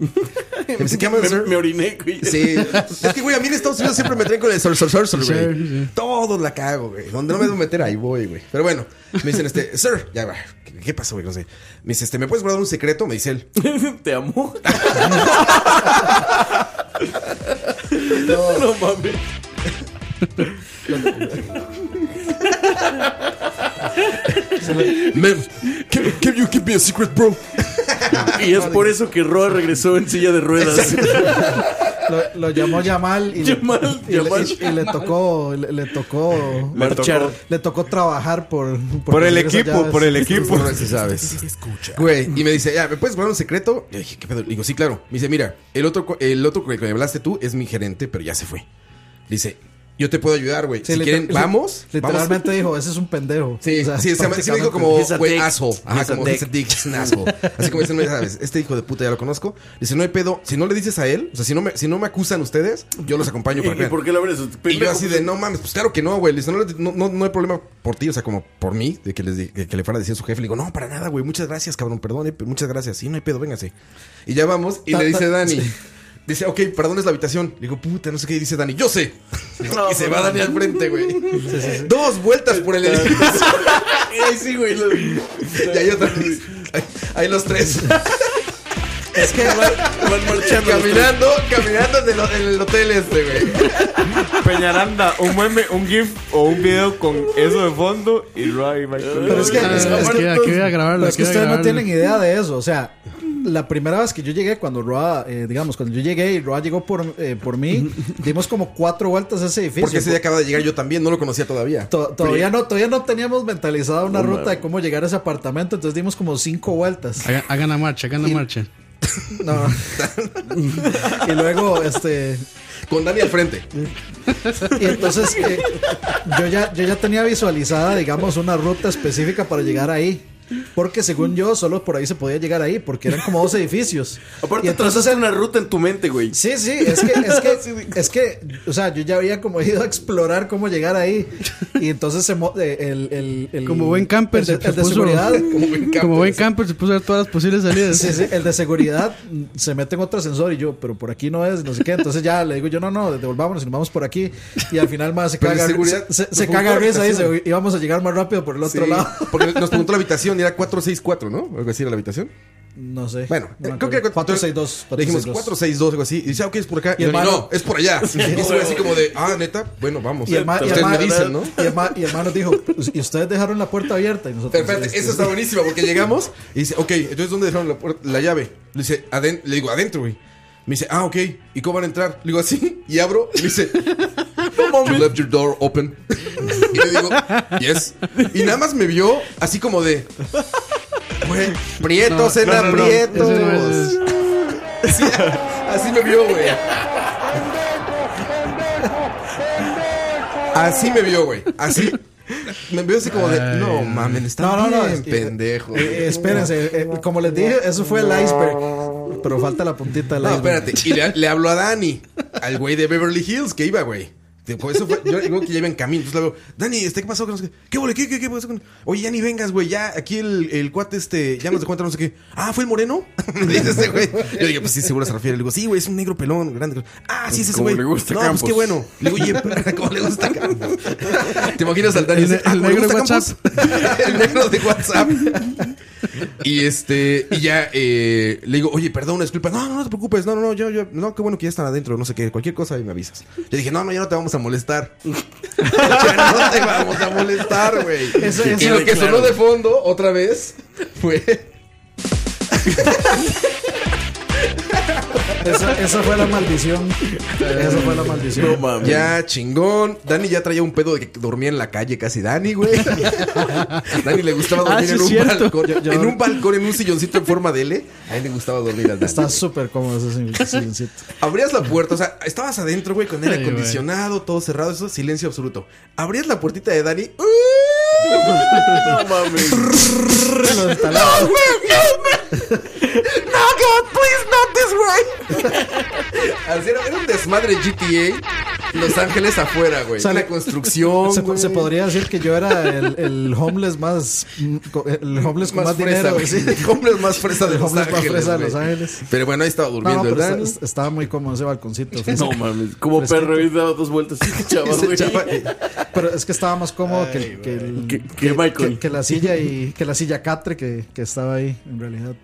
Speaker 5: Me- me oriné, güey.
Speaker 4: Sí. Es que, güey, a mí en Estados Unidos siempre me traen con el sor, sor, sor, sor, güey. Todo la cago, güey. Donde no me debo meter, ahí voy, güey. Pero bueno, me dicen, este, sir, ya va. ¿Qué, qué pasó, güey? No sé. Me dice, este, ¿me puedes guardar un secreto? Me dice él.
Speaker 5: Te amo.
Speaker 4: No.
Speaker 5: No mames.
Speaker 4: Man, can, can you give me a secret, bro?
Speaker 5: Y es por eso que Roa regresó en silla de ruedas.
Speaker 9: Lo, lo llamó Yamal y,
Speaker 5: Yamal,
Speaker 9: le, y le-
Speaker 5: Yamal.
Speaker 9: y le tocó le, le tocó
Speaker 5: Le Marchar. tocó-
Speaker 9: le tocó trabajar por
Speaker 4: Por el
Speaker 9: conseguir esas
Speaker 4: equipo, por el
Speaker 9: llaves.
Speaker 4: equipo. Sí, sabes. Güey, y me dice, ya, ¿me puedes guardar un secreto? Le dije, ¿qué pedo? Le digo, sí, claro. Me dice, mira, el otro, co- el otro con el que me hablaste tú es mi gerente, pero ya se fue. Le dice, yo te puedo ayudar, güey.
Speaker 9: Sí,
Speaker 4: si
Speaker 9: liter-
Speaker 4: quieren,
Speaker 9: sí,
Speaker 4: vamos.
Speaker 9: Literalmente
Speaker 4: Vamos.
Speaker 9: dijo, ese es un pendejo.
Speaker 4: Sí,
Speaker 9: O sea,
Speaker 4: sí, se me, sí me dijo como,
Speaker 9: prácticamente.
Speaker 4: güey, asshole. Ajá,
Speaker 9: He's a
Speaker 4: como,
Speaker 9: dick.
Speaker 4: "He's a dick, es un asshole. Así como dicen, ya sabes, este hijo de puta ya lo conozco. Dice, no hay pedo, si no le dices a él, o sea, si no me, si no me acusan ustedes, yo los acompaño
Speaker 5: ¿Y,
Speaker 4: para
Speaker 5: y
Speaker 4: que
Speaker 5: por qué lo abres?
Speaker 4: y yo así de, no mames, pues claro que no, güey. Le dice, no, no, no, no hay problema por ti, o sea, como por mí, de que, les di- que, que le fuera a decir a su jefe. Le digo, no, para nada, güey. Muchas gracias, cabrón, perdón, eh, pero muchas gracias. Sí, no hay pedo, véngase. Y ya vamos, y
Speaker 9: Ta-
Speaker 4: le dice
Speaker 9: ta-
Speaker 4: Dani.
Speaker 9: sí.
Speaker 4: Dice, ok, ¿para dónde es la habitación? Le digo, puta, no sé qué. Y dice Dani, yo sé. y se va Dani al frente, güey. Dos vueltas por el edificio.
Speaker 5: Ay, sí, güey. lo-
Speaker 4: y ahí otra vez. Ahí, ahí los tres.
Speaker 9: Es que
Speaker 5: van marchando.
Speaker 4: Caminando, caminando en el, en el hotel este, güey.
Speaker 7: Peñaranda, un meme, un GIF o un video con eso de fondo y Roa y Michael.
Speaker 9: Pero es que, es que-
Speaker 6: Ah,
Speaker 9: es que-
Speaker 6: aquí- aquí voy a grabarlo,
Speaker 9: pero es
Speaker 6: aquí
Speaker 9: que ustedes
Speaker 6: voy a
Speaker 9: no
Speaker 6: grabarlo.
Speaker 9: tienen idea de eso. O sea, la primera vez que yo llegué, cuando Roa, eh, digamos, cuando yo llegué y Roa llegó por, eh, por mí, dimos como cuatro vueltas a ese edificio.
Speaker 4: Porque ese día acaba de llegar yo también, no lo conocía todavía.
Speaker 9: To- Todavía no, todavía no teníamos mentalizada una
Speaker 4: No,
Speaker 9: ruta
Speaker 4: man.
Speaker 9: de cómo llegar a ese apartamento, entonces dimos como cinco vueltas.
Speaker 6: Hagan, hagan la marcha, hagan la marcha.
Speaker 9: No. y luego, este.
Speaker 4: Con Dani al frente.
Speaker 9: Y entonces eh, yo, ya, yo ya tenía visualizada, digamos, una ruta específica para llegar ahí. Porque según yo, solo por ahí se podía llegar ahí, porque eran como dos edificios.
Speaker 5: Aparte,
Speaker 9: Y entonces
Speaker 5: trazaste una ruta en tu mente, güey.
Speaker 9: Sí, sí, es que, es que, es que, o sea, yo ya había como ido a explorar cómo llegar ahí. Y entonces se mo- eh, el, el, el-
Speaker 6: Como buen camper
Speaker 9: el de,
Speaker 6: se- se
Speaker 9: el de
Speaker 6: puso-
Speaker 9: seguridad.
Speaker 6: Como buen camper, Como buen sí. camper se puso a ver todas las posibles salidas.
Speaker 9: Sí, sí, el de seguridad mm, se mete en otro ascensor y yo, pero por aquí no es, no sé qué. Entonces ya le digo yo, no, no, devolvámonos y nos vamos por aquí. Y al final más se
Speaker 4: Pero el
Speaker 9: caga,
Speaker 4: de seguridad
Speaker 9: se, se-
Speaker 4: nos
Speaker 9: se
Speaker 4: preguntó
Speaker 9: caga
Speaker 4: la
Speaker 9: risa y
Speaker 4: habitación.
Speaker 9: dice, íbamos a llegar más rápido por el otro
Speaker 4: Sí,
Speaker 9: lado.
Speaker 4: Porque nos preguntó la habitación y era 464, ¿no? Algo así era la habitación.
Speaker 9: No sé.
Speaker 4: Bueno,
Speaker 9: Eh, No me
Speaker 4: creo que era
Speaker 9: acuerdo. 462.
Speaker 4: Le dijimos
Speaker 9: 462.
Speaker 4: 462, algo así. Y dice, ah, ok, es por acá.
Speaker 9: Y
Speaker 4: Y,
Speaker 9: el
Speaker 4: yo,
Speaker 9: mano-
Speaker 4: no, es por allá.
Speaker 9: Sí.
Speaker 4: Y eso así como de, ah, neta, bueno, vamos.
Speaker 9: Y el ma- y el
Speaker 4: Ustedes
Speaker 9: ma-
Speaker 4: me dicen, ¿no?
Speaker 9: y el ma- y el ma nos dijo, "Pues, y ustedes dejaron la puerta abierta. Y nosotros,
Speaker 4: Pero espérate,
Speaker 9: este,
Speaker 4: eso está buenísimo porque llegamos y dice, ok, entonces ¿dónde dejaron la, puerta- la llave? Le, dice, aden- le digo, adentro, güey. Me dice, ah, ok, ¿y cómo van a entrar? Le digo, así, y abro, y me dice, you left your door open. Y le digo, yes. Y nada más me vio así como de, güey, prietos
Speaker 6: No,
Speaker 4: en
Speaker 6: no, no, no.
Speaker 4: aprietos.
Speaker 6: Ese no es-
Speaker 4: Sí, así me vio, güey. Así me vio, güey. Así. Me vio así como de, no mames, está
Speaker 9: No, no, no,
Speaker 4: bien
Speaker 9: es-
Speaker 4: pendejo.
Speaker 9: eh, espérense, eh, como les dije, eso fue el iceberg. Pero falta la puntita del
Speaker 4: No,
Speaker 9: iceberg.
Speaker 4: espérate. Y le, le hablo a Dani, al güey de Beverly Hills que iba, güey. Tipo, eso fue, yo creo que ya iba en camino. Entonces le digo, Dani, este, ¿qué pasó? Que no sé ¿Qué, ¿Qué, bole? ¿Qué, qué, qué pasó? con- Oye, ya ni vengas, güey. Ya aquí el, el cuate este ya nos dejó entrar, no sé qué. Ah, ¿fue el moreno? Me Dice este güey. Yo dije, pues sí, seguro se refiere. Le digo, sí, güey, es un negro pelón, grande. Ah, sí, es ese
Speaker 7: Como
Speaker 4: güey.
Speaker 7: le gusta
Speaker 4: no,
Speaker 7: Campos.
Speaker 4: pues qué bueno. Le digo, oye, ¿cómo le gusta Campos? ¿Te imaginas al Dani?
Speaker 6: El-
Speaker 4: dice, "Ah,
Speaker 6: el
Speaker 4: ¿cómo le
Speaker 6: negro de
Speaker 4: gusta Campos?" el negro de WhatsApp. Y este, y ya eh, le digo, oye, perdón, una disculpa. No, no, no te preocupes, no, no, no, yo, yo, no, qué bueno que ya están adentro, no sé qué, cualquier cosa ahí me avisas. Le dije, no, no, ya no te vamos a molestar. ya no te vamos a molestar, güey.
Speaker 9: Eso-
Speaker 4: Y
Speaker 9: eso-
Speaker 4: lo que
Speaker 9: claro.
Speaker 4: sonó de fondo, otra vez, fue.
Speaker 9: Esa, esa fue la maldición. Esa fue la maldición.
Speaker 5: No mames.
Speaker 4: Ya, chingón. Dani ya traía un pedo de que dormía en la calle casi Dani, güey. Dani le gustaba dormir
Speaker 9: Ah, sí,
Speaker 4: en
Speaker 9: es
Speaker 4: un
Speaker 9: cierto.
Speaker 4: balcón.
Speaker 9: Yo- yo-
Speaker 4: En un balcón, en un silloncito en forma de L. A él le gustaba dormir al Dani.
Speaker 9: Está súper cómodo ese sil- silencito.
Speaker 4: Abrías la puerta, o sea, estabas adentro, güey, con aire
Speaker 6: Ay, güey.
Speaker 4: acondicionado, todo cerrado, eso, silencio absoluto. Abrías la puertita de Dani. ¡uh!
Speaker 5: No mames.
Speaker 9: Lo del taladro.
Speaker 4: No, God, please, not this way. Así era, era un desmadre GTA. Los Ángeles afuera, güey.
Speaker 9: Sale-
Speaker 4: Una construcción.
Speaker 9: Se,
Speaker 4: güey.
Speaker 9: se podría decir que yo era el, el homeless más. mm, El homeless con más, dinero.
Speaker 4: güey.
Speaker 9: sí.
Speaker 4: El homeless más fresa de
Speaker 9: El
Speaker 4: Los
Speaker 9: homeless más
Speaker 4: Ángeles.
Speaker 9: fresa de
Speaker 4: güey.
Speaker 9: Los Ángeles.
Speaker 4: Pero bueno, ahí estaba durmiendo
Speaker 9: No,
Speaker 4: el
Speaker 9: pero
Speaker 4: Dani.
Speaker 9: est- estaba muy cómodo ese balconcito.
Speaker 5: No mames, como
Speaker 9: Fresquito.
Speaker 5: perro y daba dos vueltas. Ese chaval,
Speaker 9: Ese
Speaker 5: güey.
Speaker 9: chaval, Pero es que estaba más cómodo que, el- que el-
Speaker 5: Que- que Michael.
Speaker 9: que- que la silla y que la silla catre que, que estaba ahí en realidad.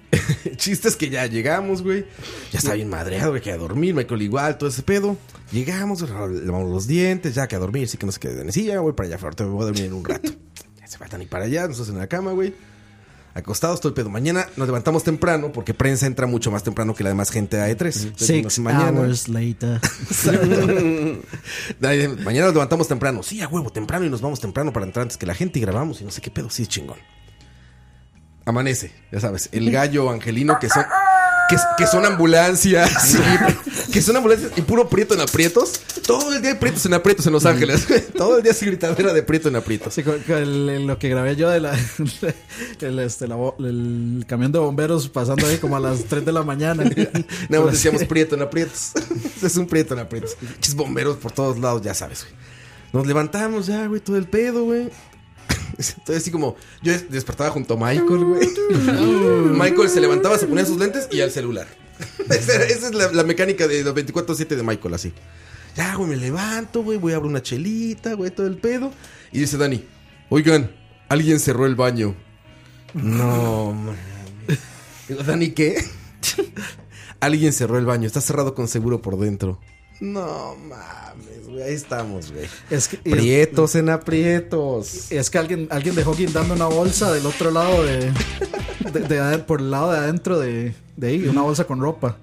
Speaker 4: Chistes que ya llegamos, güey. Ya está bien madreado, güey, que a dormir, Michael igual, todo ese pedo. Llegamos, lavamos los dientes, ya que a dormir, sí que no se quede sí, ya voy para allá, ahorita me voy a dormir en un rato. Ya se faltan ni para allá, nosotros en la cama, güey. Acostados, todo el pedo. Mañana nos levantamos temprano, porque prensa entra mucho más temprano que la demás gente a E3. Entonces, nos-
Speaker 9: Six hours later.
Speaker 4: Ay, Mañana nos levantamos temprano. Sí, a huevo, temprano y nos vamos temprano para entrar antes que la gente y grabamos y no sé qué pedo. Sí, es chingón. Amanece, ya sabes. El gallo angelino que son. Que, que son ambulancias. sí, que son ambulancias y puro prieto en aprietos. Todo el día hay prietos en aprietos en Los Ángeles. Todo el día es gritadera de prieto en aprietos.
Speaker 9: Sí, con- con el- el- lo que grabé yo de la, el, este, la bo- el camión de bomberos pasando ahí como a las 3 de la mañana.
Speaker 4: Nada más decíamos prieto en aprietos. es un prieto en aprietos. Chis bomberos por todos lados, ya sabes, güey. Nos levantamos ya, güey, todo el pedo, güey. Entonces así como, yo des- despertaba junto a Michael, güey. Michael se levantaba, se ponía sus lentes y al celular. esa, era- esa es la, la mecánica de los 24-7 de Michael, así. Ya, güey, me levanto, güey, voy a abrir una chelita, güey, todo el pedo. Y dice Dani, oigan, alguien cerró el baño. No, man. Digo, Dani, ¿qué? Alguien cerró el baño, está cerrado con seguro por dentro. No mames, güey, ahí estamos, güey.
Speaker 9: Es que, es,
Speaker 4: Prietos en aprietos.
Speaker 9: es que alguien, alguien dejó guindando una bolsa del otro lado de. de- de aden- por el lado de adentro de, de ahí, una bolsa con ropa.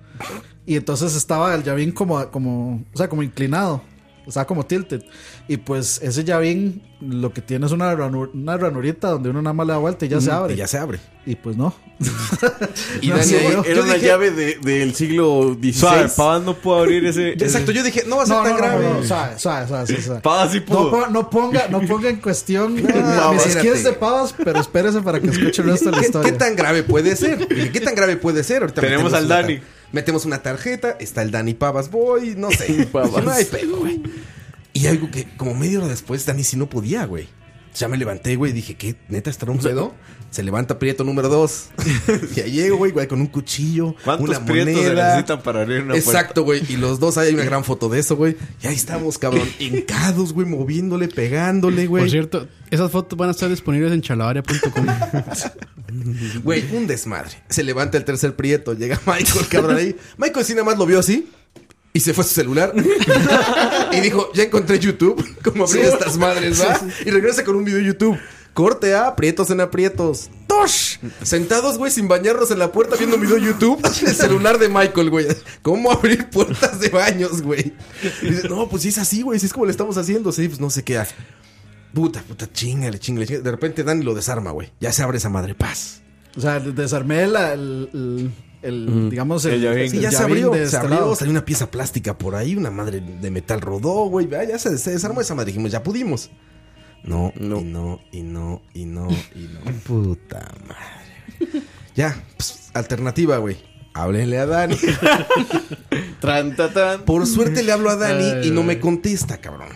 Speaker 9: Y entonces estaba el llavín como, como, o sea, como inclinado. Estaba como tilted. Y pues ese llavín lo que tiene es una, ranu- una ranurita donde uno nada más le da vuelta y ya se
Speaker 4: Ujú,
Speaker 9: abre.
Speaker 4: Mm, Y ya se abre.
Speaker 9: Y pues no.
Speaker 4: Y
Speaker 9: No,
Speaker 4: Dani,
Speaker 9: sí,
Speaker 4: ahí-
Speaker 9: yo-
Speaker 5: Era
Speaker 4: yo
Speaker 5: una
Speaker 4: dije-
Speaker 5: llave de- del siglo XVI.
Speaker 7: Suave, Pavas no puedo abrir ese.
Speaker 4: Exacto, yo dije, no va a ser
Speaker 9: No, no,
Speaker 4: tan
Speaker 9: no,
Speaker 4: grave.
Speaker 9: no, no, suave, suave, suave, suave, suave.
Speaker 7: Pavas sí
Speaker 9: No,
Speaker 7: pudo.
Speaker 9: po- no ponga, no ponga en cuestión eh,
Speaker 4: No,
Speaker 9: mis skills
Speaker 4: espérate.
Speaker 9: de pavas, pero espérese para que escuche el resto de la
Speaker 4: ¿Qué,
Speaker 9: historia.
Speaker 4: qué tan grave puede ser? Dije, ¿Qué tan grave puede ser? Ahorita
Speaker 7: Tenemos
Speaker 4: metemos
Speaker 7: al
Speaker 4: una
Speaker 7: Dani.
Speaker 4: tar- Metemos una tarjeta, está el Dani Pavas Boy, no sé.
Speaker 5: Pavas.
Speaker 4: No hay pedo, güey. Y algo que, como media hora después, Dani sí no podía, güey. Ya me levanté, güey, dije, ¿qué? ¿Neta estará un pedo? Se levanta Prieto número 2. y ahí llego, güey, güey, con un cuchillo,
Speaker 7: ¿Cuántos
Speaker 4: una
Speaker 7: prietos se
Speaker 4: moneda.
Speaker 7: necesitan para abrir una puerta?
Speaker 4: Exacto, güey. Y los dos, ahí hay una gran foto de eso, güey. Y ahí estamos, cabrón, hincados, güey, moviéndole, pegándole,
Speaker 6: Por
Speaker 4: güey.
Speaker 6: cierto, esas fotos van a estar disponibles en chalabaria.com.
Speaker 4: Güey, un desmadre. Se levanta el tercer prieto, llega Michael, cabrón, ahí. Michael sí nada más lo vio así. Y se fue a su celular. y dijo, ya encontré YouTube. Como abrir estas madres, ¿va? Y regresa con un video de YouTube. Corte a aprietos en aprietos. ¡Tosh! Sentados, güey, sin bañarnos en la puerta viendo un video de YouTube. El celular de Michael, güey. ¿Cómo abrir puertas de baños, güey? Y Dice, no, pues sí es así, güey. Si es como le estamos haciendo. Sí, pues no sé qué. Puta, puta, chingale, chingale, chingale. De repente Dani lo desarma, güey. Ya se abre esa madre. Paz.
Speaker 9: O sea, desarmé la- el, el, el, digamos, el,
Speaker 7: El llavín.
Speaker 4: Sí, ya se
Speaker 9: llavín
Speaker 4: abrió,
Speaker 9: de
Speaker 4: se
Speaker 9: este
Speaker 4: abrió,
Speaker 9: lado.
Speaker 4: salió una pieza plástica por ahí, una madre de metal rodó, güey, ah, ya se, se desarmó esa madre, dijimos, ya pudimos. No, no, y no, y no, y no, y no. Puta madre. güey. Ya, pues, alternativa, güey. Háblenle a Dani.
Speaker 5: Tran, ta, tan.
Speaker 4: Por suerte le hablo a Dani
Speaker 6: Ay,
Speaker 4: y no
Speaker 6: güey.
Speaker 4: me contesta, cabrón.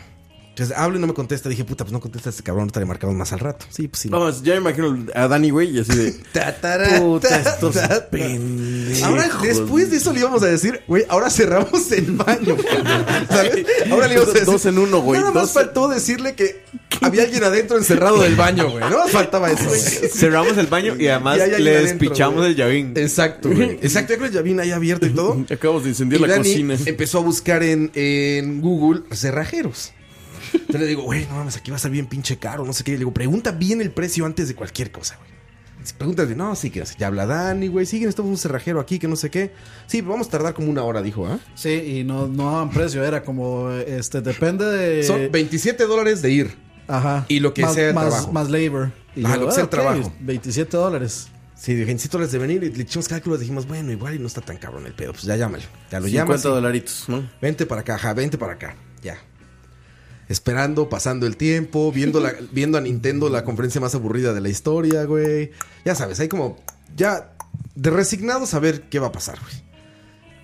Speaker 4: Entonces hablo y no me contesta. Dije, puta, pues no contesta este cabrón, ahorita le marcamos más al rato. Sí, pues sí. No.
Speaker 5: Vamos, ya me imagino a Dani, güey, y así de.
Speaker 4: Tatará,
Speaker 5: Puta,
Speaker 4: ta,
Speaker 5: estos
Speaker 4: ta, ta.
Speaker 5: pendejos.
Speaker 4: Ahora, después de eso le íbamos a decir, güey, ahora cerramos el baño. ¿Sabes? Ahora le íbamos a decir.
Speaker 5: Dos en uno, güey,
Speaker 4: Nada más
Speaker 5: dos en-
Speaker 4: faltó decirle que había alguien adentro encerrado del baño, güey. Nada más faltaba eso. güey.
Speaker 7: Cerramos el baño y además
Speaker 4: Y hay alguien
Speaker 7: le
Speaker 4: adentro,
Speaker 7: despichamos
Speaker 4: güey.
Speaker 7: el llavín.
Speaker 4: Exacto, güey. Exacto, ya con el llavín ahí abierto y todo.
Speaker 5: Acabamos de
Speaker 4: Y
Speaker 5: incendiar la
Speaker 4: Dani
Speaker 5: cocina.
Speaker 4: empezó a buscar en, en Google cerrajeros. Entonces le digo, güey, no mames, aquí va a ser bien pinche caro, no sé qué. Y le digo, pregunta bien el precio antes de cualquier cosa, güey. Si preguntas bien, no, sí, que ya habla Dani, güey, sí, que necesitamos un cerrajero aquí, que no sé qué. Sí, pero vamos a tardar como una hora, dijo, ¿ah?
Speaker 9: Sí, y no, no daban precio, era como, este, depende de...
Speaker 4: Son 27 dólares de ir.
Speaker 9: Eh, Ajá.
Speaker 4: y lo que
Speaker 9: más,
Speaker 4: sea el
Speaker 9: más,
Speaker 4: trabajo.
Speaker 9: Más labor. Y "Ah,
Speaker 4: Ajá, lo que sea el
Speaker 9: ok,
Speaker 4: trabajo.
Speaker 9: 27 dólares.
Speaker 4: Sí, de 27 dólares de venir y le echamos cálculos, dijimos, bueno, igual y no está tan cabrón el pedo, pues ya llámalo. Ya lo
Speaker 5: 50
Speaker 4: llamas. y-
Speaker 5: dolaritos, ¿no?
Speaker 4: Vente para acá, ajá, vente para acá. Ya. Esperando, pasando el tiempo, viendo, la, viendo a Nintendo la conferencia más aburrida de la historia, güey. Ya sabes, hay como. Ya. De resignados a ver qué va a pasar, güey.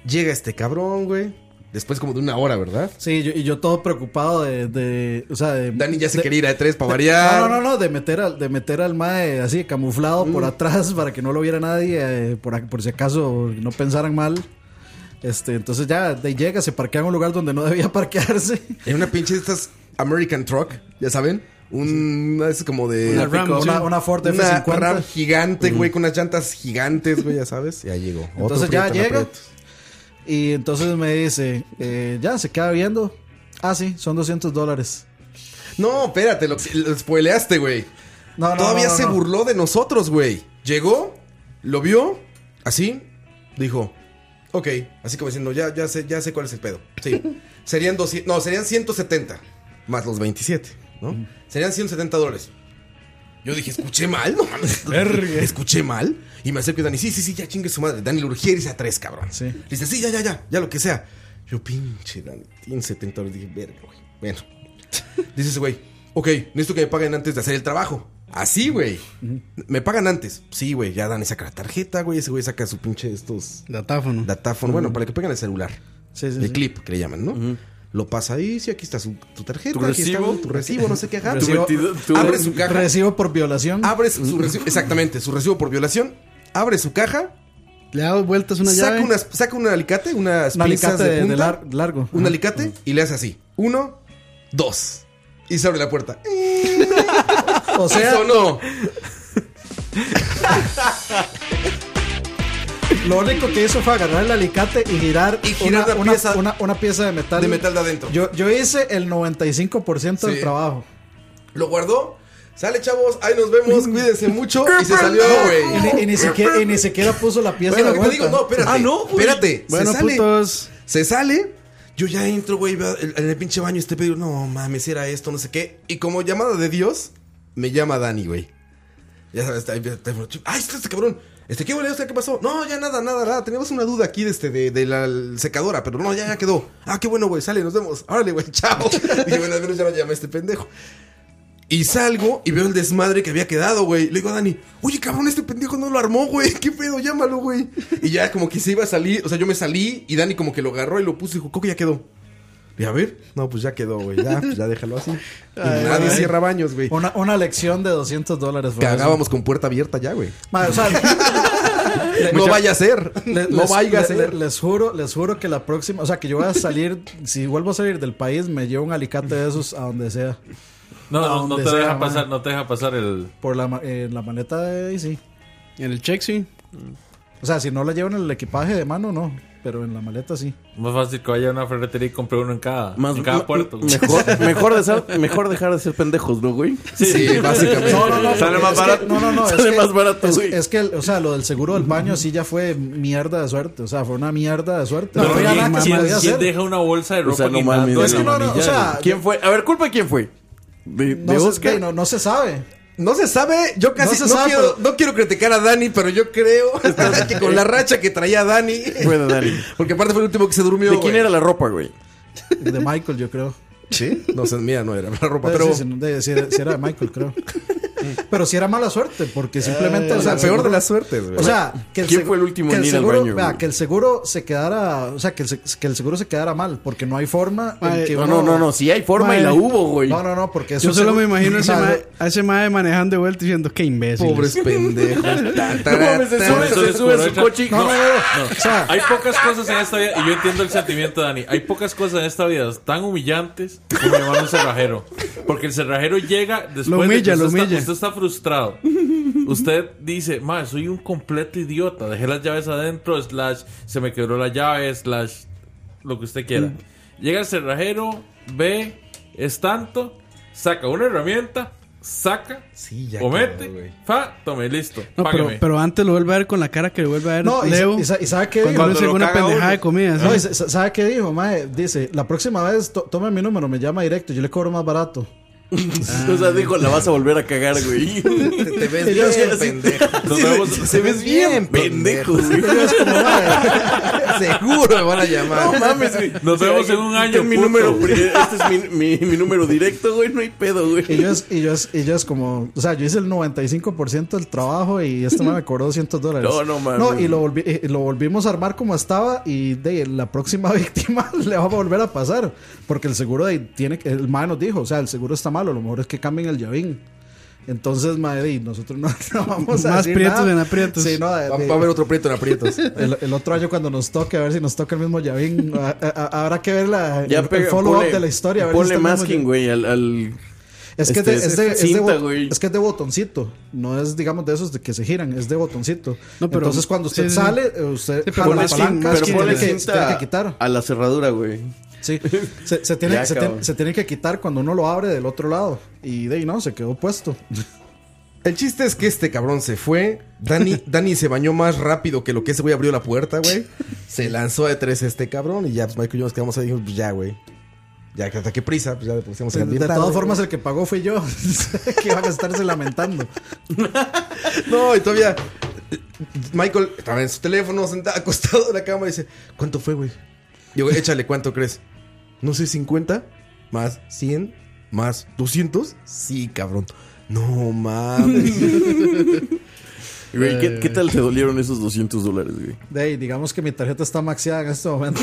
Speaker 4: Llega este cabrón, güey. Después como de una hora, ¿verdad?
Speaker 9: Sí, yo- y yo todo preocupado de, de- o sea, de-
Speaker 4: Dani ya se
Speaker 9: de-
Speaker 4: quería ir a E3 para variar.
Speaker 9: No, no, no, no, de meter al, de meter al mae así camuflado
Speaker 4: Mm.
Speaker 9: por atrás para que no lo viera nadie, eh, por, ac- por si acaso no pensaran mal. Este, entonces ya de ahí llega, se parquea en un lugar donde no debía parquearse.
Speaker 4: En una pinche de estas American Truck, ya saben. Un, una de esas como de.
Speaker 9: Una Ram,
Speaker 4: una,
Speaker 9: sí. una Ford
Speaker 4: una
Speaker 9: F50.
Speaker 4: Ram gigante, güey, con unas llantas gigantes, güey, ya sabes. Ya llegó. Otro
Speaker 9: Entonces ya
Speaker 4: prieto en
Speaker 9: llega.
Speaker 4: aprietos.
Speaker 9: Y entonces me dice, eh, ya se queda viendo. Ah, sí, son 200 dólares.
Speaker 4: No, espérate, lo, lo spoileaste, güey.
Speaker 9: No, no,
Speaker 4: Todavía
Speaker 9: no, no,
Speaker 4: se
Speaker 9: no.
Speaker 4: burló de nosotros, güey. Llegó, lo vio, así, dijo, ok, así como diciendo, ya, ya, sé, ya sé cuál es el pedo. Sí, serían 200, no, serían 170, más los 27, ¿no? Serían 170 dólares. Yo dije, escuché mal, no mames. escuché mal. Y me acerco y Dani, sí, sí, sí, ya chingue su madre. Dani Lurgieris a tres, cabrón. Le dice, sí, ya, ya, ya, ya lo que sea. Yo, pinche Dani, tiene 70 dólares. Dije, verga, güey. Bueno. Dice ese güey, ok, necesito que me paguen antes de hacer el trabajo. Así, güey. Me pagan antes. Sí, güey, ya Dani saca la tarjeta, güey. Ese güey saca su pinche estos.
Speaker 6: Datáfono.
Speaker 4: Datáfono. Bueno, para que peguen el celular. el
Speaker 6: sí.
Speaker 4: clip que le llaman, ¿no? Lo pasa ahí, sí, aquí está su, tu tarjeta,
Speaker 9: Tu
Speaker 4: aquí está,
Speaker 9: recibo.
Speaker 4: güey, tu recibo, no sé qué ajá.
Speaker 9: Recibo- tu-
Speaker 4: abre su caja.
Speaker 9: Recibo por violación.
Speaker 4: Abre su recibo, exactamente, su recibo por violación. Abre su caja.
Speaker 6: Le da vueltas una
Speaker 4: saca
Speaker 6: llave.
Speaker 4: unas- saca un alicate, unas
Speaker 9: Un
Speaker 4: pinzas
Speaker 9: alicate
Speaker 4: de,
Speaker 9: de- de
Speaker 4: punta,
Speaker 9: lar- largo.
Speaker 4: Un
Speaker 9: Ajá.
Speaker 4: alicate y le hace así. Uno, dos. Y se abre la puerta.
Speaker 9: O
Speaker 5: é?
Speaker 9: sea,
Speaker 4: ¿Eso no?
Speaker 9: Lo único que hizo fue agarrar el alicate y girar,
Speaker 4: girar
Speaker 9: una,
Speaker 4: la
Speaker 9: una-
Speaker 4: pieza-
Speaker 9: una- una pieza de metal.
Speaker 4: de metal de adentro.
Speaker 9: Yo, yo hice el 95% del
Speaker 4: Sí.
Speaker 9: trabajo.
Speaker 4: Lo guardó. Sale, chavos. Ahí nos vemos. Cuídense mucho. Y se salió,
Speaker 9: Y ni- Y,
Speaker 4: güey.
Speaker 9: ni siquiera, y ni siquiera puso la pieza
Speaker 4: Bueno,
Speaker 9: de
Speaker 4: te digo,
Speaker 9: vuelta.
Speaker 4: no, espérate.
Speaker 9: Ah, no, güey.
Speaker 4: Espérate.
Speaker 9: Bueno,
Speaker 4: se sale.
Speaker 6: putos.
Speaker 4: Se sale. Yo ya entro, güey, veo el- en el pinche baño este pedo. No mames, era esto, no sé qué. Y como llamada de Dios, me llama Dani, güey. Ya sabes, está ahí, está ahí, Ay, este, este cabrón. Este, ¿qué, güey? ¿Usted ¿Qué pasó? No, ya nada, nada, nada. Teníamos una duda aquí de, este, de, de la secadora, pero no, ya, ya quedó. Ah, qué bueno, güey. Sale, nos vemos. Órale, güey, chao. Dije, bueno, al menos ya no llama este pendejo. Y salgo y veo el desmadre que había quedado, güey. Le digo a Dani, oye, cabrón, este pendejo no lo armó, güey. ¿Qué pedo? Llámalo, güey. Y ya como que se iba a salir. O sea, yo me salí y Dani como que lo agarró y lo puso y dijo, Coco, ya quedó. Y a ver, no, pues ya quedó, güey. Ya, pues ya déjalo así. Y
Speaker 9: Ay,
Speaker 4: nadie
Speaker 9: ay.
Speaker 4: cierra baños, güey.
Speaker 9: Una, una lección de 200 dólares. fue
Speaker 4: Cagábamos con puerta abierta ya, güey.
Speaker 9: eso. Ma, o sea, le-
Speaker 4: No
Speaker 9: le-
Speaker 4: vaya a ser.
Speaker 9: le-
Speaker 4: no
Speaker 9: les-
Speaker 4: vaya a
Speaker 9: le-
Speaker 4: ser.
Speaker 9: le- Les juro, les juro que la próxima, o sea, que yo voy a salir, si vuelvo a salir del país, me llevo un alicate de esos a donde sea.
Speaker 8: No,
Speaker 9: A
Speaker 8: no, no
Speaker 9: donde
Speaker 8: te
Speaker 9: sea,
Speaker 8: deja
Speaker 9: ma.
Speaker 8: pasar, no te deja pasar el.
Speaker 9: Por la, ma- en la maleta de ahí, sí.
Speaker 6: En el check, sí.
Speaker 9: O sea, si no la llevan en el equipaje de mano, no. Pero en la maleta, sí.
Speaker 8: Más fácil que vaya a una ferretería y compre uno en cada,
Speaker 5: Más-
Speaker 8: en cada
Speaker 5: me-
Speaker 8: puerto. güey.
Speaker 5: Mejor, mejor, dejar, Eh, mejor dejar de ser pendejos, ¿no, güey?
Speaker 4: Sí, básicamente.
Speaker 9: No, no, no.
Speaker 5: Sale
Speaker 9: porque
Speaker 5: más
Speaker 9: es que-
Speaker 5: barato.
Speaker 9: no, no, no.
Speaker 5: Sale
Speaker 9: que-
Speaker 5: más barato,
Speaker 9: es,
Speaker 5: güey.
Speaker 9: es que, el- o sea, lo del seguro del baño sí ya fue mierda de suerte. O sea, fue una mierda de suerte.
Speaker 8: Pero
Speaker 9: No había
Speaker 8: ¿quién-
Speaker 9: nada que se
Speaker 8: quién-
Speaker 9: podía
Speaker 8: quién
Speaker 9: hacer.
Speaker 8: deja una bolsa de ropa
Speaker 5: O sea, no
Speaker 8: guindando
Speaker 5: mames,
Speaker 8: en
Speaker 5: es
Speaker 8: la
Speaker 9: que no, no, o
Speaker 8: manilla,
Speaker 9: sea,
Speaker 8: güey?
Speaker 5: ¿Quién fue? A ver, culpa de quién fue. De, de
Speaker 9: No
Speaker 5: Oscar.
Speaker 9: se, no, no se sabe.
Speaker 4: No se sabe, yo casi
Speaker 9: No
Speaker 4: no,
Speaker 9: se sabe,
Speaker 4: quiero,
Speaker 9: pero-
Speaker 4: no quiero criticar a Dani, pero yo creo que con la racha que traía Dani.
Speaker 5: Fue de Dani.
Speaker 4: Porque aparte fue el último que se durmió.
Speaker 5: ¿De quién
Speaker 4: güey.
Speaker 5: era la ropa, güey?
Speaker 9: De Michael, yo creo.
Speaker 4: Sí, no sé, mía no era la ropa,
Speaker 9: Pero,
Speaker 4: pero.
Speaker 9: sí, sí, de- sí era- sí era de Michael, creo. Pero sí era mala suerte, porque simplemente.
Speaker 4: o
Speaker 9: o
Speaker 4: sea,
Speaker 9: el
Speaker 4: Eh, peor de
Speaker 9: seguro-
Speaker 4: las suertes, güey.
Speaker 9: O sea, que el
Speaker 5: ¿Quién
Speaker 9: seg-
Speaker 5: fue el último
Speaker 9: que
Speaker 5: en ir al
Speaker 9: seguro,
Speaker 5: baño,
Speaker 9: vea,
Speaker 5: güey?
Speaker 9: que el seguro se quedara, o sea, que el, se- que el seguro se quedara mal, porque no hay forma en
Speaker 6: Mae,
Speaker 9: que
Speaker 5: No,
Speaker 9: uno-
Speaker 5: no, no, no. Si hay forma y la
Speaker 6: Madre.
Speaker 5: hubo, güey.
Speaker 9: No, no, no, porque eso
Speaker 6: Yo solo me imagino a ese,
Speaker 9: madre
Speaker 6: mae, a ese mae manejando de vuelta diciendo, qué imbécil.
Speaker 4: pobres pendejos. Ta, ta,
Speaker 5: mames, se
Speaker 4: ta.
Speaker 5: sube,
Speaker 8: Eso
Speaker 5: se
Speaker 8: es
Speaker 5: sube a su
Speaker 8: correcto.
Speaker 5: coche. y-
Speaker 8: No,
Speaker 5: No,
Speaker 8: No,
Speaker 9: O sea,
Speaker 8: hay pocas cosas en esta vida, y yo entiendo el sentimiento de Dani, hay pocas cosas en esta vida tan humillantes como llamar a un cerrajero. Porque el cerrajero llega después
Speaker 6: Lo
Speaker 8: de que
Speaker 6: humilla,
Speaker 8: usted,
Speaker 6: lo
Speaker 8: está,
Speaker 6: humilla.
Speaker 8: usted está frustrado. Usted dice, madre, soy un completo idiota, dejé las llaves adentro, slash, se me quebró la llave, slash, lo que usted quiera. Llega el cerrajero, ve, es tanto, saca una herramienta, saca,
Speaker 4: Sí, ya
Speaker 8: o mete,
Speaker 4: quedó, güey.
Speaker 8: fa, tome, listo,
Speaker 6: No, pero,
Speaker 8: págame.
Speaker 6: pero antes lo vuelve a ver con la cara que le vuelve a ver
Speaker 9: No, y,
Speaker 6: Leo.
Speaker 9: sa- y sa- y sabe qué dijo.
Speaker 6: cuando le hace
Speaker 7: lo
Speaker 6: una
Speaker 7: caga
Speaker 6: pendejada
Speaker 7: uno.
Speaker 6: de comida. ¿sí?
Speaker 9: No, y sa- sa- ¿Sabe qué dijo, mae? Dice, la próxima vez to- toma mi número, me llama directo, yo le cobro más barato.
Speaker 5: o sea,
Speaker 6: Ah.
Speaker 5: dijo, la vas a volver a cagar, güey. Te,
Speaker 4: ves bien pendejo.
Speaker 5: Nos vemos. Se ves bien pendejo, güey.
Speaker 9: "Ah,
Speaker 4: Seguro me van a llamar.
Speaker 5: No mames, güey.
Speaker 8: Nos vemos en un año,
Speaker 5: Este es mi
Speaker 8: puto.
Speaker 5: número, pri- este es mi, mi- mi número directo, güey. No hay pedo, güey.
Speaker 9: Y yo, es, y, yo es, y yo es como, o sea, yo hice el 95% del trabajo y este man me cobró 200 dólares.
Speaker 5: No, no mames.
Speaker 9: No, y lo, volvi- eh, lo volvimos a armar como estaba y de la próxima víctima le va a volver a pasar. Porque el seguro de, tiene, que- el man nos dijo, o sea, el seguro está malo, lo mejor es que cambien el llavín. Entonces, madre, y nosotros no, no vamos a
Speaker 6: Más
Speaker 9: decir
Speaker 6: prietos
Speaker 9: nada.
Speaker 6: en aprietos.
Speaker 9: Sí, no, de-
Speaker 4: Va,
Speaker 9: de-
Speaker 4: va a haber otro prieto en aprietos.
Speaker 9: el, el otro año cuando nos toque, a ver si nos toca el mismo llavín. A- a- a- habrá que ver la,
Speaker 5: Ya
Speaker 9: el,
Speaker 5: pega-
Speaker 9: follow-up
Speaker 5: ponle-
Speaker 9: de la historia. a ver si
Speaker 5: Ponle
Speaker 9: está el mismo
Speaker 5: masking,
Speaker 9: llavín.
Speaker 5: güey, al. al-
Speaker 9: Es que,
Speaker 5: este,
Speaker 9: es, de, es, de, es de
Speaker 5: cinta,
Speaker 9: bot-
Speaker 5: güey.
Speaker 9: es que es de botoncito, no es digamos de esos de que se giran, es de botoncito.
Speaker 6: No, pero-
Speaker 9: Entonces cuando usted
Speaker 6: sí, sí.
Speaker 9: sale, eh, usted
Speaker 6: Sí, pero
Speaker 9: jala
Speaker 5: Ponle
Speaker 9: la
Speaker 5: cinta,
Speaker 9: palanca,
Speaker 5: pero
Speaker 9: se tiene
Speaker 5: ponle
Speaker 9: que- se tiene
Speaker 5: cinta
Speaker 9: que quitar.
Speaker 5: a la cerradura, güey.
Speaker 9: Sí. Se, se tiene,
Speaker 5: Ya,
Speaker 9: se, tiene-
Speaker 5: cabrón.
Speaker 9: se tiene que quitar cuando uno lo abre del otro lado. Y de ahí no, se quedó puesto.
Speaker 4: El chiste es que este cabrón se fue. Dani, Dani se bañó más rápido que lo que ese güey abrió la puerta, güey. Se lanzó de tres este cabrón y ya, pues Michael y yo nos quedamos ahí y dijimos, pues ya, güey. Ya, que hasta qué prisa, pues ya le pusimos
Speaker 9: De,
Speaker 4: el ambiente.
Speaker 9: todas formas, el que pagó fui yo. que iban a estarse lamentando.
Speaker 4: No, y todavía. eh, Michael estaba en su teléfono, sentado, acostado en la cama y dice: ¿Cuánto fue, güey? Digo, échale, ¿cuánto crees? No sé, 50 más 100 más 200. Sí, cabrón. No mames. Eh.
Speaker 5: Güey, ¿qué, qué tal te dolieron esos 200 dólares, güey?
Speaker 9: De ahí, digamos que mi tarjeta está maxeada en este momento.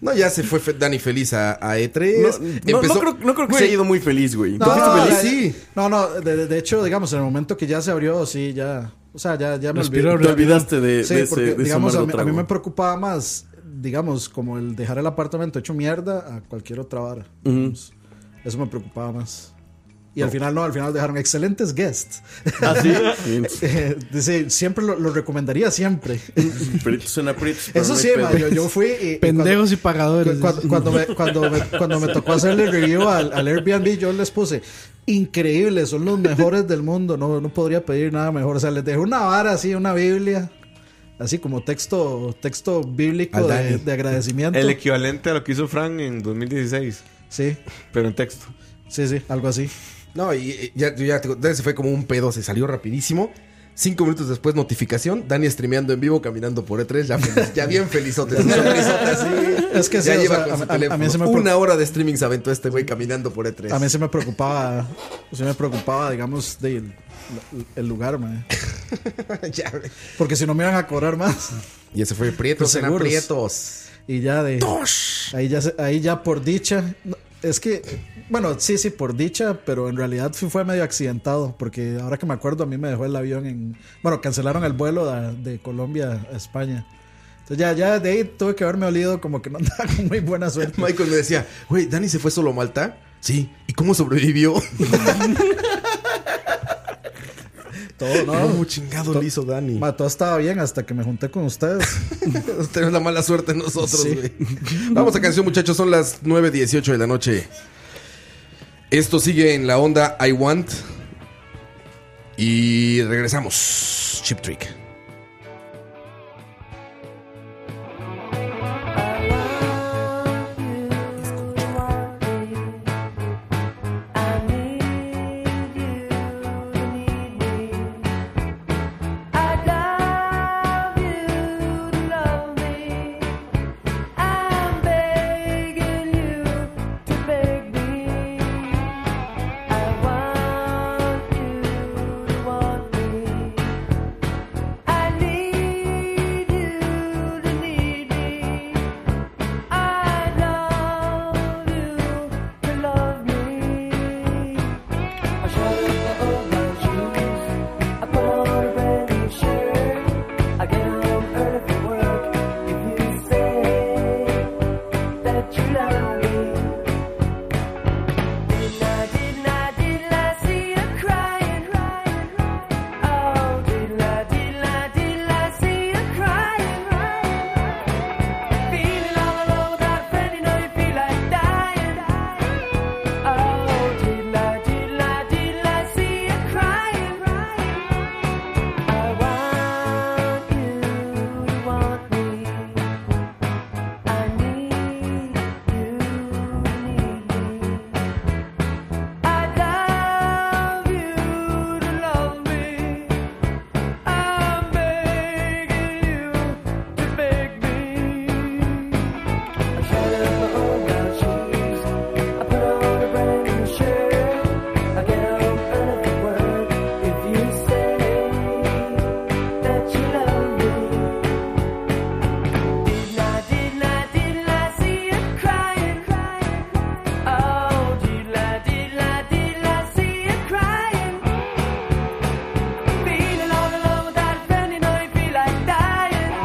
Speaker 4: no, ya se fue fe- Dani feliz a, E a E3.
Speaker 5: No, no, no creo, no creo que se haya ido muy feliz, güey.
Speaker 9: No,
Speaker 5: ¿Tú fuiste
Speaker 9: no,
Speaker 5: feliz?
Speaker 9: ya- No, no, de, de- de hecho, digamos, en el momento que ya se abrió, sí, ya. O sea, ya, ya me
Speaker 5: Respiró,
Speaker 9: olvidé.
Speaker 5: Te olvidaste de-
Speaker 9: Sí,
Speaker 5: de ese-
Speaker 9: porque,
Speaker 5: de ese
Speaker 9: digamos, a
Speaker 5: amargo
Speaker 9: mí, a
Speaker 5: trago.
Speaker 9: mí me preocupaba más, digamos, como el dejar el apartamento hecho mierda a cualquier otra vara.
Speaker 5: Ujú.
Speaker 9: Eso me preocupaba más. Y al final no, al final dejaron excelentes guests.
Speaker 5: ¿Ah, sí?
Speaker 9: Eh, dice, siempre lo, lo recomendaría, siempre.
Speaker 5: Peritos en aprietos. pero
Speaker 9: Eso
Speaker 5: no hay
Speaker 9: sí,
Speaker 5: pedo.
Speaker 9: ma, yo, yo fui. y- y
Speaker 6: Pendejos y pagadores.
Speaker 9: Cu- cuando, cuando me, cuando, me, cuando me tocó hacerle review al, al Airbnb, yo les puse increíble, son los mejores del mundo. No, no podría pedir nada mejor. O sea, les dejé una vara así, una Biblia, así como texto, texto bíblico
Speaker 4: Al
Speaker 9: de,
Speaker 4: Dani.
Speaker 9: de agradecimiento.
Speaker 7: El equivalente a lo que hizo Frank en 2016,
Speaker 9: Sí,
Speaker 7: pero en texto.
Speaker 9: sí, sí, algo así.
Speaker 4: No, y eh, ya, ya te digo, Dani se fue como un pedo, se salió rapidísimo. Cinco minutos después, notificación. Dani streameando en vivo, caminando por E3, ya, feliz- ya bien felizote. su sonrisota así.
Speaker 9: Es que sí,
Speaker 4: ya
Speaker 9: o
Speaker 4: lleva
Speaker 9: sea,
Speaker 4: con
Speaker 9: a-
Speaker 4: su
Speaker 9: a- a mí
Speaker 4: teléfono.
Speaker 9: se me preocupa-
Speaker 4: Una hora de streaming se aventó este güey caminando por E3.
Speaker 9: A mí se me preocupaba, se me preocupaba, digamos, del el lugar, man.
Speaker 4: Ya, güey.
Speaker 9: Porque si no me iban a cobrar más.
Speaker 4: y ese fue Prietos
Speaker 9: Los
Speaker 4: en
Speaker 9: Pues seguros.
Speaker 4: aprietos.
Speaker 9: Y ya de. Ahí ya, se- ahí ya por dicha. no, Es que, bueno, sí, sí, por dicha, pero en realidad sí fue medio accidentado, porque ahora que me acuerdo, a mí me dejó el avión en. Bueno, cancelaron el vuelo de, de Colombia a España. Entonces ya, ya de ahí tuve que haberme olido como que no andaba con muy buena suerte.
Speaker 4: Michael me decía, güey, Dani se fue solo a Malta. Sí, ¿y cómo sobrevivió?
Speaker 9: Todo,
Speaker 4: ¿Cómo
Speaker 9: ¿no?
Speaker 4: chingado le hizo Dani?
Speaker 9: Ma, todo estaba bien hasta que me junté con ustedes.
Speaker 4: Tenemos la mala suerte nosotros,
Speaker 9: Sí.
Speaker 4: güey. Vamos a canción, muchachos. Son las 9.18 de la noche. Esto sigue en la onda I Want. Y regresamos. Chip Trick.
Speaker 11: I want you to want me.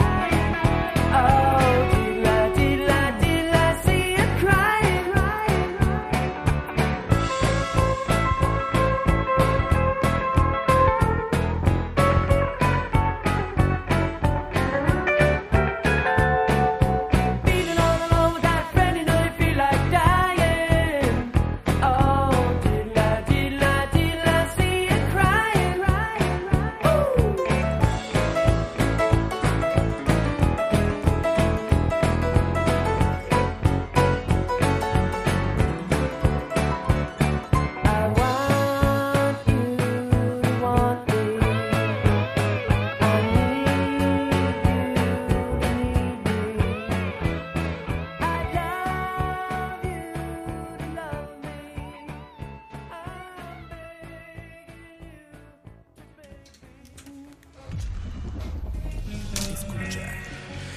Speaker 11: Oh, Oh,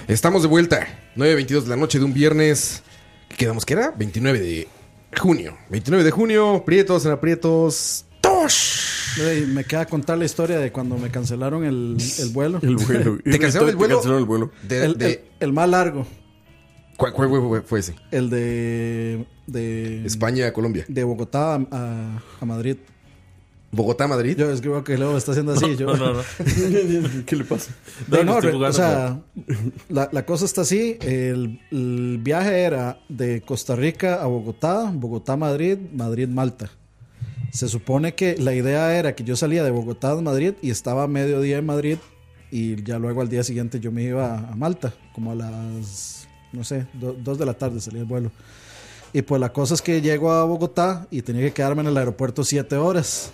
Speaker 4: Estamos de vuelta. 9.22 de la noche de un viernes. ¿Qué quedamos que era? 29 de junio. 29 de junio. Prietos en aprietos. ¡Tosh!
Speaker 9: Me queda contar la historia de cuando me cancelaron el, el vuelo.
Speaker 4: El vuelo. ¿Te cancelaron el vuelo? Te cancelaron el vuelo. De-
Speaker 9: el,
Speaker 4: de-
Speaker 9: el- el más largo.
Speaker 4: ¿Cuál, cuál fue, fue ese?
Speaker 9: El de, de
Speaker 4: España a Colombia.
Speaker 9: de Bogotá a, a- a Madrid.
Speaker 4: Bogotá a Madrid.
Speaker 9: Yo es que veo que luego está haciendo así. yo-
Speaker 8: No, no, no.
Speaker 5: ¿Qué le pasa?
Speaker 9: No,
Speaker 8: No,
Speaker 9: no,
Speaker 8: no estoy
Speaker 9: re- o
Speaker 8: jugando,
Speaker 9: sea, la, la cosa está así. El, el viaje era de Costa Rica a Bogotá, Bogotá a Madrid, Madrid Malta. Se supone que la idea era que yo salía de Bogotá a Madrid y estaba a mediodía en Madrid y ya luego al día siguiente yo me iba a Malta, como a las, no sé, 2 de la tarde salía el vuelo. Y pues la cosa es que llego a Bogotá y tenía que quedarme en el aeropuerto siete horas.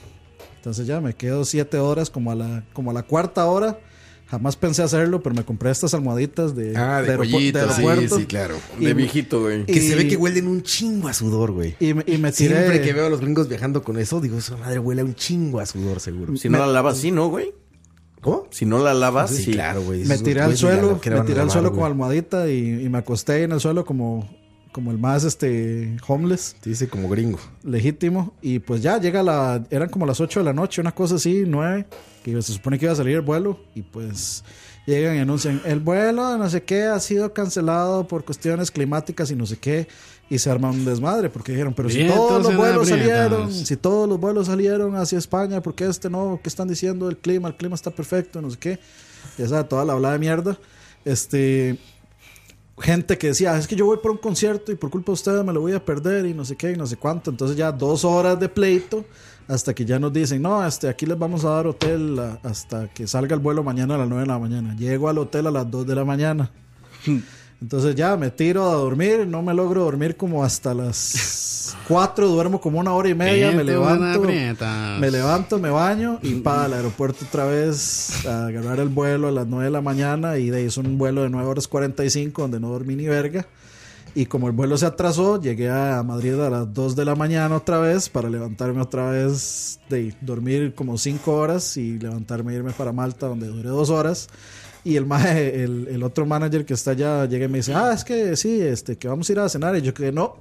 Speaker 9: Entonces ya me quedo siete horas, como a la, como a la cuarta hora. Jamás pensé hacerlo, pero me compré estas almohaditas de,
Speaker 4: Ah, de
Speaker 9: aeropu-
Speaker 4: cuellito, sí,
Speaker 9: aeropuerto.
Speaker 4: sí, claro.
Speaker 9: Y-
Speaker 5: De viejito, güey.
Speaker 4: Que se ve
Speaker 9: y-
Speaker 4: que huelen un chingo a sudor, güey.
Speaker 9: Y me, y me tiré.
Speaker 4: Siempre que veo a los gringos viajando con eso, digo, su madre huele a un chingo a sudor, seguro.
Speaker 5: Si no la lavas, sí, ¿no, güey?
Speaker 4: ¿Cómo?
Speaker 5: Si no la lavas,
Speaker 4: Sí,
Speaker 5: sí.
Speaker 4: claro, güey.
Speaker 9: me
Speaker 4: Esos
Speaker 9: tiré al
Speaker 4: güeyes, la-
Speaker 9: suelo,
Speaker 4: la que le
Speaker 9: me
Speaker 4: van a
Speaker 9: tiré al
Speaker 4: lavar,
Speaker 9: suelo
Speaker 4: güey.
Speaker 9: como almohadita y, y me acosté ahí en el suelo como, como el más este homeless,
Speaker 4: Te dice como gringo.
Speaker 9: legítimo. Y pues ya llega la, eran como las 8 de la noche, una cosa así, 9, que se supone que iba a salir el vuelo. Y pues llegan y anuncian, el vuelo de no sé qué ha sido cancelado por cuestiones climáticas y no sé qué. Y se arma un desmadre porque dijeron, pero si
Speaker 6: Vientos
Speaker 9: todos los
Speaker 6: en
Speaker 9: vuelos
Speaker 6: aprietos.
Speaker 9: salieron, si todos los vuelos salieron hacia España, ¿por qué este no? ¿Qué están diciendo del clima? El clima está perfecto, no sé qué. Ya sabe, toda la hablada de mierda. Este, gente que decía, "Ah, es que yo voy por un concierto y por culpa de ustedes me lo voy a perder y no sé qué y no sé cuánto. Entonces ya dos horas de pleito hasta que ya nos dicen, no, este, aquí les vamos a dar hotel a- hasta que salga el vuelo mañana a las 9 de la mañana. Llego al hotel a las 2 de la mañana. Entonces ya me tiro a dormir, no me logro dormir como hasta las 4, duermo como una hora y media, me
Speaker 6: Vientos en
Speaker 9: levanto,
Speaker 6: aprietas.
Speaker 9: me levanto, me baño y para el aeropuerto otra vez a agarrar el vuelo a las 9 de la mañana y de ahí es un vuelo de 9 horas 45 donde no dormí ni verga. Y como el vuelo se atrasó, llegué a Madrid a las 2 de la mañana otra vez para levantarme otra vez de dormir como 5 horas y levantarme e irme para Malta donde duré 2 horas. Y el, maje- el, el otro manager que está allá llega y me dice, ah, es que sí, este, que vamos a ir a cenar. Y yo que no,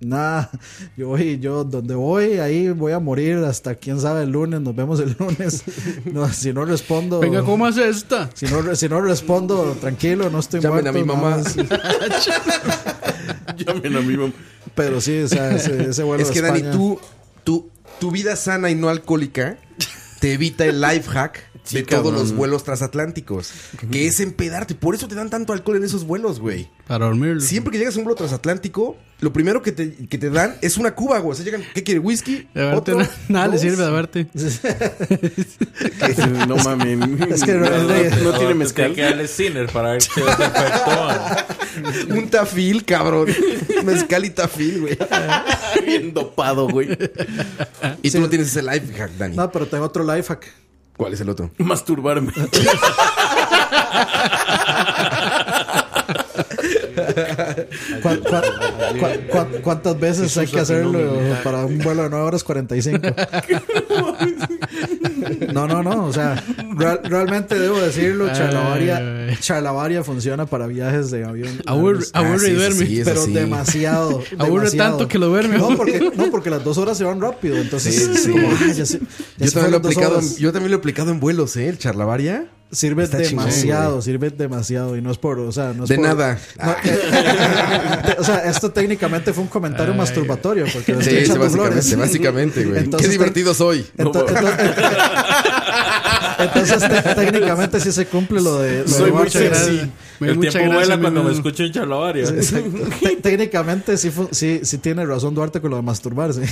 Speaker 9: nada, yo voy, yo donde voy, ahí voy a morir hasta quién sabe el lunes, nos vemos el lunes. No, si no respondo...
Speaker 6: Venga, ¿cómo es esta?
Speaker 9: Si no, si no respondo, tranquilo, no estoy
Speaker 4: Llamen a
Speaker 9: muerto,
Speaker 4: mi
Speaker 9: nada
Speaker 4: mamá.
Speaker 9: más.
Speaker 5: Llamen a mi mamá.
Speaker 9: Pero sí, o sea, ese, ese vuelo
Speaker 4: es que,
Speaker 9: de
Speaker 4: Dani,
Speaker 9: España-
Speaker 4: tú, tú, tu vida sana y no alcohólica te evita el life hack
Speaker 5: Sí,
Speaker 4: de
Speaker 5: cabrón.
Speaker 4: todos los vuelos transatlánticos, que es empedarte. Por eso te dan tanto alcohol en esos vuelos, güey.
Speaker 6: Para dormirlo.
Speaker 4: Siempre que llegas a un vuelo transatlántico, lo primero que te, que te dan es una cuba, güey. O sea, llegan, ¿qué quiere? ¿Whisky?
Speaker 6: De verte,
Speaker 4: ¿Otro?
Speaker 6: na- nada le
Speaker 4: ¿Dos?
Speaker 6: sirve de verte.
Speaker 5: No mames.
Speaker 9: Es que
Speaker 5: no,
Speaker 9: realmente-
Speaker 5: no tiene
Speaker 8: Hay
Speaker 5: mezcal.
Speaker 8: que darle Sinner para ver si los infectó.
Speaker 4: Un tafil, cabrón. Mezcal y tafil, güey.
Speaker 5: Bien dopado, güey.
Speaker 4: Y tú no tienes ese life hack, Dani.
Speaker 9: No, pero tengo otro life hack.
Speaker 4: ¿Cuál es el otro?
Speaker 5: Masturbarme.
Speaker 9: ¿Cuá- cuá- cuá- cuá- ¿Cuántas veces hay que hacerlo para un vuelo de 9 horas 45? No, no, no. O sea, real- realmente debo decirlo,
Speaker 6: Ay,
Speaker 9: Charlavaria,
Speaker 6: ay.
Speaker 9: Charlavaria funciona para viajes de avión. Ah,
Speaker 6: Aburre, aburre y
Speaker 4: sí, sí,
Speaker 6: duerme.
Speaker 4: sí, es
Speaker 9: pero
Speaker 4: así.
Speaker 9: demasiado.
Speaker 6: Aburre
Speaker 9: demasiado.
Speaker 6: tanto que lo duerme.
Speaker 9: No porque, no, porque las dos horas se van rápido. Entonces,
Speaker 4: Sí, sí.
Speaker 9: como, "Ay, ya se- ya
Speaker 4: Yo
Speaker 9: se fueron
Speaker 4: también, lo he
Speaker 9: dos
Speaker 4: aplicado, en-
Speaker 9: horas".
Speaker 4: yo también lo he aplicado en vuelos, ¿eh? El charlavaria.
Speaker 9: Sirve
Speaker 4: Está chingón,
Speaker 9: demasiado,
Speaker 4: güey.
Speaker 9: sirve demasiado y no es por, o sea, no es
Speaker 4: De
Speaker 9: por-
Speaker 4: nada.
Speaker 9: No, eh, o sea, esto técnicamente fue un comentario
Speaker 6: Ay.
Speaker 9: masturbatorio porque le
Speaker 4: Sí,
Speaker 9: estoy
Speaker 4: sí,
Speaker 9: echando
Speaker 4: básicamente,
Speaker 9: flores.
Speaker 4: básicamente, güey.
Speaker 9: Entonces,
Speaker 4: Qué divertido soy.
Speaker 9: Ento- entonces, entonces, te- técnicamente sí se cumple lo de lo de
Speaker 5: Soy muy
Speaker 9: Watcher.
Speaker 5: sexy.
Speaker 6: Me
Speaker 8: El
Speaker 6: mucha
Speaker 8: tiempo
Speaker 6: gracia
Speaker 8: vuela
Speaker 6: a mí
Speaker 8: cuando me
Speaker 6: mismo.
Speaker 8: escucho en Charlavaria.
Speaker 9: Te- técnicamente sí, fun- sí, sí tiene razón Duarte con lo de masturbarse.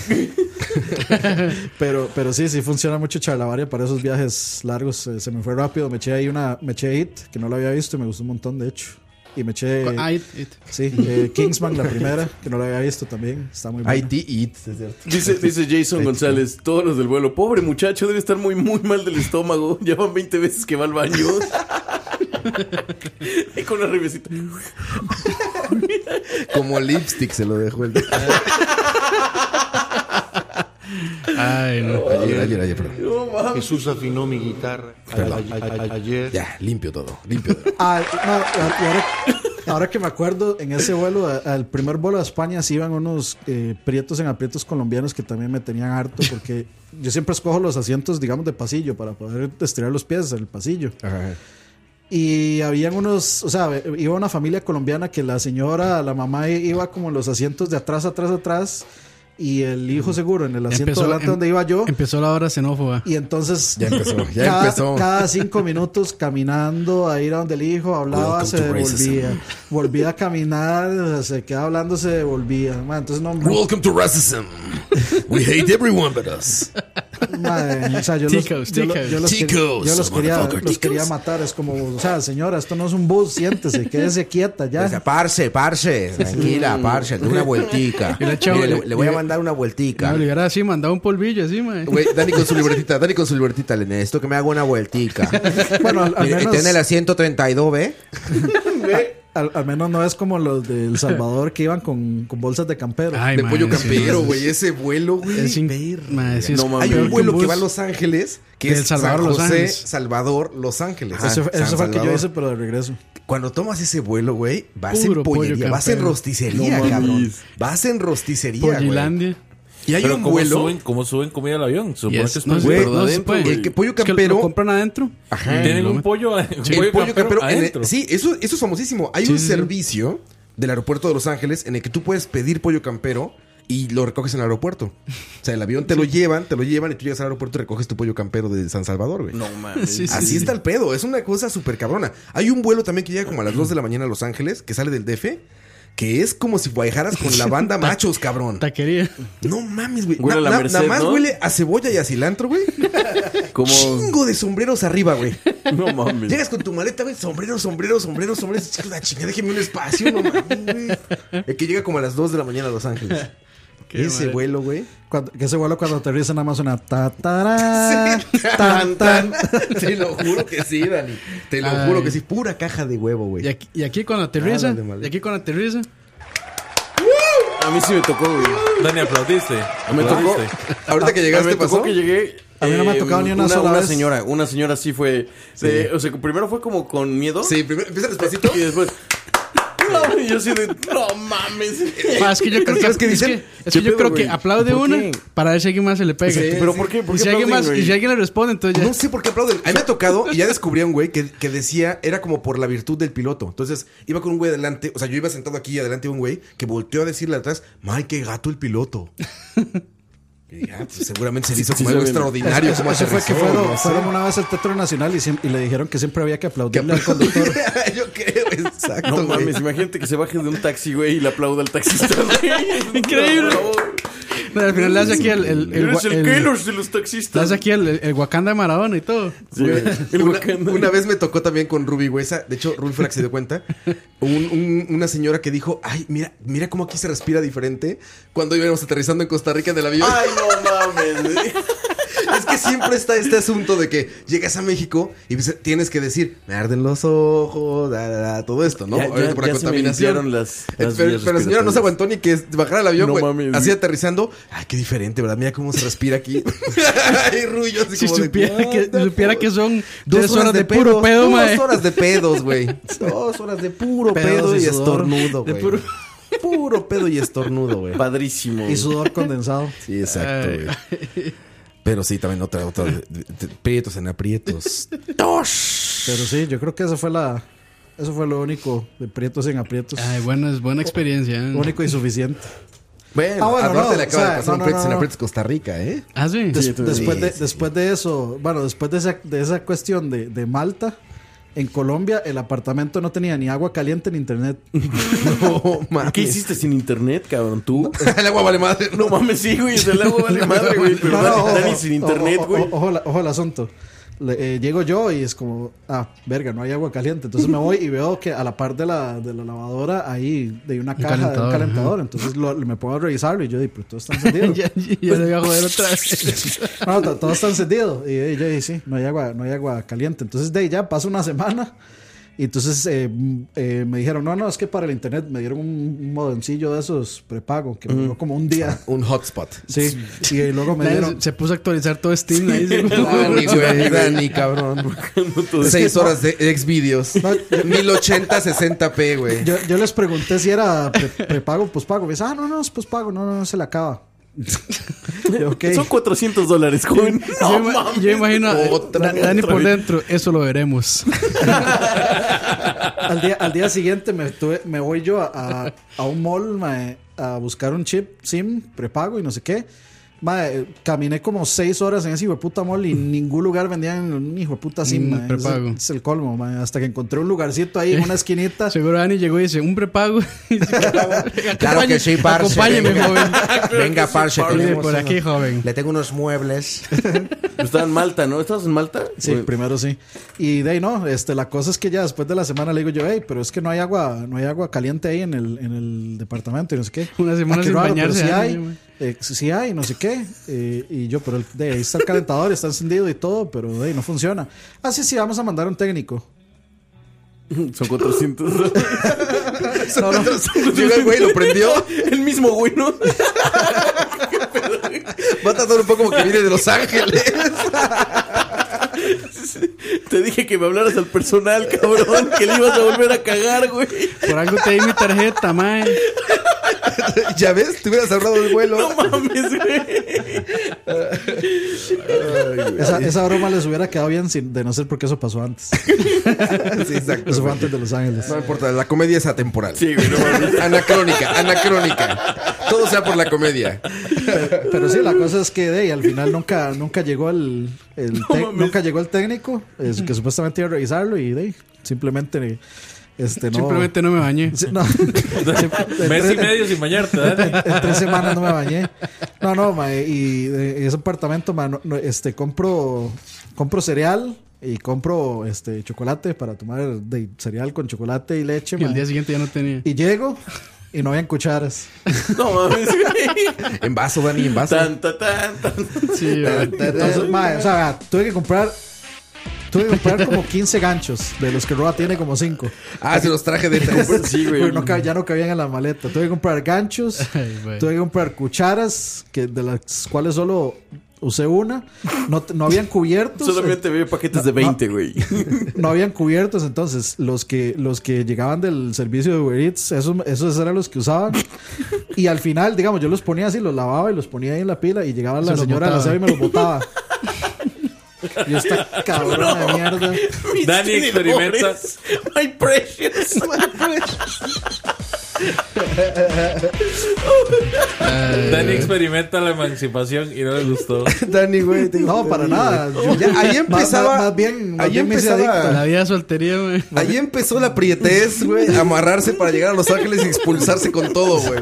Speaker 9: pero, pero sí, sí funciona mucho Charlavaria para esos viajes largos. Eh, Se, me fue rápido. Me eché ahí una. Me eché It, que no lo había visto y me gustó un montón, de hecho. Y me eché.
Speaker 6: Ah, it- it.
Speaker 9: Sí, eh, Kingsman, la primera, que no la había visto también. Está muy buena.
Speaker 4: Ah, IT Eat. es cierto.
Speaker 5: Dice, dice
Speaker 9: Este,
Speaker 5: Jason González, todos los del vuelo. Pobre muchacho, debe estar muy, muy mal del estómago. Ya van 20 veces que va al baño. y con una revesita.
Speaker 4: Como lipstick se lo dejó el.
Speaker 6: Ay, no.
Speaker 4: Ayer, ayer, ayer, perdón.
Speaker 10: Jesús afinó mi guitarra.
Speaker 4: Perdón.
Speaker 10: A- a- a- ayer.
Speaker 4: Ya, limpio todo, limpio.
Speaker 9: Ah, no, y ahora, ahora que me acuerdo, en ese vuelo, a- al primer vuelo a España, sí iban unos eh, prietos en aprietos colombianos que también me tenían harto, porque yo siempre escojo los asientos, digamos, de pasillo para poder estirar los pies en el pasillo. Y habían unos, o sea, iba una familia colombiana que la señora, la mamá iba como en los asientos de atrás, atrás, atrás. Y el hijo seguro en el asiento
Speaker 6: Empezó-
Speaker 9: delante
Speaker 6: em-
Speaker 9: donde iba yo.
Speaker 6: Empezó la hora xenófoba.
Speaker 9: Y entonces.
Speaker 6: Ya empezó, ya
Speaker 9: cada,
Speaker 6: empezó.
Speaker 9: Cada cinco minutos caminando a ir a donde el hijo hablaba,
Speaker 6: Welcome
Speaker 9: se
Speaker 6: to racism.
Speaker 9: devolvía. Volvía a caminar, o sea, se quedaba hablando, se devolvía. Ma, entonces no.
Speaker 4: Welcome to racism. We hate everyone but us.
Speaker 9: ma, eh, o sea, yo los,
Speaker 4: Ticos,
Speaker 9: yo lo-
Speaker 4: ticos.
Speaker 9: yo los quería-
Speaker 4: Ticos,
Speaker 9: yo los quería,
Speaker 4: motherfucker,
Speaker 9: los quería
Speaker 4: ticos.
Speaker 9: matar. Es como, o sea, señora, esto no es un bus, siéntese, quédese quieta ya.
Speaker 13: Parce, parce, tranquila, parce, de una vueltica.
Speaker 6: Y la chava-
Speaker 13: Mire, le, le voy a
Speaker 6: y-
Speaker 13: mandar una vueltica.
Speaker 6: No, le hubiera así, mandado un polvillo eh. así, mae.
Speaker 13: Güey, Dani con su libretita, Dani con su libretita, le necesito que me haga una vueltica.
Speaker 9: Bueno, al, al
Speaker 4: Eh,
Speaker 13: Mire,
Speaker 9: menos.
Speaker 13: está en el asiento 32, ¿ve?
Speaker 9: Al, al menos no es como los de El Salvador que iban con, con bolsas de campero.
Speaker 4: de pollo campero, güey. Ese vuelo, güey.
Speaker 6: Es in- mae, sí es
Speaker 4: No mames. Hay
Speaker 6: peor
Speaker 4: un vuelo que
Speaker 6: bus.
Speaker 4: va a Los Ángeles, que
Speaker 6: Del
Speaker 4: es
Speaker 6: Salvador a
Speaker 4: San
Speaker 6: Los
Speaker 4: José,
Speaker 6: Ángeles.
Speaker 4: Salvador, Los Ángeles. Ah,
Speaker 9: Ajá, Ese fue- ese
Speaker 4: San
Speaker 9: fue el que yo
Speaker 4: Salvador.
Speaker 9: hice, pero de regreso.
Speaker 4: Cuando tomas ese vuelo, güey, vas
Speaker 9: Puro
Speaker 4: en
Speaker 9: pollo
Speaker 4: pollería, vas en
Speaker 9: campero.
Speaker 4: rosticería,
Speaker 9: No mames.
Speaker 4: cabrón. Vas en rosticería, güey. Y hay
Speaker 8: Pero
Speaker 4: un
Speaker 8: ¿cómo
Speaker 4: vuelo.
Speaker 8: Suben, ¿Cómo suben comida al avión? Se Supone
Speaker 4: Yes.
Speaker 8: que es
Speaker 4: No, pues.
Speaker 8: para-
Speaker 4: güey,
Speaker 8: Pero
Speaker 4: no se
Speaker 8: adentro,
Speaker 4: puede.
Speaker 8: güey.
Speaker 4: El que pollo campero-
Speaker 6: ¿Lo compran adentro?
Speaker 4: Ajá.
Speaker 8: Tienen
Speaker 4: Lo
Speaker 8: un
Speaker 4: met-
Speaker 8: pollo, un
Speaker 4: Sí,
Speaker 8: pollo campero
Speaker 4: en el-
Speaker 8: adentro.
Speaker 4: sí, eso, eso es famosísimo. Hay
Speaker 8: Sí,
Speaker 4: un
Speaker 8: sí, sí.
Speaker 4: servicio del aeropuerto de Los Ángeles en el que tú puedes pedir pollo campero y lo recoges en el aeropuerto. O sea, el avión te lo llevan, te lo llevan y tú llegas al aeropuerto y recoges tu pollo campero de San Salvador, güey.
Speaker 5: No mames. Sí, sí,
Speaker 4: Así
Speaker 5: sí.
Speaker 4: está el pedo. Es una cosa súper cabrona. Hay un vuelo también que llega como a las 2 de la mañana a Los Ángeles, que sale del DF. Que es como si viajaras con la banda machos, cabrón.
Speaker 6: Taquería.
Speaker 4: No mames, güey.
Speaker 5: Huele a
Speaker 4: Na-
Speaker 5: la
Speaker 4: na-
Speaker 5: Merced,
Speaker 4: nada más
Speaker 5: ¿no?
Speaker 4: huele a cebolla y a cilantro, güey.
Speaker 5: Como.
Speaker 4: Chingo de sombreros arriba, güey.
Speaker 5: No mames.
Speaker 4: Llegas con tu maleta, güey, sombrero, sombrero, sombrero, sombrero. Chicos, la chingada, déjeme un espacio, no mames, güey. El que llega como a las 2 de la mañana a Los Ángeles. Ese
Speaker 9: madre.
Speaker 4: vuelo, güey.
Speaker 9: Cuando- que ese vuelo cuando aterriza nada más una ta tará, tan, tan.
Speaker 4: Te lo juro que sí, Dani. Te lo
Speaker 6: Ay.
Speaker 4: juro que sí. Pura caja de huevo,
Speaker 6: Y
Speaker 4: güey.
Speaker 6: aquí, y aquí cuando aterriza,
Speaker 4: Nada de mal.
Speaker 6: y aquí cuando aterriza,
Speaker 5: A mí sí me tocó, güey.
Speaker 8: Dani, aplaudiste.
Speaker 5: Ah, Me tocó.
Speaker 8: Aplaudiste.
Speaker 4: Ahorita que llegaste,
Speaker 5: me tocó
Speaker 4: ¿pasó?
Speaker 5: que llegué. eh,
Speaker 4: A mí no me ha tocado ni una sola vez.
Speaker 5: señora, una señora sí fue. de- o sea, primero fue como con miedo.
Speaker 4: Sí, primero empieza despacito.
Speaker 5: Y después. No, y yo sí de. No mames.
Speaker 6: Ah, es que yo creo que,
Speaker 5: ¿Sabes qué
Speaker 6: es
Speaker 5: dicen?
Speaker 6: que- es que
Speaker 5: ¿Qué
Speaker 6: yo
Speaker 5: pedo,
Speaker 6: creo
Speaker 5: güey?
Speaker 6: que aplaude
Speaker 5: ¿Por
Speaker 6: una
Speaker 5: qué?
Speaker 6: para ver si alguien más se le pega.
Speaker 5: Sí, ¿Pero sí. por qué? ¿Por
Speaker 6: y,
Speaker 5: qué
Speaker 6: si alguien
Speaker 5: aplauden,
Speaker 6: más, y
Speaker 5: güey?
Speaker 6: si alguien le responde, entonces ya.
Speaker 4: No sé por qué aplauden. A mí me ha tocado y ya descubrí a un güey que, que decía era como por la virtud del piloto. Entonces iba con un güey adelante, o sea, yo iba sentado aquí y adelante un güey que volteó a decirle atrás, ¡May, qué gato el piloto! Y dije, ah, pues, seguramente se le hizo
Speaker 9: Sí,
Speaker 4: como
Speaker 9: sí,
Speaker 4: algo
Speaker 9: sí.
Speaker 4: extraordinario.
Speaker 9: Eso,
Speaker 4: como
Speaker 9: eso fue que
Speaker 4: aterrizó,
Speaker 9: fueron,
Speaker 4: no sé.
Speaker 9: fueron una vez al Teatro Nacional y, siem- y le dijeron que siempre había que aplaudirle al conductor.
Speaker 4: Yo creo, exacto.
Speaker 5: No
Speaker 4: güey.
Speaker 5: mames, imagínate que se baje de un taxi, güey, y le aplauda al taxista, güey.
Speaker 6: Increíble. No, al final le hace aquí el. el, el,
Speaker 5: Eres
Speaker 6: gua-
Speaker 5: el,
Speaker 6: el-
Speaker 5: Keylor de los
Speaker 6: le hace
Speaker 5: taxistas.
Speaker 6: aquí el, el- el Wakanda de Maradona y todo.
Speaker 5: Sí, güey. El
Speaker 4: Una,
Speaker 5: Wakanda.
Speaker 4: una vez me tocó también con Ruby Huesa. De hecho, Rulf Frack se dio cuenta. Un- un- una señora que dijo: Ay, mira, mira cómo aquí se respira diferente cuando íbamos aterrizando en Costa Rica en el avión.
Speaker 5: Ay, no mames, güey.
Speaker 4: Es que siempre está este asunto de que llegas a México y pues tienes que decir, me arden los ojos, da, da, da", todo esto, ¿no?
Speaker 5: Ya- ya-
Speaker 4: Obviamente por
Speaker 5: ya
Speaker 4: la
Speaker 5: se me
Speaker 4: contaminación.
Speaker 5: limpiaron las-
Speaker 4: Eh,
Speaker 5: las
Speaker 4: pero,
Speaker 5: vías
Speaker 4: pero la señora no se aguantó ni que bajara el avión,
Speaker 5: No
Speaker 4: güey.
Speaker 5: mames,
Speaker 4: así
Speaker 5: güey.
Speaker 4: aterrizando. Ay, qué diferente, ¿verdad? Mira cómo se respira aquí. Ay, Rullo, así
Speaker 6: Si
Speaker 4: como de,
Speaker 6: supiera, que,
Speaker 4: "What the
Speaker 6: supiera
Speaker 4: fuck?".
Speaker 6: que son
Speaker 4: Dos
Speaker 6: tres horas de puro
Speaker 4: pedos,
Speaker 6: pedo,
Speaker 4: dos
Speaker 6: mae.
Speaker 4: horas de pedos, güey. Dos horas de puro
Speaker 9: Pedos
Speaker 4: pedo
Speaker 9: y
Speaker 4: y
Speaker 9: sudor.
Speaker 4: estornudo,
Speaker 6: De
Speaker 4: güey.
Speaker 6: puro-
Speaker 4: Puro pedo y estornudo, güey.
Speaker 5: Padrísimo.
Speaker 9: Y sudor condensado.
Speaker 4: Sí, exacto,
Speaker 6: Ay.
Speaker 4: güey. Pero sí, también otra, otra. de- de- de- Prietos en aprietos.
Speaker 9: Pero sí, yo creo que esa fue la. Eso fue lo único de prietos en aprietos.
Speaker 6: Ay, bueno, es buena experiencia. ¿eh?
Speaker 9: Único y suficiente.
Speaker 4: Bueno,
Speaker 9: Ah, bueno,
Speaker 4: a Duarte
Speaker 9: no,
Speaker 4: le
Speaker 9: o
Speaker 4: acaba
Speaker 9: sea,
Speaker 4: de pasar
Speaker 9: no,
Speaker 4: un
Speaker 9: no,
Speaker 4: Prietos
Speaker 9: no,
Speaker 4: en
Speaker 9: no.
Speaker 4: aprietos Costa Rica, ¿eh?
Speaker 6: Ah, sí.
Speaker 9: Des-
Speaker 5: Sí, tú-
Speaker 9: después, de,
Speaker 4: sí,
Speaker 9: después de eso, bueno, después de esa, de esa cuestión de, de Malta, en Colombia el apartamento no tenía ni agua caliente ni internet.
Speaker 4: No, mames.
Speaker 5: ¿Qué hiciste sin internet, cabrón? ¿Tú?
Speaker 4: El agua vale madre.
Speaker 5: No mames, sí, güey. Es el agua vale madre, güey. Pero
Speaker 9: No,
Speaker 5: Dani,
Speaker 9: no,
Speaker 5: Dani
Speaker 9: ojo,
Speaker 5: sin internet,
Speaker 9: ojo,
Speaker 5: güey.
Speaker 9: Ojo, ojo la- ojo al asunto. Le- eh, llego yo y es como, ah, verga, no hay agua caliente. Entonces me voy y veo que a la par de la, de la lavadora ahí hay una caja de un
Speaker 6: calentador,
Speaker 9: calentador. Entonces lo- me pongo a revisarlo y yo, "Di, pero todo está encendido. Pues,
Speaker 6: ya, ya, ya le voy a joder otra vez.
Speaker 9: No, to- todo está encendido. Y, eh, yo dije, sí, no hay agua, no hay agua caliente. Entonces, de ahí ya pasa una semana Y entonces eh, m- eh, me dijeron, no, no, es que para el internet me dieron un modemcillo de esos prepago, que me duró como un día.
Speaker 4: Un hotspot.
Speaker 9: Sí, y luego me
Speaker 6: Nadie
Speaker 9: dieron...
Speaker 6: Se puso a actualizar todo este Steam. ahí, sí.
Speaker 4: Dani, güey, Dani, cabrón. Seis horas de ex vídeos. 1080, 60p, güey.
Speaker 9: Yo, yo les pregunté si era pre- prepago o pospago. Me dice, ah, no, no, es pospago. No, no, no, se le acaba.
Speaker 5: Son 400 dólares, joven.
Speaker 6: yo,
Speaker 5: No,
Speaker 6: ima-
Speaker 5: mames.
Speaker 6: yo imagino a
Speaker 5: Otra,
Speaker 6: Da- Dani
Speaker 5: otra
Speaker 6: por
Speaker 5: vez.
Speaker 6: dentro, eso lo veremos.
Speaker 9: al, día, al día siguiente me, tuve- me voy yo a, a- a un mall mae, a buscar un chip SIM prepago y no sé qué. Mae, caminé como seis horas en ese hijo de puta mall y en ningún lugar vendían un hijo de puta SIM.
Speaker 6: Mm,
Speaker 9: mae.
Speaker 6: prepago.
Speaker 9: Es, es el colmo, mae. hasta que encontré un lugarcito ahí en una esquinita.
Speaker 6: Seguro Dani llegó y dice, un prepago.
Speaker 13: Claro que sí, parce.
Speaker 6: Acompáñeme,
Speaker 13: Venga.
Speaker 6: joven.
Speaker 13: Venga, parce.
Speaker 6: parce.
Speaker 13: tenemos
Speaker 6: Por aquí,
Speaker 13: uno.
Speaker 6: joven.
Speaker 13: Le tengo unos muebles.
Speaker 5: Estaba en Malta, ¿no? ¿Estabas en Malta?
Speaker 9: Sí,
Speaker 5: Güey.
Speaker 9: Pues, primero sí. Y de ahí no, este, la cosa es que ya después de la semana le digo yo, hey, pero es que no hay agua, no hay agua caliente ahí en el, en el departamento y no sé qué.
Speaker 6: Una semana
Speaker 9: "Ah, qué
Speaker 6: sin
Speaker 9: raro, pero
Speaker 6: bañarse,
Speaker 9: sí
Speaker 6: ah,
Speaker 9: hay,
Speaker 6: güey.
Speaker 9: eh, sí hay, no sé qué. Eh, y yo, pero el- de ahí está el calentador, está encendido y todo, pero de ahí no funciona. Ah, sí, sí, vamos a mandar un técnico.
Speaker 5: Son 400 dólares.
Speaker 9: No, no.
Speaker 4: Llegó el güey, lo prendió.
Speaker 5: El mismo güey, ¿no?
Speaker 4: Va a tardar un poco como que viene de Los Ángeles.
Speaker 5: Te dije que me hablaras al personal, cabrón. Que le ibas a volver a cagar, güey.
Speaker 6: Por algo te di mi tarjeta, mae.
Speaker 4: ya ves, te hubieras ahorrado el vuelo.
Speaker 5: No mames, güey.
Speaker 9: Esa, esa broma les hubiera quedado bien sin- de no ser porque eso pasó antes.
Speaker 4: Sí, exacto.
Speaker 9: Eso fue
Speaker 4: güey.
Speaker 9: antes de Los Ángeles.
Speaker 4: No importa, la comedia es atemporal.
Speaker 5: Sí, güey, no mames.
Speaker 4: Anacrónica, anacrónica. Todo sea por la comedia.
Speaker 9: Pero sí, la cosa es que de, ahí, al final nunca, nunca llegó el, el tec- nunca llegó el técnico, es que supuestamente iba a revisarlo y de, ahí, simplemente este no.
Speaker 6: Simplemente no me bañé.
Speaker 9: Sí, no.
Speaker 8: Mes y medio sin bañarte, Dani.
Speaker 9: En tres semanas no me bañé. No, no, ma, y de ese apartamento, ma, no- no, este, compro, compro cereal y compro este chocolate para tomar de cereal con chocolate y leche.
Speaker 6: Y
Speaker 9: ma.
Speaker 6: el día siguiente ya no tenía.
Speaker 9: Y llego y no habían cucharas.
Speaker 5: No mames, güey.
Speaker 4: En vaso, Dani, en vaso.
Speaker 5: Tan, ta, tan, tan.
Speaker 6: Sí, mae.
Speaker 9: Entonces, mae, o sea, vea, tuve que comprar. Tuve que comprar como 15 ganchos, de los que Roa tiene como 5.
Speaker 4: Ah, se los traje de tres.
Speaker 5: Sí, güey.
Speaker 9: ya no cabían en la maleta. Tuve que comprar ganchos,
Speaker 6: Ay, güey.
Speaker 9: tuve que comprar cucharas, que de las cuales solo usé una. No, te- no habían cubiertos.
Speaker 5: Solamente veo paquetes de 20, güey.
Speaker 9: eh, No habían cubiertos, entonces los que, los que llegaban del servicio de Uber Eats, esos, esos eran los que usaban. Y al final, digamos, yo los ponía así, los lavaba y los ponía ahí en la pila y llegaba la
Speaker 6: los
Speaker 9: señora a la
Speaker 6: botaba.
Speaker 9: y me los botaba. Y esta cabrona de mierda.
Speaker 8: Dani experimenta.
Speaker 5: My precious.
Speaker 8: Dani experimenta la emancipación y no le gustó.
Speaker 4: Dani, güey. te-
Speaker 9: No, para nada.
Speaker 4: Ya, ahí empezaba.
Speaker 9: Más, más bien, más
Speaker 4: ahí
Speaker 9: bien me hice adicto.
Speaker 4: empezaba.
Speaker 6: La vida de soltería, mae.
Speaker 4: Ahí empezó la prietez, güey. Amarrarse para llegar a Los Ángeles y expulsarse con todo, güey.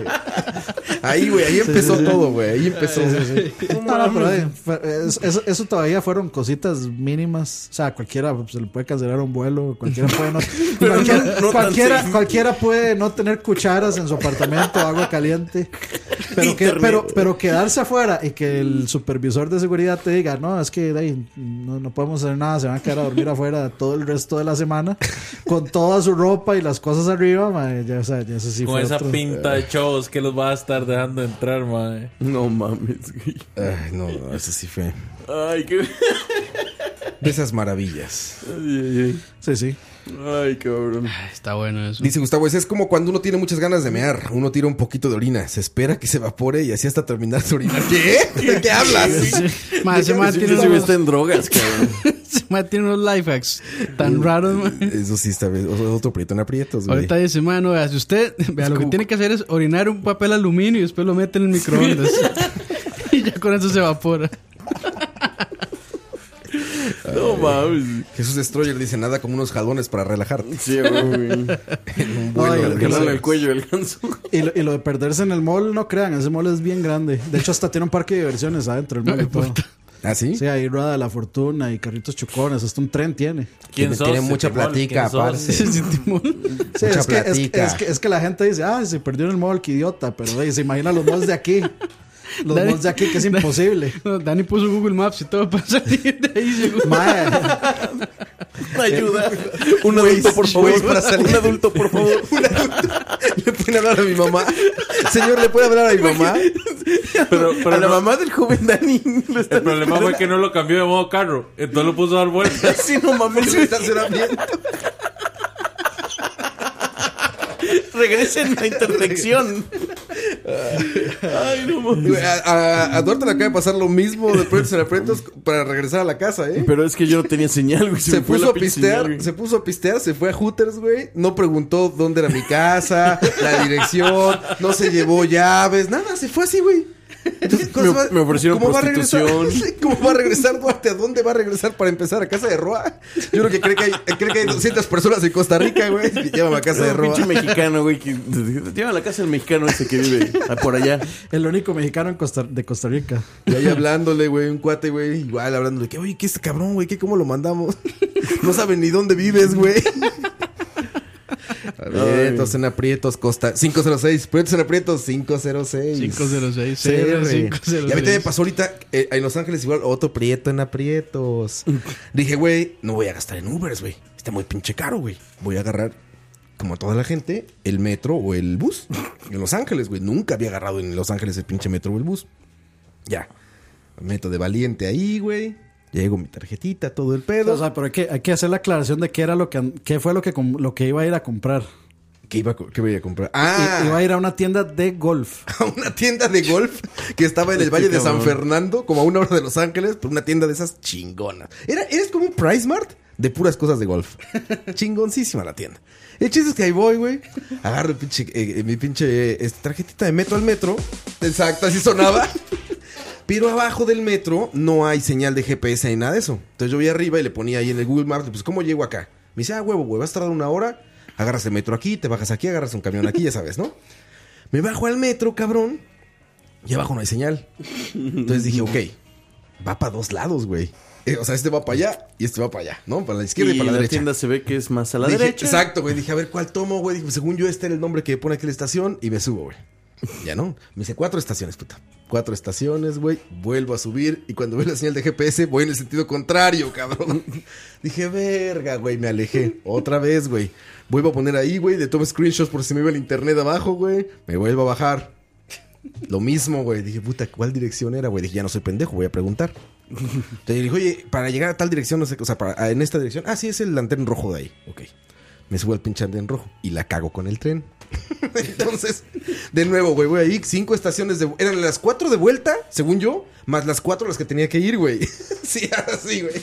Speaker 4: Ahí, güey, ahí empezó todo, güey. Ahí empezó.
Speaker 9: No, no, pero, eh, fue- es- eso, eso todavía fueron cositas mínimas. O sea, cualquiera pues, se le puede cancelar un vuelo, cualquiera puede no, cualquiera,
Speaker 5: no- no tan
Speaker 9: cualquiera,
Speaker 5: serio.
Speaker 9: cualquiera puede no tener cucharas en su apartamento, agua caliente. Pero, que,
Speaker 5: Internet.
Speaker 9: pero, pero quedarse afuera y que el supervisor de seguridad te diga, no, es que de ahí, no, no podemos hacer nada, se van a quedar a dormir afuera todo el resto de la semana con toda su ropa y las cosas arriba. mae, ya, o sea, ya eso sí
Speaker 8: Con
Speaker 9: fue
Speaker 8: esa
Speaker 9: otro-
Speaker 8: pinta de chavos que los va a estar dejando entrar, mae.
Speaker 5: No mames, güey.
Speaker 4: Ay, no, no, eso sí fue.
Speaker 5: Ay, qué.
Speaker 4: De esas maravillas.
Speaker 5: Ay, ay,
Speaker 9: Sí, sí.
Speaker 5: ay. Ay, cabrón.
Speaker 6: Está bueno eso.
Speaker 4: Dice Gustavo, es es como cuando uno tiene muchas ganas de mear. Uno tira un poquito de orina, se espera que se evapore y así hasta terminar su orina. ¿Qué? ¿De qué hablas?
Speaker 6: Mae, ese mae
Speaker 5: Sí,
Speaker 6: tiene
Speaker 5: sí,
Speaker 6: unos-
Speaker 5: está en drogas, cabrón.
Speaker 6: ese mae tiene unos life hacks tan raros, mae.
Speaker 4: Eso sí está bien. O- Otro prieto en aprietos, güey.
Speaker 6: Ahorita dice, mae, no, vea, si usted, vea, lo que tiene que hacer es orinar un papel aluminio y después lo mete en el microondas. y ya con eso se evapora.
Speaker 5: No mames.
Speaker 4: Jesús Destroyer dice nada como unos jalones para relajarte.
Speaker 5: Sí, güey.
Speaker 4: Un
Speaker 9: No, y
Speaker 4: vuelo
Speaker 9: el
Speaker 4: de
Speaker 5: Que
Speaker 4: risas.
Speaker 5: en el cuello el ganso.
Speaker 9: Y lo, y lo de perderse en el mall, no crean, ese mall es bien grande. De hecho, hasta tiene un parque de diversiones adentro del mall y todo.
Speaker 4: ¿Ah, sí?
Speaker 9: Sí, ahí Rueda de la Fortuna y Carritos Chocones, hasta un tren tiene.
Speaker 8: ¿Quién
Speaker 13: Tiene-
Speaker 8: sos?
Speaker 13: tiene mucha
Speaker 8: Timón?
Speaker 13: platica,
Speaker 8: ¿Quién sos?
Speaker 13: parce.
Speaker 6: Se siente mon-
Speaker 9: Sí,
Speaker 13: Mucha
Speaker 9: es, que, es, que-
Speaker 13: platica.
Speaker 9: es que, es que la gente dice, ah, se perdió en el mall, qué idiota. Pero ey, se imagina los malls de aquí. Los
Speaker 6: Dale.
Speaker 9: malls de aquí, que es imposible.
Speaker 6: No, Dani puso Google Maps y todo para salir de ahí. seguro.
Speaker 9: Mae,
Speaker 4: Eh,
Speaker 5: Ayuda. Un adulto, por favor. Un adulto, por favor.
Speaker 4: ¿Le pueden hablar a mi mamá? Señor, ¿le puede hablar a mi mamá?
Speaker 8: Pero, pero
Speaker 5: a la
Speaker 8: no-
Speaker 5: mamá del joven Dani. lo están
Speaker 8: El problema fue
Speaker 5: esperando.
Speaker 8: que no lo cambió de modo carro. Entonces lo puso a dar vueltas.
Speaker 5: Sí, no mames. Regresen a intersección. Ay, no
Speaker 4: Güey,
Speaker 5: mames.
Speaker 4: A, a- a Duarte le acaba de pasar lo mismo de prentos en aprietos para regresar a la casa, ¿eh?
Speaker 5: Pero es que yo no tenía señal, güey.
Speaker 4: Se,
Speaker 5: me fue
Speaker 4: puso
Speaker 5: la
Speaker 4: a
Speaker 5: pinche
Speaker 4: pistear,
Speaker 5: señal, güey.
Speaker 4: se puso a pistear, se fue a Hooters, güey. No preguntó dónde era mi casa, la dirección, no se llevó llaves, nada, se fue así, güey. Entonces, ¿cómo
Speaker 5: Me-
Speaker 4: va-
Speaker 5: me ofrecieron
Speaker 4: cómo va a regresar-
Speaker 5: prostitución.
Speaker 4: ¿Cómo va a regresar Duarte? ¿A dónde va a regresar para empezar? ¿A casa de Roa? Yo creo que cree que hay, cree que hay 200 personas en Costa Rica, güey. que Llévame a casa de
Speaker 5: Un
Speaker 4: Roa.
Speaker 5: pinche mexicano, güey. Que... Lleva a la casa el mexicano ese que vive por allá.
Speaker 9: El único mexicano en Costa- de Costa Rica.
Speaker 4: Y ahí hablándole, güey, un cuate, güey, igual hablándole que, oye, ¿qué es este cabrón, güey? ¿Qué cómo lo mandamos? No saben ni dónde vives, güey. Aprietos en aprietos, Costa 506, aprietos en aprietos, 506.
Speaker 6: 506,
Speaker 4: CR.
Speaker 6: 506.
Speaker 4: Y a mí también me pasó ahorita eh, en Los Ángeles igual otro prieto en aprietos. Dije, güey, no voy a gastar en Ubers, güey. Está muy pinche caro, güey. Voy a agarrar, como toda la gente, el metro o el bus. En Los Ángeles, güey. Nunca había agarrado en Los Ángeles el pinche metro o el bus. Ya. Me meto de valiente ahí, güey. Llego mi tarjetita, todo el pedo.
Speaker 9: O sea, pero hay que, hay que hacer la aclaración de qué era lo que an- qué fue lo que com- lo que iba a ir a comprar.
Speaker 4: ¿Qué, iba a co- qué voy a comprar? Ah,
Speaker 9: I- iba a ir a una tienda de golf.
Speaker 4: a una tienda de golf que estaba en el Valle de San
Speaker 9: cabrón.
Speaker 4: Fernando, como a una hora de Los Ángeles, pero una tienda de esas chingonas. Era, eres como un Price Mart de puras cosas de golf. Chingoncísima la tienda. El chiste es que ahí voy, güey. Agarro el pinche, eh, eh, mi pinche eh, este, tarjetita de metro al metro. Exacto, así sonaba. Pero abajo del metro no hay señal de GPS ni nada de eso. Entonces yo voy arriba y le ponía ahí en el Google Maps, pues ¿cómo llego acá? Me dice, ah, huevo, güey, vas a tardar una hora, agarras el metro aquí, te bajas aquí, agarras un camión aquí, ya sabes, ¿no? Me bajo al metro, cabrón, y abajo no hay señal. Entonces dije, ok, va para dos lados, güey. Eh, o sea, este va para allá y este va para allá, ¿no? Para la izquierda y,
Speaker 5: y
Speaker 4: para la,
Speaker 5: la
Speaker 4: derecha.
Speaker 5: tienda se ve que es más a la
Speaker 4: Dije,
Speaker 5: derecha.
Speaker 4: Exacto, güey. Dije, a ver cuál tomo, güey. Dije, según yo, este era el nombre que pone aquí la estación y me subo, güey. Ya no. Me dice, cuatro estaciones, puta. Cuatro estaciones, güey. Vuelvo a subir y cuando veo la señal de GPS voy en el sentido contrario, cabrón. Dije, verga, güey. Me alejé. Otra vez, güey. Vuelvo a poner ahí, güey. Le tomo screenshots por si me iba el internet abajo, güey. Me vuelvo a bajar. Lo mismo, güey. Dije, puta, ¿cuál dirección era, güey? Dije, ya no soy pendejo, voy a preguntar. Te dije, oye, para llegar a tal dirección, no sé, qué, o sea, para, ah, en esta dirección. Ah, sí, es el antén rojo de ahí. Ok. Me subo al pinche antén rojo y la cago con el tren. Entonces, de nuevo, güey, voy ahí, cinco estaciones de. Eran las cuatro de vuelta, según yo, más las cuatro las que tenía que ir, güey. sí, así, güey.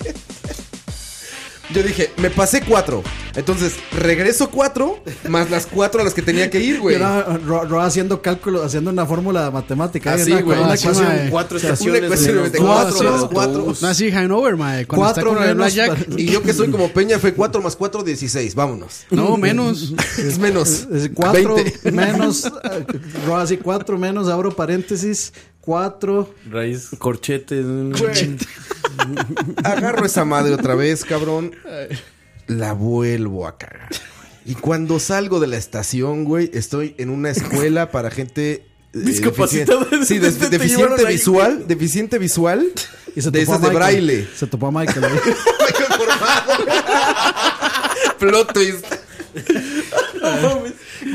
Speaker 4: Yo dije, me pasé cuatro. Entonces, regreso cuatro, más las cuatro a las que tenía que ir,
Speaker 9: Y
Speaker 4: güey.
Speaker 9: era Ro- Ro haciendo cálculos, haciendo una fórmula matemática.
Speaker 4: Así,
Speaker 9: Una-
Speaker 4: Ah, güey.
Speaker 9: una
Speaker 4: Así,
Speaker 9: ecuación.
Speaker 4: mae.
Speaker 5: Cuatro
Speaker 4: Una
Speaker 5: estaciones
Speaker 4: ecuación
Speaker 5: de
Speaker 4: de
Speaker 5: los
Speaker 4: cuatro,
Speaker 5: cuatro
Speaker 4: de los cuatro.
Speaker 5: autobuses.
Speaker 6: No, así, Hanover, mae. Cuando está
Speaker 4: Cuatro
Speaker 6: con el
Speaker 4: menos
Speaker 6: Blackjack.
Speaker 4: pa- Y yo que soy como Peña fue 4 más 4, 16. Vámonos.
Speaker 6: No, menos.
Speaker 4: Es menos.
Speaker 9: Es cuatro
Speaker 4: 20.
Speaker 9: menos, eh, Ro así cuatro menos, abro paréntesis, cuatro.
Speaker 8: Raíz.
Speaker 5: Corchetes.
Speaker 4: Agarro esa madre otra vez, cabrón. La vuelvo a cagar. Y cuando salgo de la estación, güey, estoy en una escuela para gente. eh,
Speaker 5: Discapacitada.
Speaker 4: deficien- Sí, des-
Speaker 5: Te llevaron
Speaker 4: deficiente
Speaker 5: ahí,
Speaker 4: visual. Deficiente visual.
Speaker 9: Y se
Speaker 4: de
Speaker 9: topó a
Speaker 4: esas de
Speaker 9: Michael.
Speaker 4: braille.
Speaker 9: Se topó a Michael. ahí.
Speaker 4: Plot twist.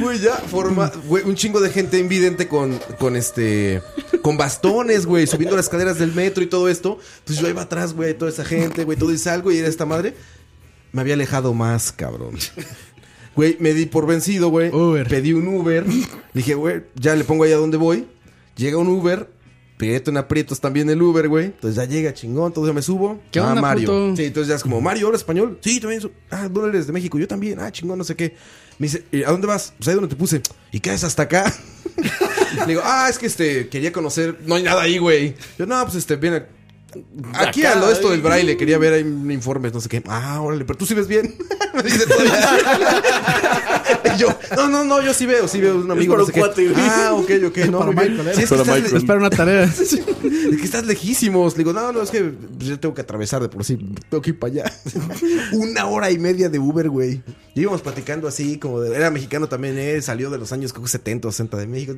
Speaker 4: Güey, ya forma. Güey, un chingo de gente invidente con, con este. Con bastones, güey, subiendo las escaleras del metro y todo esto. Pues yo iba atrás, güey, toda esa gente, güey, todo y salgo y era esta madre. Me había alejado más, cabrón. Güey, me di por vencido, güey. Pedí un Uber. Dije, güey, ya le pongo ahí a donde voy. Llega un Uber. Prieto en aprietos también el Uber, güey. Entonces ya llega chingón, entonces ya me subo.
Speaker 6: ¿Qué
Speaker 4: ah,
Speaker 6: onda,
Speaker 4: Mario.
Speaker 6: puto?
Speaker 4: Sí, entonces ya es como, Mario, ¿habla español? Sí, también. so- Ah, ¿dónde eres? De México. Yo también. Ah, chingón, no sé qué. Me dice, "Eh, ¿a dónde vas? Pues ahí donde te puse. ¿Y qué haces hasta acá? Le digo, ah, es que este, quería conocer. No hay nada ahí, güey. Yo, no, pues este, viene. Aquí
Speaker 5: Acá,
Speaker 4: a lo de esto del
Speaker 5: eh.
Speaker 4: braille, quería ver ahí informes, no sé qué. Ah, órale, pero tú sí ves bien. Me dice todavía. Y yo, no, no, no, yo sí veo, sí veo un amigo.
Speaker 5: para
Speaker 4: no
Speaker 5: un
Speaker 4: sé qué.
Speaker 5: cuate, güey.
Speaker 4: Ah, ok, ok, no.
Speaker 9: Para
Speaker 4: muy bien.
Speaker 9: Michael, ¿eh?
Speaker 4: Sí, es que
Speaker 5: Para
Speaker 4: estás
Speaker 5: Michael.
Speaker 6: Es para una tarea.
Speaker 4: es que estás lejísimos. Le digo, no, no, es que yo tengo que atravesar de por sí. Tengo que ir para allá. Una hora y media de Uber, güey. Y íbamos platicando así, como de- era mexicano también, él salió de los años creo que 70, 60 de México.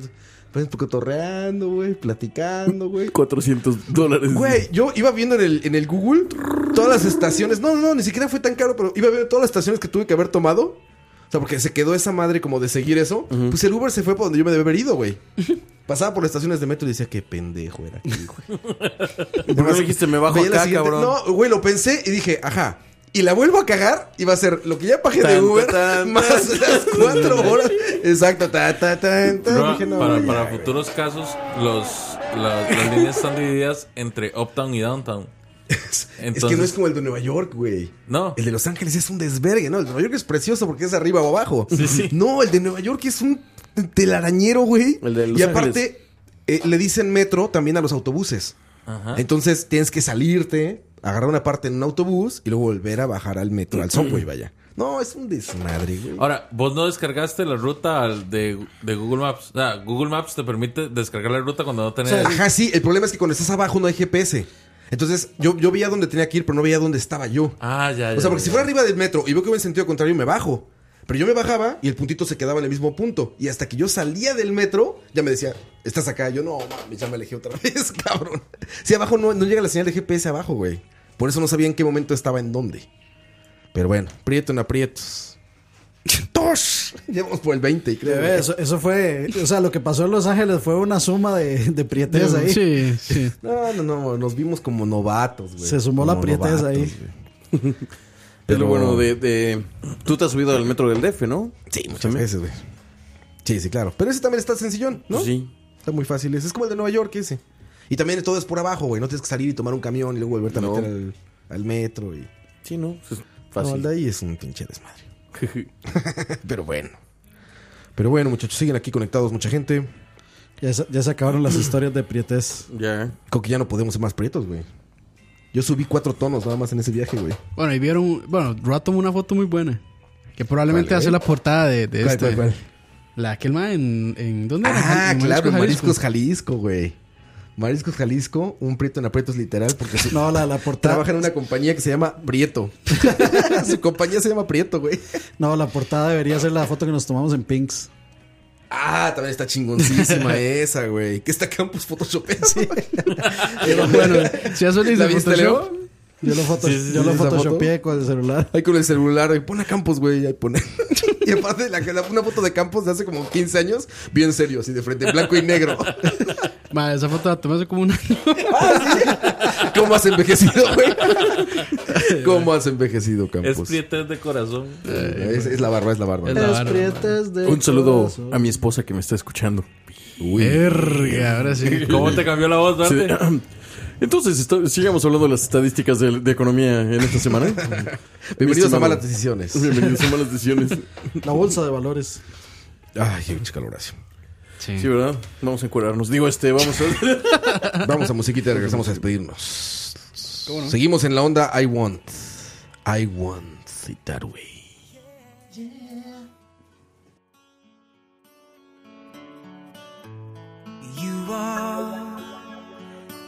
Speaker 4: Pues cotorreando, güey, platicando, güey.
Speaker 5: 400 dólares.
Speaker 4: Güey, yo iba viendo en el, en el Google trrr, todas las estaciones. No, no, ni siquiera fue tan caro, pero iba a ver todas las estaciones que tuve que haber tomado. O sea, porque se quedó esa madre como de seguir eso. Pues el Uber se fue por donde yo me debía haber ido, güey. Pasaba por las estaciones de metro y decía, qué pendejo era aquí, güey.
Speaker 5: ¿Por qué no dijiste, me bajo
Speaker 4: Veía la
Speaker 5: acá,
Speaker 4: siguiente-
Speaker 5: cabrón?
Speaker 4: No, güey, lo pensé y dije, ajá. Y la vuelvo a cagar y va a ser lo que ya pagué de
Speaker 5: Tan,
Speaker 4: Uber
Speaker 5: tan,
Speaker 4: más
Speaker 5: tan.
Speaker 4: las cuatro horas. Exacto. ta, ta, tan, tan.
Speaker 8: No,
Speaker 4: Dije, no,
Speaker 8: para
Speaker 4: ya,
Speaker 8: para
Speaker 4: güey.
Speaker 8: futuros casos, los, la- las líneas están divididas entre uptown y downtown.
Speaker 4: es que no
Speaker 8: Entonces,
Speaker 4: es como el de Nueva York, güey.
Speaker 8: No.
Speaker 4: El de Los Ángeles es un desvergue, ¿no? El de Nueva York es precioso porque es arriba o abajo. No, el de Nueva York es un telarañero, güey.
Speaker 5: El de Los
Speaker 4: y aparte,
Speaker 5: Ángeles.
Speaker 4: eh, le dicen metro también a los autobuses.
Speaker 8: Ajá.
Speaker 4: Entonces tienes que salirte, agarrar una parte en un autobús y luego volver a bajar al metro, al subway, vaya. No, es un desmadre, güey.
Speaker 8: Ahora, vos no descargaste la ruta al- de, de Google Maps. O sea, Google Maps te permite descargar la ruta cuando no tenés.
Speaker 4: Ajá, sí. El problema es que cuando estás abajo no hay GPS. Entonces, yo, yo veía dónde tenía que ir, pero no veía dónde estaba yo.
Speaker 8: Ah, ya, ya.
Speaker 4: O sea, porque
Speaker 8: ya.
Speaker 4: si fuera arriba del metro y veo que va en sentido contrario, me bajo. Pero yo me bajaba y el puntito se quedaba en el mismo punto. Y hasta que yo salía del metro, ya me decía, estás acá. Yo, no, mames, ya me alejé otra vez, cabrón. Si abajo no, no llega la señal de GPS abajo, güey. Por eso no sabía en qué momento estaba en dónde. Pero bueno, prieto en aprietos. ¡Tosh! Llevamos por el 20, y creo.
Speaker 9: Bebé, eso, eso fue, o sea, lo que pasó en Los Ángeles fue una suma de, de prietes ahí.
Speaker 6: Sí, sí.
Speaker 4: No, no, no, nos vimos como novatos, güey.
Speaker 9: Se sumó la
Speaker 4: Como
Speaker 9: prietez
Speaker 4: novatos,
Speaker 9: ahí.
Speaker 4: güey.
Speaker 5: Es lo bueno de, de- Tú te has subido al metro del DF, ¿no?
Speaker 4: Sí, muchas veces, güey. Sí, sí, claro. Pero ese también está sencillón, ¿no?
Speaker 5: Sí.
Speaker 4: Está muy fácil. ese. Es como el de Nueva York ese. Y también todo es por abajo, güey. No tienes que salir y tomar un camión y luego volverte
Speaker 5: No.
Speaker 4: a meter al, al metro. Y...
Speaker 5: Sí, ¿no? Pues Es
Speaker 4: No, el
Speaker 5: fácil.
Speaker 4: de ahí es un pinche desmadre. Pero bueno. Pero bueno, muchachos, siguen aquí conectados mucha gente.
Speaker 9: Ya se, ya se acabaron las historias de prietes.
Speaker 5: ya.
Speaker 4: Creo que ya no podemos ser más prietos, güey. Yo subí cuatro tonos nada más en ese viaje, güey.
Speaker 6: Bueno, y vieron, bueno, Roa tomó una foto muy buena. Que probablemente
Speaker 4: ¿Cuál,
Speaker 6: hace
Speaker 4: güey?
Speaker 6: la portada de, de
Speaker 4: ¿Cuál,
Speaker 6: este.
Speaker 4: cuál, cuál?
Speaker 6: La que el mae en, en ¿dónde era?
Speaker 4: Ah,
Speaker 6: En
Speaker 4: claro, en
Speaker 6: Jalisco.
Speaker 4: Mariscos Jalisco, güey. Mariscos Jalisco, un prieto en aprietos literal, porque su-
Speaker 9: No, la, la portada.
Speaker 4: trabaja en una compañía que se llama Prieto. su compañía se llama Prieto, güey.
Speaker 9: No, la portada debería ser la foto que nos tomamos en Pinks.
Speaker 4: Ah, también está chingoncísima esa, güey. Que está Campus Photoshop. Sí.
Speaker 6: Bueno, si eso le
Speaker 4: ¿La
Speaker 6: dice
Speaker 4: viste,
Speaker 6: Photoshop,
Speaker 4: Leo?
Speaker 9: Yo lo, foto,
Speaker 4: Sí, sí,
Speaker 9: yo
Speaker 4: sí,
Speaker 9: lo
Speaker 4: esa foto.
Speaker 9: photoshopeé con el celular.
Speaker 4: Ahí con el celular, güey. Pon a Campos, güey. Ahí pone. y aparte, la, la- una foto de Campos de hace como 15 años, bien serio, así de frente, blanco y negro.
Speaker 6: mae, esa foto la tomé hace como una.
Speaker 4: ¿Cómo has envejecido, güey? ¿Cómo has envejecido,
Speaker 8: Es
Speaker 4: Campos? Eh,
Speaker 8: prietes de corazón.
Speaker 4: Es, es la barba, es la barba.
Speaker 6: Es la vara.
Speaker 9: prietes de
Speaker 5: Un saludo
Speaker 9: corazón.
Speaker 5: a mi esposa que me está escuchando.
Speaker 6: Verga, ahora sí.
Speaker 8: ¿Cómo te cambió la voz,
Speaker 5: Sí.
Speaker 8: Dante?
Speaker 5: Entonces, esto- sigamos hablando de las estadísticas de, de economía en esta semana.
Speaker 4: Bienvenidos a
Speaker 5: estimado.
Speaker 4: malas decisiones.
Speaker 5: Bienvenidos a malas decisiones.
Speaker 9: La bolsa de valores.
Speaker 4: Ay, qué calorazo.
Speaker 6: Sí.
Speaker 5: Sí, ¿verdad? Vamos a curarnos. Digo, este, vamos a...
Speaker 4: Vamos a musiquita y regresamos a despedirnos. Seguimos en la onda I want. I want it that way.
Speaker 11: You are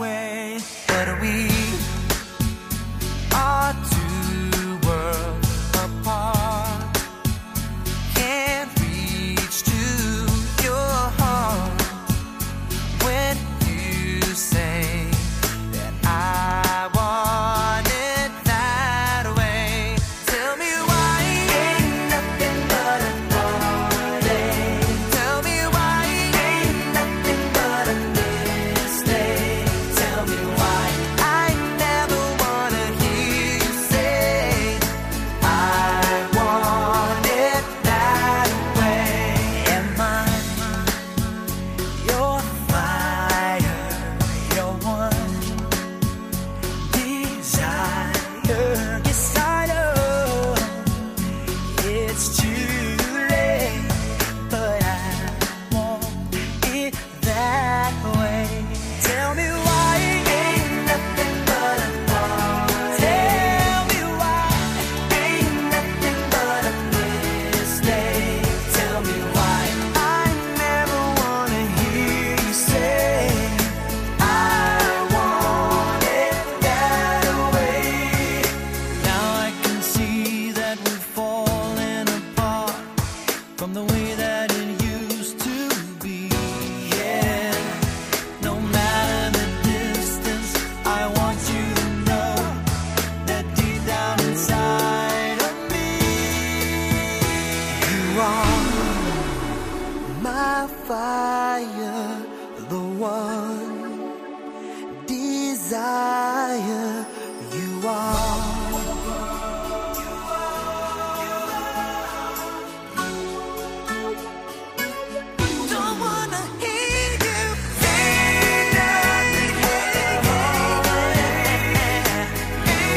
Speaker 11: way. But we are two worlds apart can't reach to your heart when you say that I want it that way. Tell me why ain't nothing but a heartache. Tell me why ain't nothing but a mistake. Tell me why I never.
Speaker 3: liar you are. Don't wanna hear you ain't nothing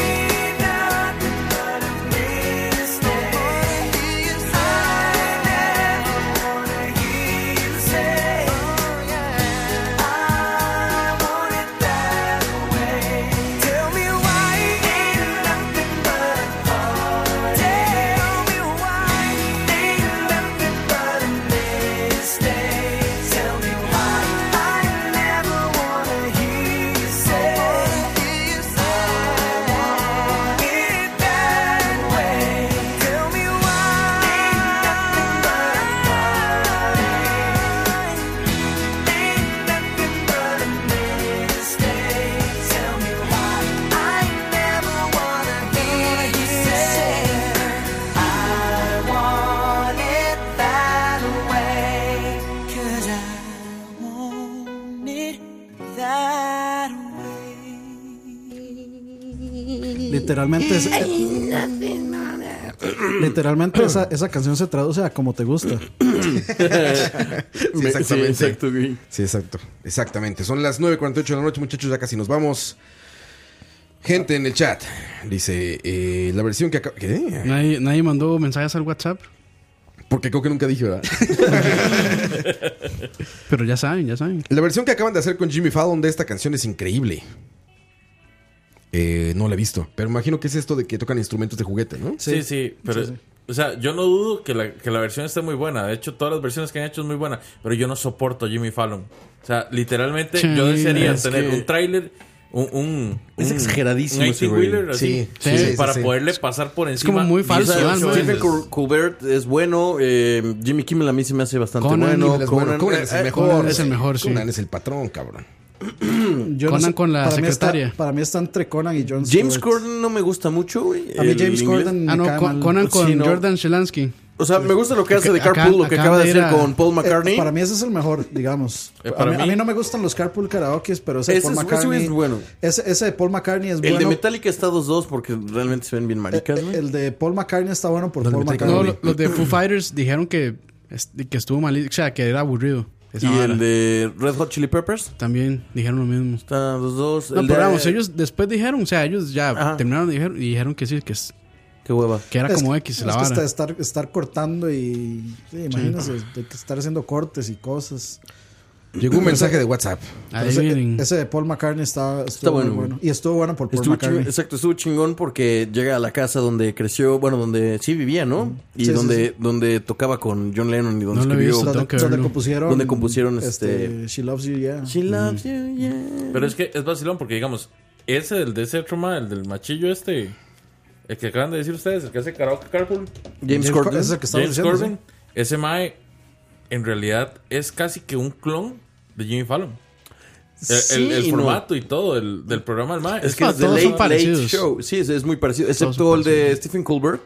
Speaker 3: ain't nothing but a mistake. I never wanna hear you say, I want it that way. Tell me why ain't nothing but a party. Tell me why ain't nothing but a mistake. Tell me why I never wanna hear you say, I want it that way. Tell me why ain't nothing but a party. Ain't nothing but a mistake. Tell me why I never wanna hear you say I want it that way. 'Cause I want it that way.
Speaker 9: Literalmente es-
Speaker 3: Ain't nothing but a-
Speaker 9: Literalmente esa, esa canción se traduce a como te gusta.
Speaker 4: Sí, exactamente. Sí, exacto. Exactamente. Son las 9.48 de la noche, muchachos. Ya casi nos vamos. Gente en el chat dice: eh, La versión que acaba. ¿Qué?
Speaker 6: Nadie, nadie mandó mensajes al WhatsApp.
Speaker 4: Porque creo que nunca dije, ¿verdad?
Speaker 6: Pero ya saben, ya saben.
Speaker 4: La versión que acaban de hacer con Jimmy Fallon de esta canción es increíble. Eh, no la he visto. Pero imagino que es esto de que tocan instrumentos de juguete, ¿no?
Speaker 8: Sí, sí, pero... O sea, yo no dudo que la, que la versión esté muy buena. De hecho, todas las versiones que han hecho es muy buena. Pero yo no soporto a Jimmy Fallon. O sea, literalmente
Speaker 6: Sí,
Speaker 8: yo desearía
Speaker 6: es
Speaker 8: tener
Speaker 6: que-
Speaker 8: un tráiler, un, un...
Speaker 5: Es
Speaker 8: un-
Speaker 5: exageradísimo
Speaker 8: Un
Speaker 5: ese
Speaker 8: 18 wheeler
Speaker 5: güey.
Speaker 8: así.
Speaker 5: Sí, Mm. sí, sí, sí,
Speaker 8: Para
Speaker 5: sí.
Speaker 8: poderle pasar por encima.
Speaker 5: Y esa-
Speaker 8: 18
Speaker 5: Stephen
Speaker 8: veces.
Speaker 5: Cou- Colbert es bueno. eh, Jimmy Kimmel a mí se me hace bastante
Speaker 4: Conan,
Speaker 5: bueno. eh,
Speaker 4: es bueno, Conan es el mejor,
Speaker 5: es el mejor, sí.
Speaker 4: Conan es el patrón, cabrón.
Speaker 9: Yo no
Speaker 5: Conan
Speaker 9: sé,
Speaker 5: con la
Speaker 9: para mí está-
Speaker 5: secretaria.
Speaker 9: para mí está entre Conan y John
Speaker 5: James
Speaker 9: Stewart.
Speaker 5: Corden no me gusta mucho, güey.
Speaker 9: A mí
Speaker 5: el
Speaker 9: James
Speaker 5: inglés.
Speaker 9: Corden
Speaker 6: Ah, no,
Speaker 9: cae
Speaker 6: Co-
Speaker 9: mal.
Speaker 6: Conan con
Speaker 5: Sí, no.
Speaker 6: Jordan Shelansky.
Speaker 5: O sea, me gusta lo que hace de
Speaker 6: Acaban-
Speaker 5: Carpool, lo que
Speaker 6: acaban
Speaker 5: acaba de
Speaker 6: ir
Speaker 5: hacer
Speaker 6: a-
Speaker 5: con Paul McCartney.
Speaker 9: Eh, para mí ese es el mejor, digamos.
Speaker 5: Eh,
Speaker 9: a,
Speaker 5: para
Speaker 9: mí, a
Speaker 5: mí-
Speaker 9: mí no me gustan los carpool karaoke, pero ese, de
Speaker 5: Ese
Speaker 9: Paul
Speaker 5: es- ese güey
Speaker 9: McCartney
Speaker 5: es bueno.
Speaker 9: Ese, ese de Paul McCartney es
Speaker 5: el de
Speaker 9: bueno.
Speaker 5: Metallica está 2-2 porque realmente se ven bien maricas, güey.
Speaker 9: el de Paul McCartney está bueno por Paul McCartney.
Speaker 6: No, lo- los de Foo Fighters dijeron que, es- que estuvo mal, o sea, que era aburrido. esa
Speaker 5: Y
Speaker 6: vara.
Speaker 5: el de Red Hot Chili Peppers.
Speaker 6: También dijeron lo mismo.
Speaker 5: Está 2-2.
Speaker 6: No,
Speaker 5: El
Speaker 6: pero
Speaker 5: de-
Speaker 6: vamos, ellos después dijeron, o sea, ellos ya terminaron y dijeron, y dijeron que sí, que es.
Speaker 5: Qué hueva.
Speaker 6: Que era
Speaker 9: Es
Speaker 6: como
Speaker 9: que-
Speaker 6: X
Speaker 9: es
Speaker 6: la
Speaker 9: que
Speaker 6: vara.
Speaker 9: está- estar, estar cortando y. sí, imagínese, de que estar haciendo cortes y cosas.
Speaker 4: Llegó un mensaje de WhatsApp.
Speaker 9: Pero Ese, ese de Paul McCartney está, estuvo
Speaker 5: Está
Speaker 9: muy
Speaker 5: bueno.
Speaker 9: bueno. Y estuvo bueno por Paul
Speaker 5: Estuvo
Speaker 9: McCartney.
Speaker 5: chingón- exacto, estuvo chingón porque llega a la casa donde creció, bueno, donde sí vivía, ¿no? Y
Speaker 9: Sí, sí,
Speaker 5: donde,
Speaker 9: sí.
Speaker 5: donde tocaba con John Lennon y donde
Speaker 6: No lo he
Speaker 5: escribió.
Speaker 6: visto, tengo que
Speaker 9: donde compusieron.
Speaker 5: Donde compusieron este.
Speaker 9: She Loves You, yeah.
Speaker 5: She Loves
Speaker 6: Mm.
Speaker 5: You, yeah.
Speaker 8: Pero es que es vacilón porque, digamos, ese del de ese otro ma, el del machillo este, el que acaban de decir ustedes, el que hace karaoke carpool.
Speaker 5: James James Corden. Corden,
Speaker 9: es el que estaba
Speaker 8: James
Speaker 9: diciendo,
Speaker 8: Corden, Ese mae, en realidad, es casi que un clon de Jimmy Fallon. El, el-
Speaker 5: Sí
Speaker 8: el
Speaker 5: y no.
Speaker 8: formato y todo el- del programa del mae.
Speaker 5: Es que es The Late, Late Show. Sí, es, es muy parecido. Excepto el de Stephen Colbert.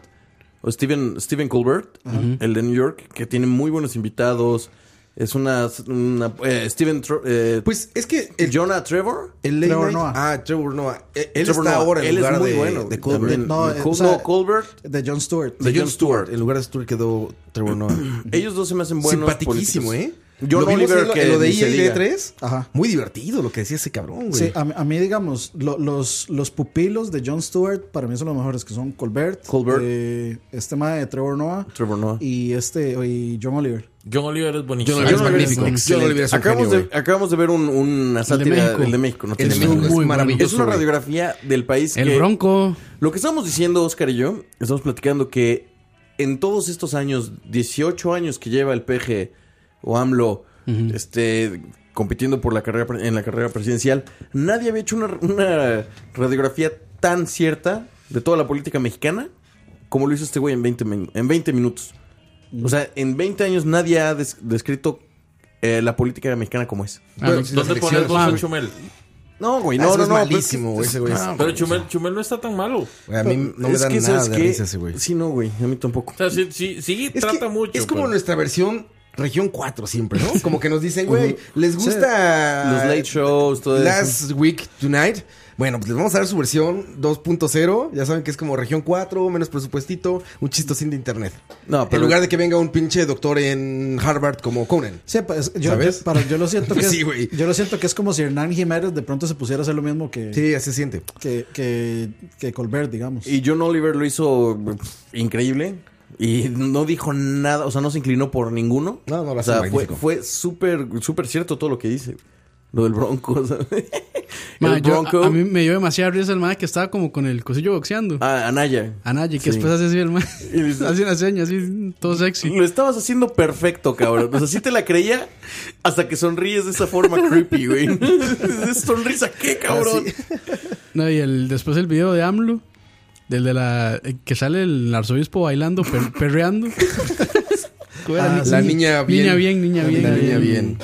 Speaker 5: O Stephen, Stephen Colbert,
Speaker 8: Ajá.
Speaker 5: el de New York, que tiene muy buenos invitados. Es una. una eh, Stephen.
Speaker 4: pues es que.
Speaker 5: Jonah Trevor.
Speaker 4: El late night- Ah, Trevor Noah. Eh, Él
Speaker 5: Trevor
Speaker 4: está
Speaker 5: Noah.
Speaker 4: ahora en
Speaker 5: Él es
Speaker 4: lugar
Speaker 5: muy
Speaker 4: de,
Speaker 5: bueno.
Speaker 4: de Colbert.
Speaker 5: También. No, eh, o sea, Colbert.
Speaker 9: De John Stewart.
Speaker 4: De John Stewart. En lugar de Stewart quedó Trevor Noah.
Speaker 5: Ellos dos se me hacen buenos.
Speaker 4: Simpaticísimo, ¿eh?
Speaker 5: políticos. John
Speaker 4: vimos
Speaker 5: Oliver,
Speaker 4: en lo,
Speaker 5: que
Speaker 4: en lo de
Speaker 5: ni se
Speaker 9: E
Speaker 4: EA
Speaker 5: diga.
Speaker 4: 3
Speaker 9: Ajá.
Speaker 4: Muy divertido lo que decía ese cabrón, güey.
Speaker 9: Sí, a, mí- a mí, digamos, lo- los, los pupilos de John Stewart para mí son los mejores, que son Colbert, eh, este mae de Trevor Noah,
Speaker 5: Trevor Noah.
Speaker 9: y este y John Oliver.
Speaker 8: John Oliver es buenísimo.
Speaker 5: John Oliver es excelente. acabamos, de, acabamos de ver un, una sátira del de
Speaker 8: México.
Speaker 5: México. ¿no?
Speaker 8: El de
Speaker 5: Tiene-
Speaker 8: México es muy maravilloso,
Speaker 5: Es una
Speaker 8: güey.
Speaker 5: radiografía del país.
Speaker 6: El
Speaker 5: que-
Speaker 6: Bronco.
Speaker 5: Lo que estamos diciendo, Oscar y yo, estamos platicando que en todos estos años, 18 años que lleva el PG o AMLO,
Speaker 6: Ujú.
Speaker 5: este compitiendo por la carrera pre- en la carrera presidencial, nadie había hecho una, una radiografía tan cierta de toda la política mexicana como lo hizo este güey en 20, min- en 20 minutos. O sea, en 20 años nadie ha des- descrito eh, la política mexicana como es.
Speaker 8: Bueno, ¿Dónde pones vos a Chumel?
Speaker 5: No, güey,
Speaker 8: Ah,
Speaker 5: no,
Speaker 8: ese
Speaker 5: no,
Speaker 8: es
Speaker 5: no.
Speaker 4: pues,
Speaker 8: malísimo,
Speaker 5: pero
Speaker 8: güey,
Speaker 5: Ah, es que-
Speaker 8: ese güey es-
Speaker 5: Ah,
Speaker 8: Pero Chumel, Chumel no está tan malo.
Speaker 4: A mí no me
Speaker 5: pues, Es
Speaker 4: da
Speaker 5: que,
Speaker 4: nada
Speaker 5: ¿sabes
Speaker 4: de
Speaker 5: qué?
Speaker 4: risa ese güey.
Speaker 5: Sí, no, güey, a mí tampoco.
Speaker 8: O sea, sí, sí, sí trata mucho.
Speaker 4: Es como
Speaker 8: pero-
Speaker 4: nuestra versión región 4 siempre, ¿no? Como que nos dicen, güey, les gusta
Speaker 5: Los late shows, todo
Speaker 4: Last
Speaker 5: eso.
Speaker 4: Week Tonight. Bueno, pues les vamos a dar su versión 2.0. Ya saben que es como región 4, menos presupuestito, un chistosín de internet.
Speaker 5: No, pero-
Speaker 4: En lugar de que venga un pinche doctor en Harvard como Conan.
Speaker 9: Sí, pues, yo,
Speaker 4: ¿Sabes?
Speaker 9: yo- para- yo lo siento que es,
Speaker 4: Sí, güey.
Speaker 9: yo lo siento que es como si Hernán Jiménez de pronto se pusiera a hacer lo mismo que
Speaker 4: Sí, así siente.
Speaker 9: que, que, que Colbert, digamos.
Speaker 5: Y John Oliver lo hizo pff, increíble. Y no dijo nada, o sea, no se inclinó por ninguno.
Speaker 4: No, no, lo
Speaker 5: O
Speaker 4: hace
Speaker 5: sea, fue,
Speaker 4: magnífico.
Speaker 5: fue súper, súper cierto todo lo que dice. Lo del Bronco. o sea,
Speaker 6: Ma,
Speaker 5: el
Speaker 6: yo-
Speaker 5: Bronco.
Speaker 6: a, a mí me dio demasiada risa el mae que estaba como con el cosillo boxeando.
Speaker 5: Ah, Anaya.
Speaker 6: Anaya, que
Speaker 5: Sí.
Speaker 6: después hace así el mae. hace una seña así, todo sexy.
Speaker 5: Lo estabas haciendo perfecto, cabrón. O sea, sí te la creía hasta que sonríes de esa forma creepy, güey. ¿Es sonrisa qué, cabrón?
Speaker 6: No, y el, después el video de AMLO, del de la. eh, que sale el arzobispo bailando, per- perreando. ¿Cómo era?
Speaker 4: Ah, la niña bien.
Speaker 6: Niña bien, niña bien.
Speaker 4: La niña bien.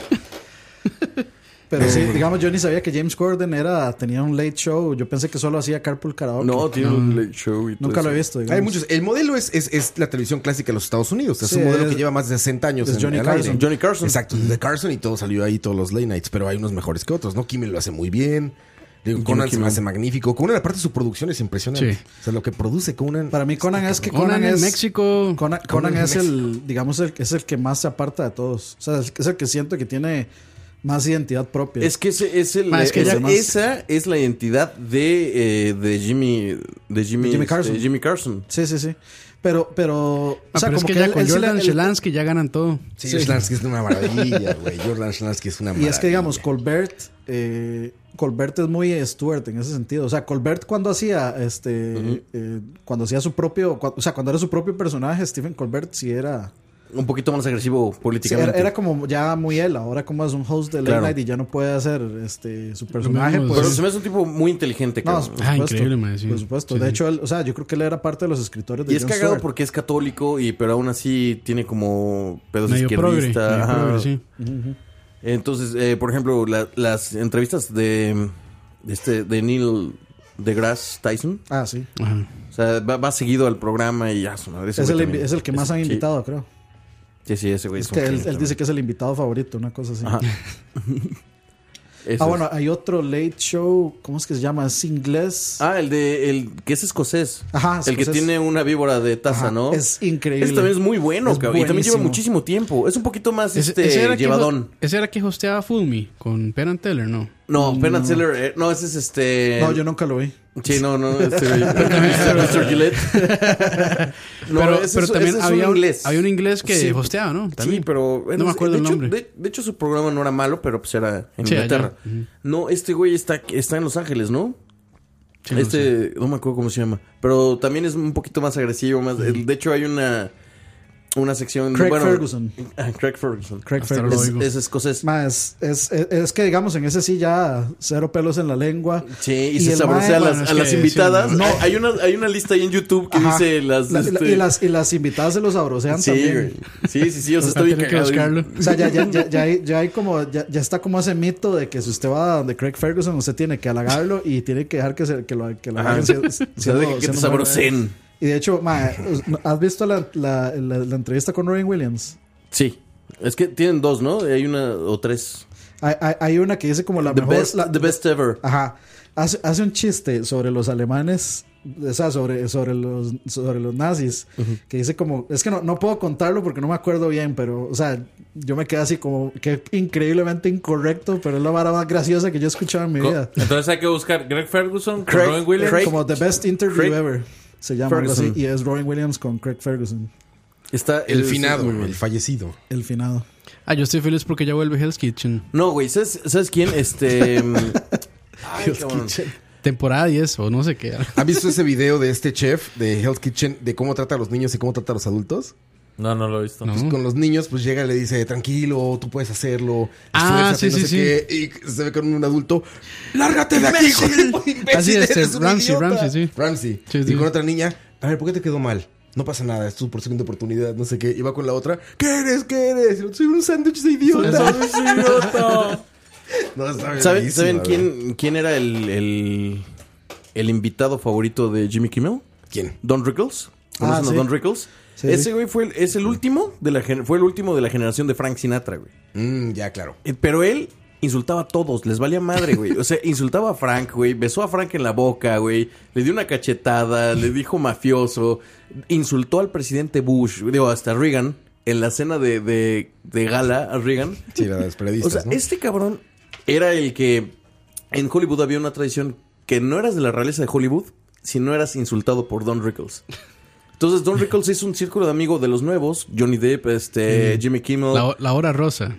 Speaker 9: Pero sí, digamos, yo ni sabía que James Corden era, tenía un late show. Yo pensé que solo hacía Carpool Karaoke.
Speaker 5: No, tiene un late show y todo
Speaker 9: Nunca lo
Speaker 5: eso.
Speaker 9: he visto, digamos.
Speaker 4: Hay muchos. El modelo es, es, es la televisión clásica de los Estados Unidos. Es
Speaker 9: Sí,
Speaker 4: un modelo
Speaker 9: es-
Speaker 4: que lleva más de 60 años.
Speaker 9: es Johnny
Speaker 4: el aire.
Speaker 9: Carson.
Speaker 5: Johnny Carson.
Speaker 4: Exacto, de Carson y todo salió ahí, todos los late nights. Pero hay unos mejores que otros, ¿no? Kimmel lo hace muy bien. Digo,
Speaker 5: Jimmy
Speaker 4: Conan se me
Speaker 5: Kimmel.
Speaker 4: hace magnífico. Conan, aparte, su producción es impresionante.
Speaker 6: Sí.
Speaker 4: O sea, lo que produce Conan.
Speaker 9: Para mí Conan es que
Speaker 6: Conan,
Speaker 9: Conan,
Speaker 6: en
Speaker 9: es...
Speaker 6: México.
Speaker 9: Conan, Conan
Speaker 4: Conan en
Speaker 9: es el, digamos, el, es el que más se aparta de todos. O sea, es es el que siento que tiene más identidad propia.
Speaker 5: Es que ese es el.
Speaker 6: Ma, es que
Speaker 5: esa-
Speaker 6: ya-
Speaker 5: esa es la identidad de, eh, de Jimmy. De Jimmy,
Speaker 9: Jimmy
Speaker 5: este,
Speaker 9: Carson.
Speaker 5: Jimmy Carson.
Speaker 9: Sí, sí, sí. Pero, pero... O
Speaker 6: Ah,
Speaker 9: sea,
Speaker 6: pero es
Speaker 9: como
Speaker 6: que,
Speaker 9: que
Speaker 6: ya
Speaker 9: él-
Speaker 6: con
Speaker 9: él sí le-
Speaker 6: Jordan
Speaker 9: él-
Speaker 6: Shelansky ya ganan todo.
Speaker 4: Sí, Shlansky es una maravilla, güey. Jordan Shlansky es una
Speaker 9: Y
Speaker 4: maravilla.
Speaker 9: es que, digamos, Colbert... eh, Colbert es muy Stuart en ese sentido. O sea, Colbert cuando hacía este... eh, cuando hacía su propio... cua- o sea, cuando era su propio personaje, Stephen Colbert sí era...
Speaker 5: Un poquito más agresivo
Speaker 9: sí, era,
Speaker 5: políticamente.
Speaker 9: era como ya muy él. Ahora como es un host de Late
Speaker 5: Claro.
Speaker 9: Night y ya no puede hacer este, su personaje.
Speaker 6: mismo,
Speaker 9: Pues,
Speaker 5: Pero se me hace un tipo muy inteligente,
Speaker 9: No,
Speaker 5: cabrón.
Speaker 9: por
Speaker 6: Ah,
Speaker 9: supuesto.
Speaker 6: increíble, mae, sí.
Speaker 9: Por supuesto.
Speaker 6: Sí,
Speaker 9: de
Speaker 6: sí.
Speaker 9: hecho, él- o sea, yo creo que él era parte de los escritores de
Speaker 5: Y es
Speaker 9: Jon
Speaker 5: cagado
Speaker 9: Stewart.
Speaker 5: porque es católico, y pero aún así tiene como pedos
Speaker 6: Medio progre.
Speaker 5: izquierdistas.
Speaker 6: medio
Speaker 5: ajá.
Speaker 6: progre, sí.
Speaker 5: Entonces, eh, por ejemplo, la- las entrevistas de, de este de Neil deGrasse Tyson.
Speaker 9: Ah, sí.
Speaker 6: Ajá.
Speaker 5: O sea, va, va seguido al programa y ya su madre. ese
Speaker 9: Es
Speaker 5: güey
Speaker 9: el,
Speaker 5: también.
Speaker 9: es el que más
Speaker 5: Ese-
Speaker 9: han
Speaker 5: sí.
Speaker 9: invitado, creo.
Speaker 5: Sí, sí, ese güey.
Speaker 9: Es
Speaker 5: un
Speaker 9: que él,
Speaker 5: genio
Speaker 9: él dice que es el invitado favorito, una cosa así.
Speaker 5: Ajá. Eso
Speaker 9: Ah,
Speaker 5: es.
Speaker 9: bueno, hay otro late show, ¿cómo es que se llama? Es inglés.
Speaker 5: Ah, el de el que es escocés.
Speaker 9: Ajá,
Speaker 5: el que
Speaker 9: escocés.
Speaker 5: tiene una víbora de taza,
Speaker 9: Ajá,
Speaker 5: ¿no?
Speaker 9: Es increíble.
Speaker 5: Ese también es muy bueno,
Speaker 9: Es
Speaker 5: cabrón. Y también lleva
Speaker 9: buenísimo.
Speaker 5: muchísimo tiempo. Es un poquito más
Speaker 6: Ese-
Speaker 5: este
Speaker 6: ese, era que,
Speaker 5: llevadón.
Speaker 6: ho- ese era que hosteaba Fulmi con Penn Teller, ¿no?
Speaker 5: No, Penn and Teller, eh, no, ese es este
Speaker 9: No, yo nunca lo vi.
Speaker 5: Sí, no, no, este güey. Mr. Gillette. No,
Speaker 6: pero
Speaker 5: ese
Speaker 6: pero
Speaker 5: es-
Speaker 6: también
Speaker 5: ese es
Speaker 6: había,
Speaker 5: un
Speaker 6: un
Speaker 5: inglés.
Speaker 6: había un inglés que
Speaker 5: Sí.
Speaker 6: hosteaba, ¿no? También.
Speaker 5: Sí, pero bueno,
Speaker 6: no me acuerdo
Speaker 5: de
Speaker 6: el
Speaker 5: hecho,
Speaker 6: nombre.
Speaker 5: De, de hecho, su programa no era malo, pero pues era en
Speaker 6: Sí,
Speaker 5: Inglaterra.
Speaker 6: allá. Ujú.
Speaker 5: No, este güey está, está en Los Ángeles, ¿no?
Speaker 6: Sí, no
Speaker 5: este, no, me acuerdo cómo se llama. Pero también es un poquito más agresivo. más el- De hecho, hay una, una sección.
Speaker 9: Craig
Speaker 5: bueno,
Speaker 9: Ferguson.
Speaker 5: ah, Craig Ferguson.
Speaker 9: Craig
Speaker 6: Hasta
Speaker 9: Ferguson.
Speaker 6: lo
Speaker 5: Es,
Speaker 6: oigo.
Speaker 5: es escocés.
Speaker 9: Más, es, es, es que digamos en ese sí ya cero pelos en la lengua.
Speaker 5: Sí, y,
Speaker 9: Y
Speaker 5: se
Speaker 9: el
Speaker 5: sabrosea
Speaker 9: mae-
Speaker 5: a las,
Speaker 6: bueno, es
Speaker 5: a las
Speaker 6: que sí,
Speaker 5: invitadas.
Speaker 6: no.
Speaker 5: Hay- Hay, una, hay una lista ahí en YouTube que
Speaker 9: Ajá.
Speaker 5: dice las.
Speaker 9: La- la-
Speaker 5: este-
Speaker 9: y, las, y las invitadas se los abrocean
Speaker 5: sí,
Speaker 9: también.
Speaker 5: güey. sí, sí, sí, o sea, está bien
Speaker 6: Tiene que
Speaker 5: cagado.
Speaker 6: buscarlo.
Speaker 9: O sea, ya, ya, ya, ya hay, ya hay como, ya, ya está como ese mito de que si usted va donde Craig Ferguson, usted tiene que halagarlo y tiene que dejar que, se, que lo, que lo
Speaker 5: Ajá.
Speaker 9: halaguen si-
Speaker 5: O sea,
Speaker 9: siendo-
Speaker 5: de que- que te
Speaker 9: siendo
Speaker 5: sabroseen.
Speaker 9: mujer. Y de hecho, ma, ¿has visto la, la, la, la entrevista con Robin Williams?
Speaker 5: Sí. Es que tienen dos, ¿no? Hay una o tres.
Speaker 9: Hay, hay- hay una que dice como la
Speaker 5: The
Speaker 9: mejor...
Speaker 5: best,
Speaker 9: la-
Speaker 5: the best ever.
Speaker 9: Ajá. Hace, hace un chiste sobre los alemanes, o sea, sobre, sobre, los, sobre los nazis, que dice como, es que no, no puedo contarlo porque no me acuerdo bien, pero, o sea, yo me quedé así como, que increíblemente incorrecto, pero es la vara más graciosa que yo he escuchado en mi
Speaker 8: Co-
Speaker 9: vida.
Speaker 8: Entonces hay que buscar Greg Ferguson, con
Speaker 5: Craig-
Speaker 8: Robin Williams.
Speaker 5: Craig-
Speaker 9: como The Best Interview
Speaker 5: Craig
Speaker 9: Ever. Se llama algo así,
Speaker 5: Ferguson.
Speaker 9: y es Robin Williams con Craig Ferguson,
Speaker 5: Está
Speaker 4: El
Speaker 5: es-
Speaker 4: finado, el fallecido.
Speaker 9: el finado.
Speaker 6: Ah, yo estoy feliz porque ya vuelve Hell's Kitchen.
Speaker 5: No, güey, ¿sabes, ¿sabes quién? Este. mm, ay, cabrón.
Speaker 6: Temporada 10 o no sé qué. era.
Speaker 4: ¿Has visto ese video de este chef de Hell's Kitchen de cómo trata a los niños y cómo trata a los adultos?
Speaker 8: No, no lo he visto.
Speaker 6: No.
Speaker 4: Pues con los niños, pues llega y le dice, tranquilo, tú puedes hacerlo.
Speaker 6: Ah, sí,
Speaker 4: esfuérzate, no
Speaker 6: sí,
Speaker 4: sé qué", Y se ve con un adulto, lárgate de aquí, hijo de puta, imbécil,
Speaker 6: Así es,
Speaker 4: eres un
Speaker 6: Ramsey,
Speaker 4: idiota".
Speaker 6: Ramsey, sí.
Speaker 4: Ramsey.
Speaker 6: Sí,
Speaker 4: y
Speaker 6: sí.
Speaker 4: con otra niña, a ver, ¿por qué te quedó mal? No pasa nada, es tu por segunda oportunidad, no sé qué. Y va con la otra, ¿qué eres? ¿Qué eres? Y el otro, Soy un sándwich de idiota. No, está
Speaker 5: ¿Saben,
Speaker 4: buenísimo,
Speaker 5: ¿saben
Speaker 4: güey.
Speaker 5: quién, quién era el, el, el invitado favorito de Jimmy Kimmel?
Speaker 4: ¿Quién?
Speaker 5: Don Rickles. ¿Conocen
Speaker 9: Ah,
Speaker 5: a
Speaker 9: sí.
Speaker 5: Don Rickles?
Speaker 9: Sí.
Speaker 5: Ese güey fue el, es el último de la gen- fue el último de la generación de Frank Sinatra, güey. Mm, ya, claro. pero él insultaba a todos, les valía madre, güey. O sea, insultaba a Frank, güey, besó a Frank en la boca, güey, le dio una cachetada, le dijo mafioso, insultó al presidente Bush, digo, hasta Reagan, en la cena de, de, de gala a Reagan.
Speaker 4: Sí, la de los
Speaker 5: O
Speaker 4: periodistas,
Speaker 5: sea,
Speaker 4: ¿no?
Speaker 5: este cabrón era el que en Hollywood había una tradición que no eras de la realeza de Hollywood si no eras insultado por Don Rickles. Entonces Don Rickles hizo un círculo de amigos de los nuevos, Johnny Depp, este,
Speaker 6: Mm.
Speaker 5: Jimmy Kimmel.
Speaker 6: La, la hora rosa.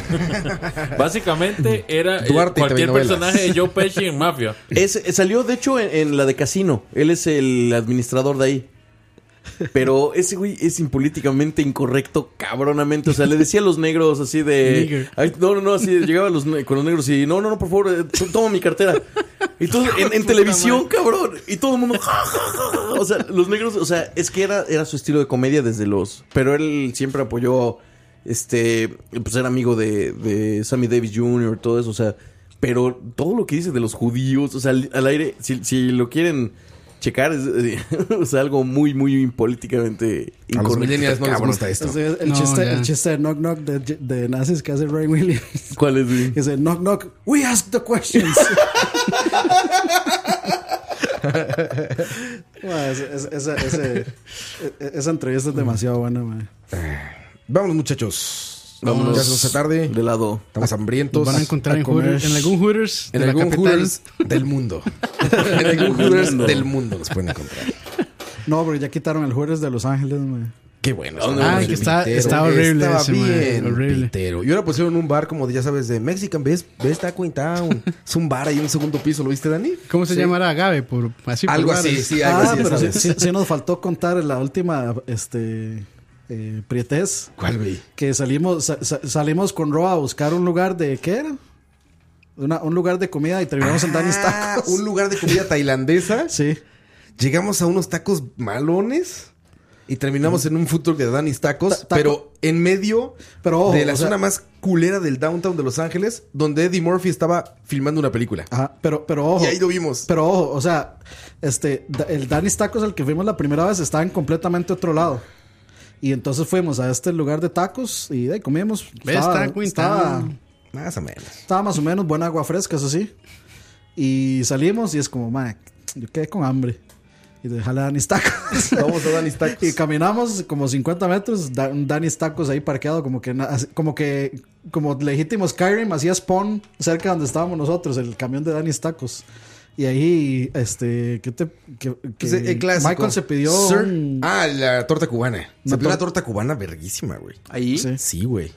Speaker 8: Básicamente era eh,
Speaker 5: Duarte y
Speaker 8: cualquier
Speaker 5: telenovelas.
Speaker 8: personaje de Joe Pesci en Mafia.
Speaker 5: Es- eh, salió de hecho en, en la de Casino. Él es el administrador de ahí. Pero ese güey es impolíticamente incorrecto, cabronamente. O sea, le decía a los negros así de.
Speaker 6: Nigger.
Speaker 5: Ay, no, no, no, así de- llegaba a los ne- con los negros y no, no, no, por favor, eh, to- toma mi cartera. Y todo en, en televisión, cabrón. Y todo el mundo. "Ja, ja, ja, ja". O sea, los negros, o sea, es que era, era su estilo de comedia desde los. Pero él siempre apoyó. Este. Pues era amigo de, de Sammy Davis Jr., todo eso, o sea. Pero todo lo que dice de los judíos, o sea, al, al aire, si, si lo quieren checar, es, eh, o sea, algo muy, muy políticamente
Speaker 4: A los
Speaker 5: incorrecto,
Speaker 4: millennials no les
Speaker 5: cabrón.
Speaker 4: gusta esto.
Speaker 9: O sea, el, chiste, el chiste de Knock Knock de, de nazis que hace Ray Williams.
Speaker 5: ¿Cuál es? Güey?
Speaker 9: Dice Knock Knock, we ask the questions. Ma, ese- ese- esa, ese- e- esa entrevista es demasiado buena, man.
Speaker 4: Eh, Vámonos, muchachos.
Speaker 9: Vámonos.
Speaker 4: Ya se nos hace tarde.
Speaker 5: De lado.
Speaker 4: Estamos hambrientos.
Speaker 6: Van a encontrar en, Hooters- en algún Hooters de
Speaker 4: En
Speaker 6: la
Speaker 4: algún
Speaker 6: capital.
Speaker 4: Hooters del mundo. en algún Hooters del mundo nos pueden encontrar.
Speaker 9: No, pero ya quitaron el jueves de Los Ángeles, man.
Speaker 4: Qué bueno.
Speaker 9: Ah, que
Speaker 4: estaba bien
Speaker 9: está-
Speaker 4: pitero.
Speaker 9: está horrible
Speaker 4: Estaba
Speaker 9: ese, man,
Speaker 4: bien
Speaker 9: horrible.
Speaker 4: pitero. Y ahora pusieron un bar como de, ya sabes, de Mexican Best, Best Taco in Town. es un bar ahí en un segundo piso, ¿lo viste, Dani?
Speaker 6: ¿Cómo se
Speaker 4: Sí.
Speaker 6: llamará Agave? Por, así por
Speaker 4: Algo así,
Speaker 6: bares.
Speaker 4: sí, algo así. ya
Speaker 9: Ah, pero sí,
Speaker 4: sabes.
Speaker 9: sí- sí nos faltó contar la última, este, eh, prietez.
Speaker 4: ¿Cuál, güey?
Speaker 9: Que salimos, sa- sa- salimos con Roa a buscar un lugar de, ¿qué era? Una- un lugar de comida y terminamos en Dani's
Speaker 4: Ah,
Speaker 9: Tacos.
Speaker 4: un lugar de comida tailandesa.
Speaker 9: Sí.
Speaker 4: Llegamos a unos tacos malones y terminamos en un food truck de Danny's Tacos,
Speaker 9: Ta- taco.
Speaker 4: pero en medio
Speaker 9: Pero ojo,
Speaker 4: de la
Speaker 9: o sea-
Speaker 4: zona más culera del downtown de Los Ángeles, donde Eddie Murphy estaba filmando una película.
Speaker 9: Ajá, pero, pero ojo.
Speaker 4: Y ahí lo vimos.
Speaker 9: Pero ojo, o sea, este, da- el Danny's Tacos al que fuimos la primera vez estaba en completamente otro lado. Y entonces fuimos a este lugar de tacos y de ahí comimos.
Speaker 6: Ves,
Speaker 9: Estaba-
Speaker 6: taco in
Speaker 9: estaba-
Speaker 6: town.
Speaker 4: Más o menos.
Speaker 9: Estaba más o menos buena agua fresca, eso sí. Y salimos y es como, man, yo quedé con hambre. Y déjale a Danny's Tacos.
Speaker 4: Vamos a Danny's Tacos.
Speaker 9: Y caminamos como 50 metros, da- un Danny's Tacos ahí parqueado, como que, na- como que, como legítimo Skyrim, hacía spawn cerca donde estábamos nosotros, el camión de Danny's Tacos. Y ahí, este, ¿qué te. qué-
Speaker 4: Pues,
Speaker 9: qué-
Speaker 4: eh, el clásico.
Speaker 9: Michael se pidió.
Speaker 4: Sir-
Speaker 9: un-
Speaker 4: Ah, la torta cubana. Se
Speaker 9: Una
Speaker 4: pidió una
Speaker 9: tor-
Speaker 4: torta cubana verguísima, güey.
Speaker 5: ¿Ahí?
Speaker 9: Sí.
Speaker 4: Sí, güey.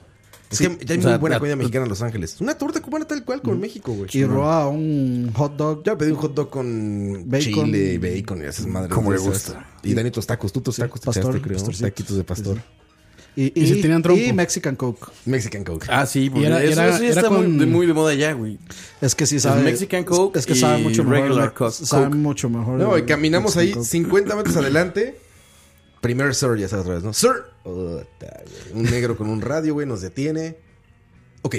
Speaker 4: Es
Speaker 9: Sí.
Speaker 4: que ya hay
Speaker 9: O
Speaker 4: muy
Speaker 9: sea,
Speaker 4: buena
Speaker 9: la- Mm.
Speaker 4: comida mexicana en Los Ángeles. Una torta cubana tal cual con México, güey.
Speaker 9: y roba un hot dog.
Speaker 4: Yo pedí un hot dog con
Speaker 9: Bacon. Mm.
Speaker 4: chile, bacon y esas madres.
Speaker 13: Como
Speaker 4: de
Speaker 13: le
Speaker 4: esas.
Speaker 13: gusta.
Speaker 4: Y Dani, tus tacos. Tú tus tacos te
Speaker 9: pastor,
Speaker 4: echaste, creo.
Speaker 9: pastorcitos.
Speaker 4: Taquitos de pastor.
Speaker 9: Y,
Speaker 6: Y se
Speaker 9: y-
Speaker 6: tenían trompo.
Speaker 9: y Mexican Coke.
Speaker 4: Mexican Coke.
Speaker 5: Ah, sí, porque
Speaker 6: era-
Speaker 5: eso,
Speaker 6: era-
Speaker 5: eso ya
Speaker 6: era
Speaker 5: está muy,
Speaker 6: con-
Speaker 5: de, muy de moda ya, güey.
Speaker 9: Es que sí
Speaker 5: El
Speaker 9: sabe.
Speaker 5: Mexican Coke
Speaker 9: Es que sabe
Speaker 5: y
Speaker 9: mucho mejor.
Speaker 5: regular
Speaker 9: me-
Speaker 5: Coke.
Speaker 9: Sabe
Speaker 5: Coke.
Speaker 9: mucho mejor.
Speaker 4: No, y
Speaker 9: el
Speaker 4: caminamos ahí
Speaker 9: Mexican Coke.
Speaker 4: 50 metros adelante. Primer sir, ya sabes otra vez, ¿no? Sir. Puta, güey. un negro con un radio, güey, nos detiene. Ok.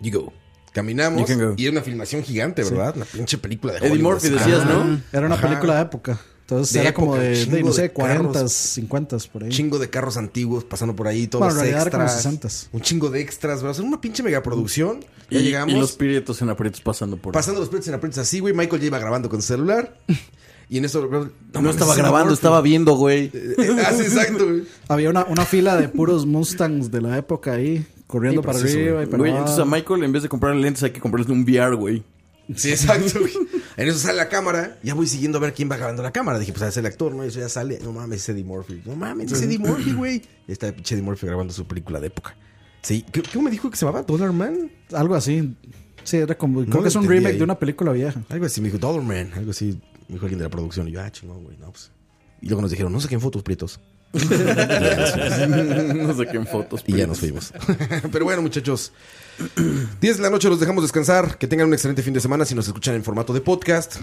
Speaker 4: You go. Caminamos.
Speaker 5: You can go.
Speaker 4: Y era una filmación gigante, ¿verdad? Una pinche película de
Speaker 5: Eddie
Speaker 4: Hollywood,
Speaker 5: Murphy,
Speaker 4: así.
Speaker 5: decías, ¿no?
Speaker 4: Ajá.
Speaker 9: Era una
Speaker 4: Ajá.
Speaker 9: película de época. Entonces
Speaker 4: De
Speaker 9: era
Speaker 4: época,
Speaker 9: como de, de,
Speaker 4: chingo
Speaker 9: no sé,
Speaker 4: de
Speaker 9: 40,
Speaker 4: carros.
Speaker 9: 50 por ahí.
Speaker 4: chingo de carros antiguos pasando por ahí, todos
Speaker 9: Bueno, en
Speaker 4: los
Speaker 9: realidad era como
Speaker 4: extras.
Speaker 9: 60s.
Speaker 4: Un chingo de extras, ¿verdad? O sea, una pinche megaproducción.
Speaker 5: Y,
Speaker 4: Ya llegamos.
Speaker 5: y los prietos en aprietos pasando por
Speaker 4: Pasando los prints en aprietos así, güey. Michael ya iba grabando con su celular. Y en eso. No,
Speaker 5: No,
Speaker 4: mames,
Speaker 5: estaba
Speaker 4: ese
Speaker 5: grabando,
Speaker 4: Murphy.
Speaker 5: estaba viendo, güey.
Speaker 4: Eh, ah, sí, exacto, güey.
Speaker 9: Había una, una fila de puros Mustangs de la época ahí, corriendo
Speaker 4: Sí, pues
Speaker 9: para
Speaker 4: preciso,
Speaker 9: arriba y para
Speaker 5: Güey,
Speaker 9: abajo.
Speaker 5: entonces a Michael en vez de comprarle lentes hay que comprarle un VR, güey.
Speaker 4: Sí, exacto, güey. En eso sale la cámara. Ya voy siguiendo a ver quién va grabando la cámara. Dije, pues ah, es el actor, ¿no? Y eso ya sale. No mames, es Eddie Murphy. No mames, es Eddie Murphy, güey. Y está el pinche Eddie Murphy grabando su película de época. Sí, ¿qué, qué me dijo que se llamaba? ¿Dollar Man?
Speaker 9: Algo así. Sí, era como.
Speaker 4: No
Speaker 9: creo que es un
Speaker 4: entendí
Speaker 9: remake
Speaker 4: ahí.
Speaker 9: de una película vieja.
Speaker 4: Algo así, me dijo Dollar Man. Algo así, me dijo alguien de la producción. Y yo, ah, chingón, güey, no, pues. Y luego nos dijeron, no saquen fotos, prietos.
Speaker 5: no saquen fotos.
Speaker 4: Y ya
Speaker 5: prietos.
Speaker 4: nos fuimos. Pero bueno, muchachos. 10 de la noche los dejamos descansar. Que tengan un excelente fin de semana. Si nos escuchan en formato de podcast,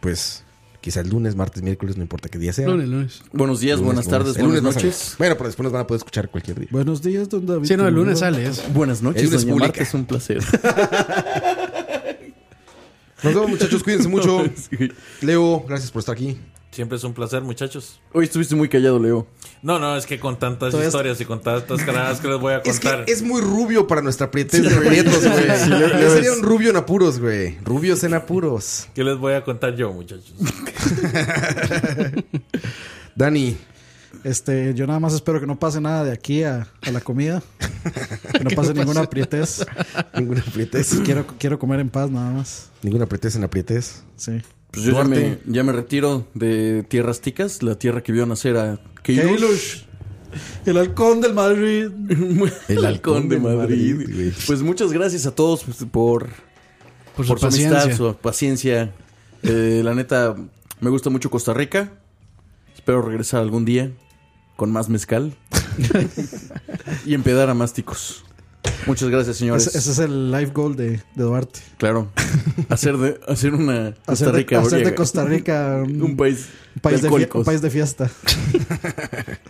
Speaker 4: pues quizá el lunes, martes, miércoles, no importa qué día sea.
Speaker 6: Lunes, lunes.
Speaker 5: Buenos días,
Speaker 4: Lunes,
Speaker 5: buenas tardes,
Speaker 4: El
Speaker 5: buenas
Speaker 4: lunes vas a-
Speaker 5: noches.
Speaker 4: Bueno, pero después nos van a poder escuchar cualquier día.
Speaker 9: Buenos días, don David.
Speaker 6: Sí, no, el lunes
Speaker 9: Primero.
Speaker 6: sale eso.
Speaker 5: ¿eh? Buenas
Speaker 4: El
Speaker 5: noches,
Speaker 4: lunes
Speaker 5: doña
Speaker 4: publica.
Speaker 5: Marta, es un placer.
Speaker 4: Nos vemos, muchachos. Cuídense mucho.
Speaker 5: Sí.
Speaker 4: Leo, gracias por estar aquí.
Speaker 8: Siempre es un placer, muchachos.
Speaker 5: Hoy estuviste muy callado, Leo.
Speaker 8: No, no, es que con tantas
Speaker 5: Todavía-
Speaker 8: historias y con tantas caradas que les voy a
Speaker 4: Es que
Speaker 8: contar.
Speaker 4: es muy rubio para nuestra prietez de
Speaker 8: Sí, güey.
Speaker 4: prietos, güey.
Speaker 8: Sí, sí, yo- yo
Speaker 4: Yo sería
Speaker 8: es-
Speaker 4: un rubio en apuros, güey. Rubios en apuros.
Speaker 8: ¿Qué les voy a contar yo, muchachos?
Speaker 4: Dani.
Speaker 9: Este, yo nada más espero que no pase nada de aquí a, a la comida. Que no
Speaker 4: Que no
Speaker 9: pase ninguna
Speaker 4: pase
Speaker 9: aprietez.
Speaker 4: Ninguna aprietez.
Speaker 9: Quiero, quiero comer en paz nada más.
Speaker 4: Ninguna aprietez en aprietez.
Speaker 9: Sí.
Speaker 5: Pues yo ya me,
Speaker 9: Duarte.
Speaker 5: ya me retiro de Tierras Ticas, la tierra que vio nacer a Keilush.
Speaker 9: Kailush. El halcón del Madrid.
Speaker 5: El halcón de Madrid. pues muchas gracias a todos pues, por,
Speaker 6: Por su
Speaker 5: amistad,
Speaker 6: paciencia.
Speaker 5: su paciencia. Eh, la neta, me gusta mucho Costa Rica. Espero regresar algún día con más mezcal y empedar a más ticos. Muchas gracias, señores.
Speaker 9: Ese, ese es el life goal de, de Duarte.
Speaker 5: Claro. Hacer, de, hacer una Costa
Speaker 9: Hacer de,
Speaker 5: Rica.
Speaker 9: hacer de
Speaker 5: briaga.
Speaker 9: Costa Rica
Speaker 5: un, país.
Speaker 9: un país, de fie-
Speaker 5: alcohólicos.
Speaker 9: un país de fiesta.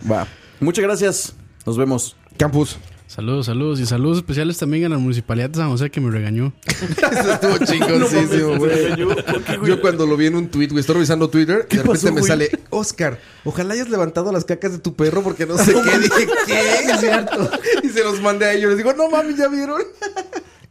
Speaker 5: Va. Muchas gracias. Nos vemos.
Speaker 4: Campus.
Speaker 6: Saludos, saludos. Y saludos especiales también a la municipalidad de San José que me regañó.
Speaker 4: Eso estuvo chingoncísimo,
Speaker 6: No mames,
Speaker 4: güey.
Speaker 6: ¿en
Speaker 4: Yo, cuando lo vi en un tweet, güey, estoy revisando Twitter y de repente
Speaker 6: pasó,
Speaker 4: me
Speaker 6: güey?
Speaker 4: sale, Oscar, ojalá hayas levantado las cacas de tu perro porque no sé qué. Dije, ¿qué? Es cierto. Y se los mandé a ellos. Les digo, no mami, ¿ya vieron?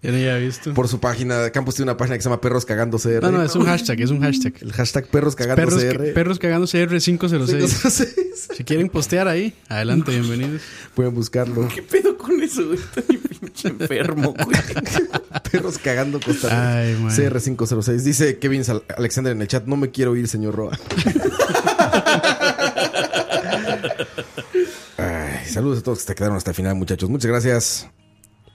Speaker 6: Ya no había visto.
Speaker 4: Por su página, Campos tiene una página que se llama Perros Cagándose R.
Speaker 6: No, no, es un hashtag, es un hashtag.
Speaker 4: El hashtag Perros Cagándose
Speaker 6: Perros,
Speaker 4: R.
Speaker 6: perros cagándose R506. Si quieren postear ahí, adelante, bienvenidos.
Speaker 4: Pueden buscarlo.
Speaker 5: ¿Qué pedo con eso, güey? Está bien pinche enfermo, güey.
Speaker 4: Perros cagando Costa Rica.
Speaker 6: Ay, man.
Speaker 4: CR506. Dice Kevin Sal- Alexander en el chat: No me quiero ir, señor Roa. Ay, saludos a todos que se quedaron hasta el final, muchachos. Muchas gracias.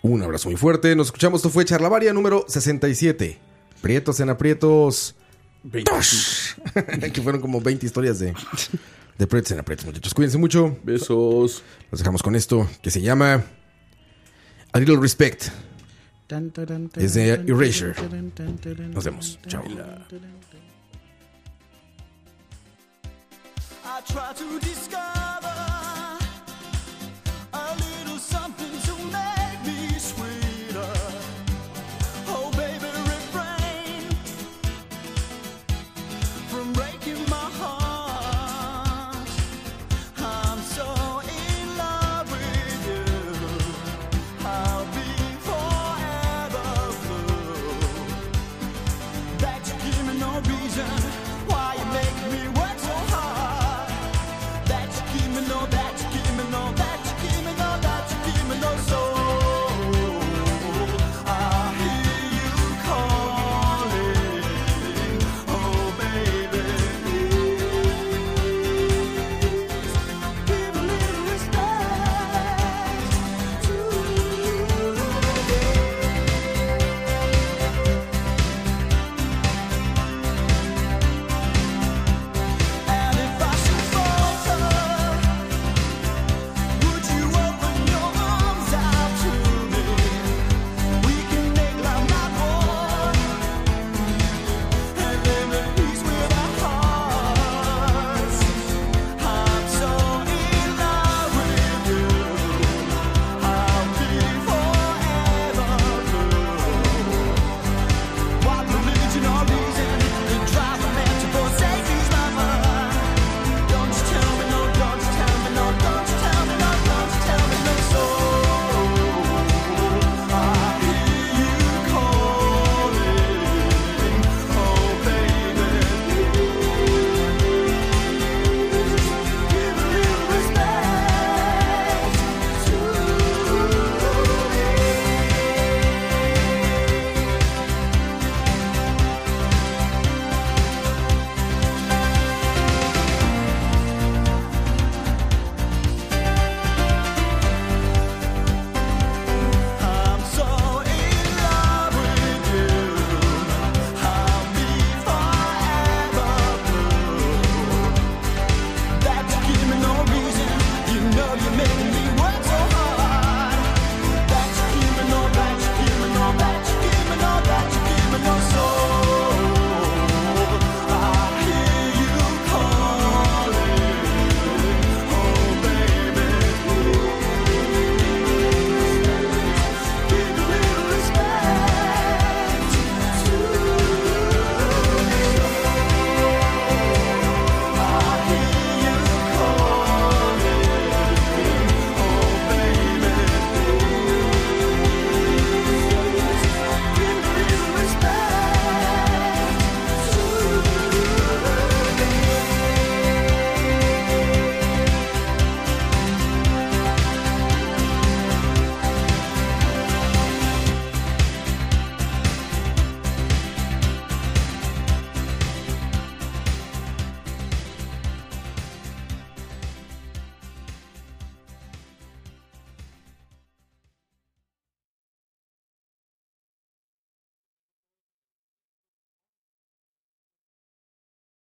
Speaker 4: Un abrazo muy fuerte. Nos escuchamos. Esto fue Charlavaria número 67. Prietos en aprietos. ¡Tosh! que fueron como 20 historias de, de Prietos en aprietos, muchachos. Cuídense mucho.
Speaker 5: Besos.
Speaker 4: Nos dejamos con esto que se llama A Little Respect. Es de Erasure. Nos vemos. Chao.
Speaker 11: I try to discover
Speaker 3: Oh, Oh,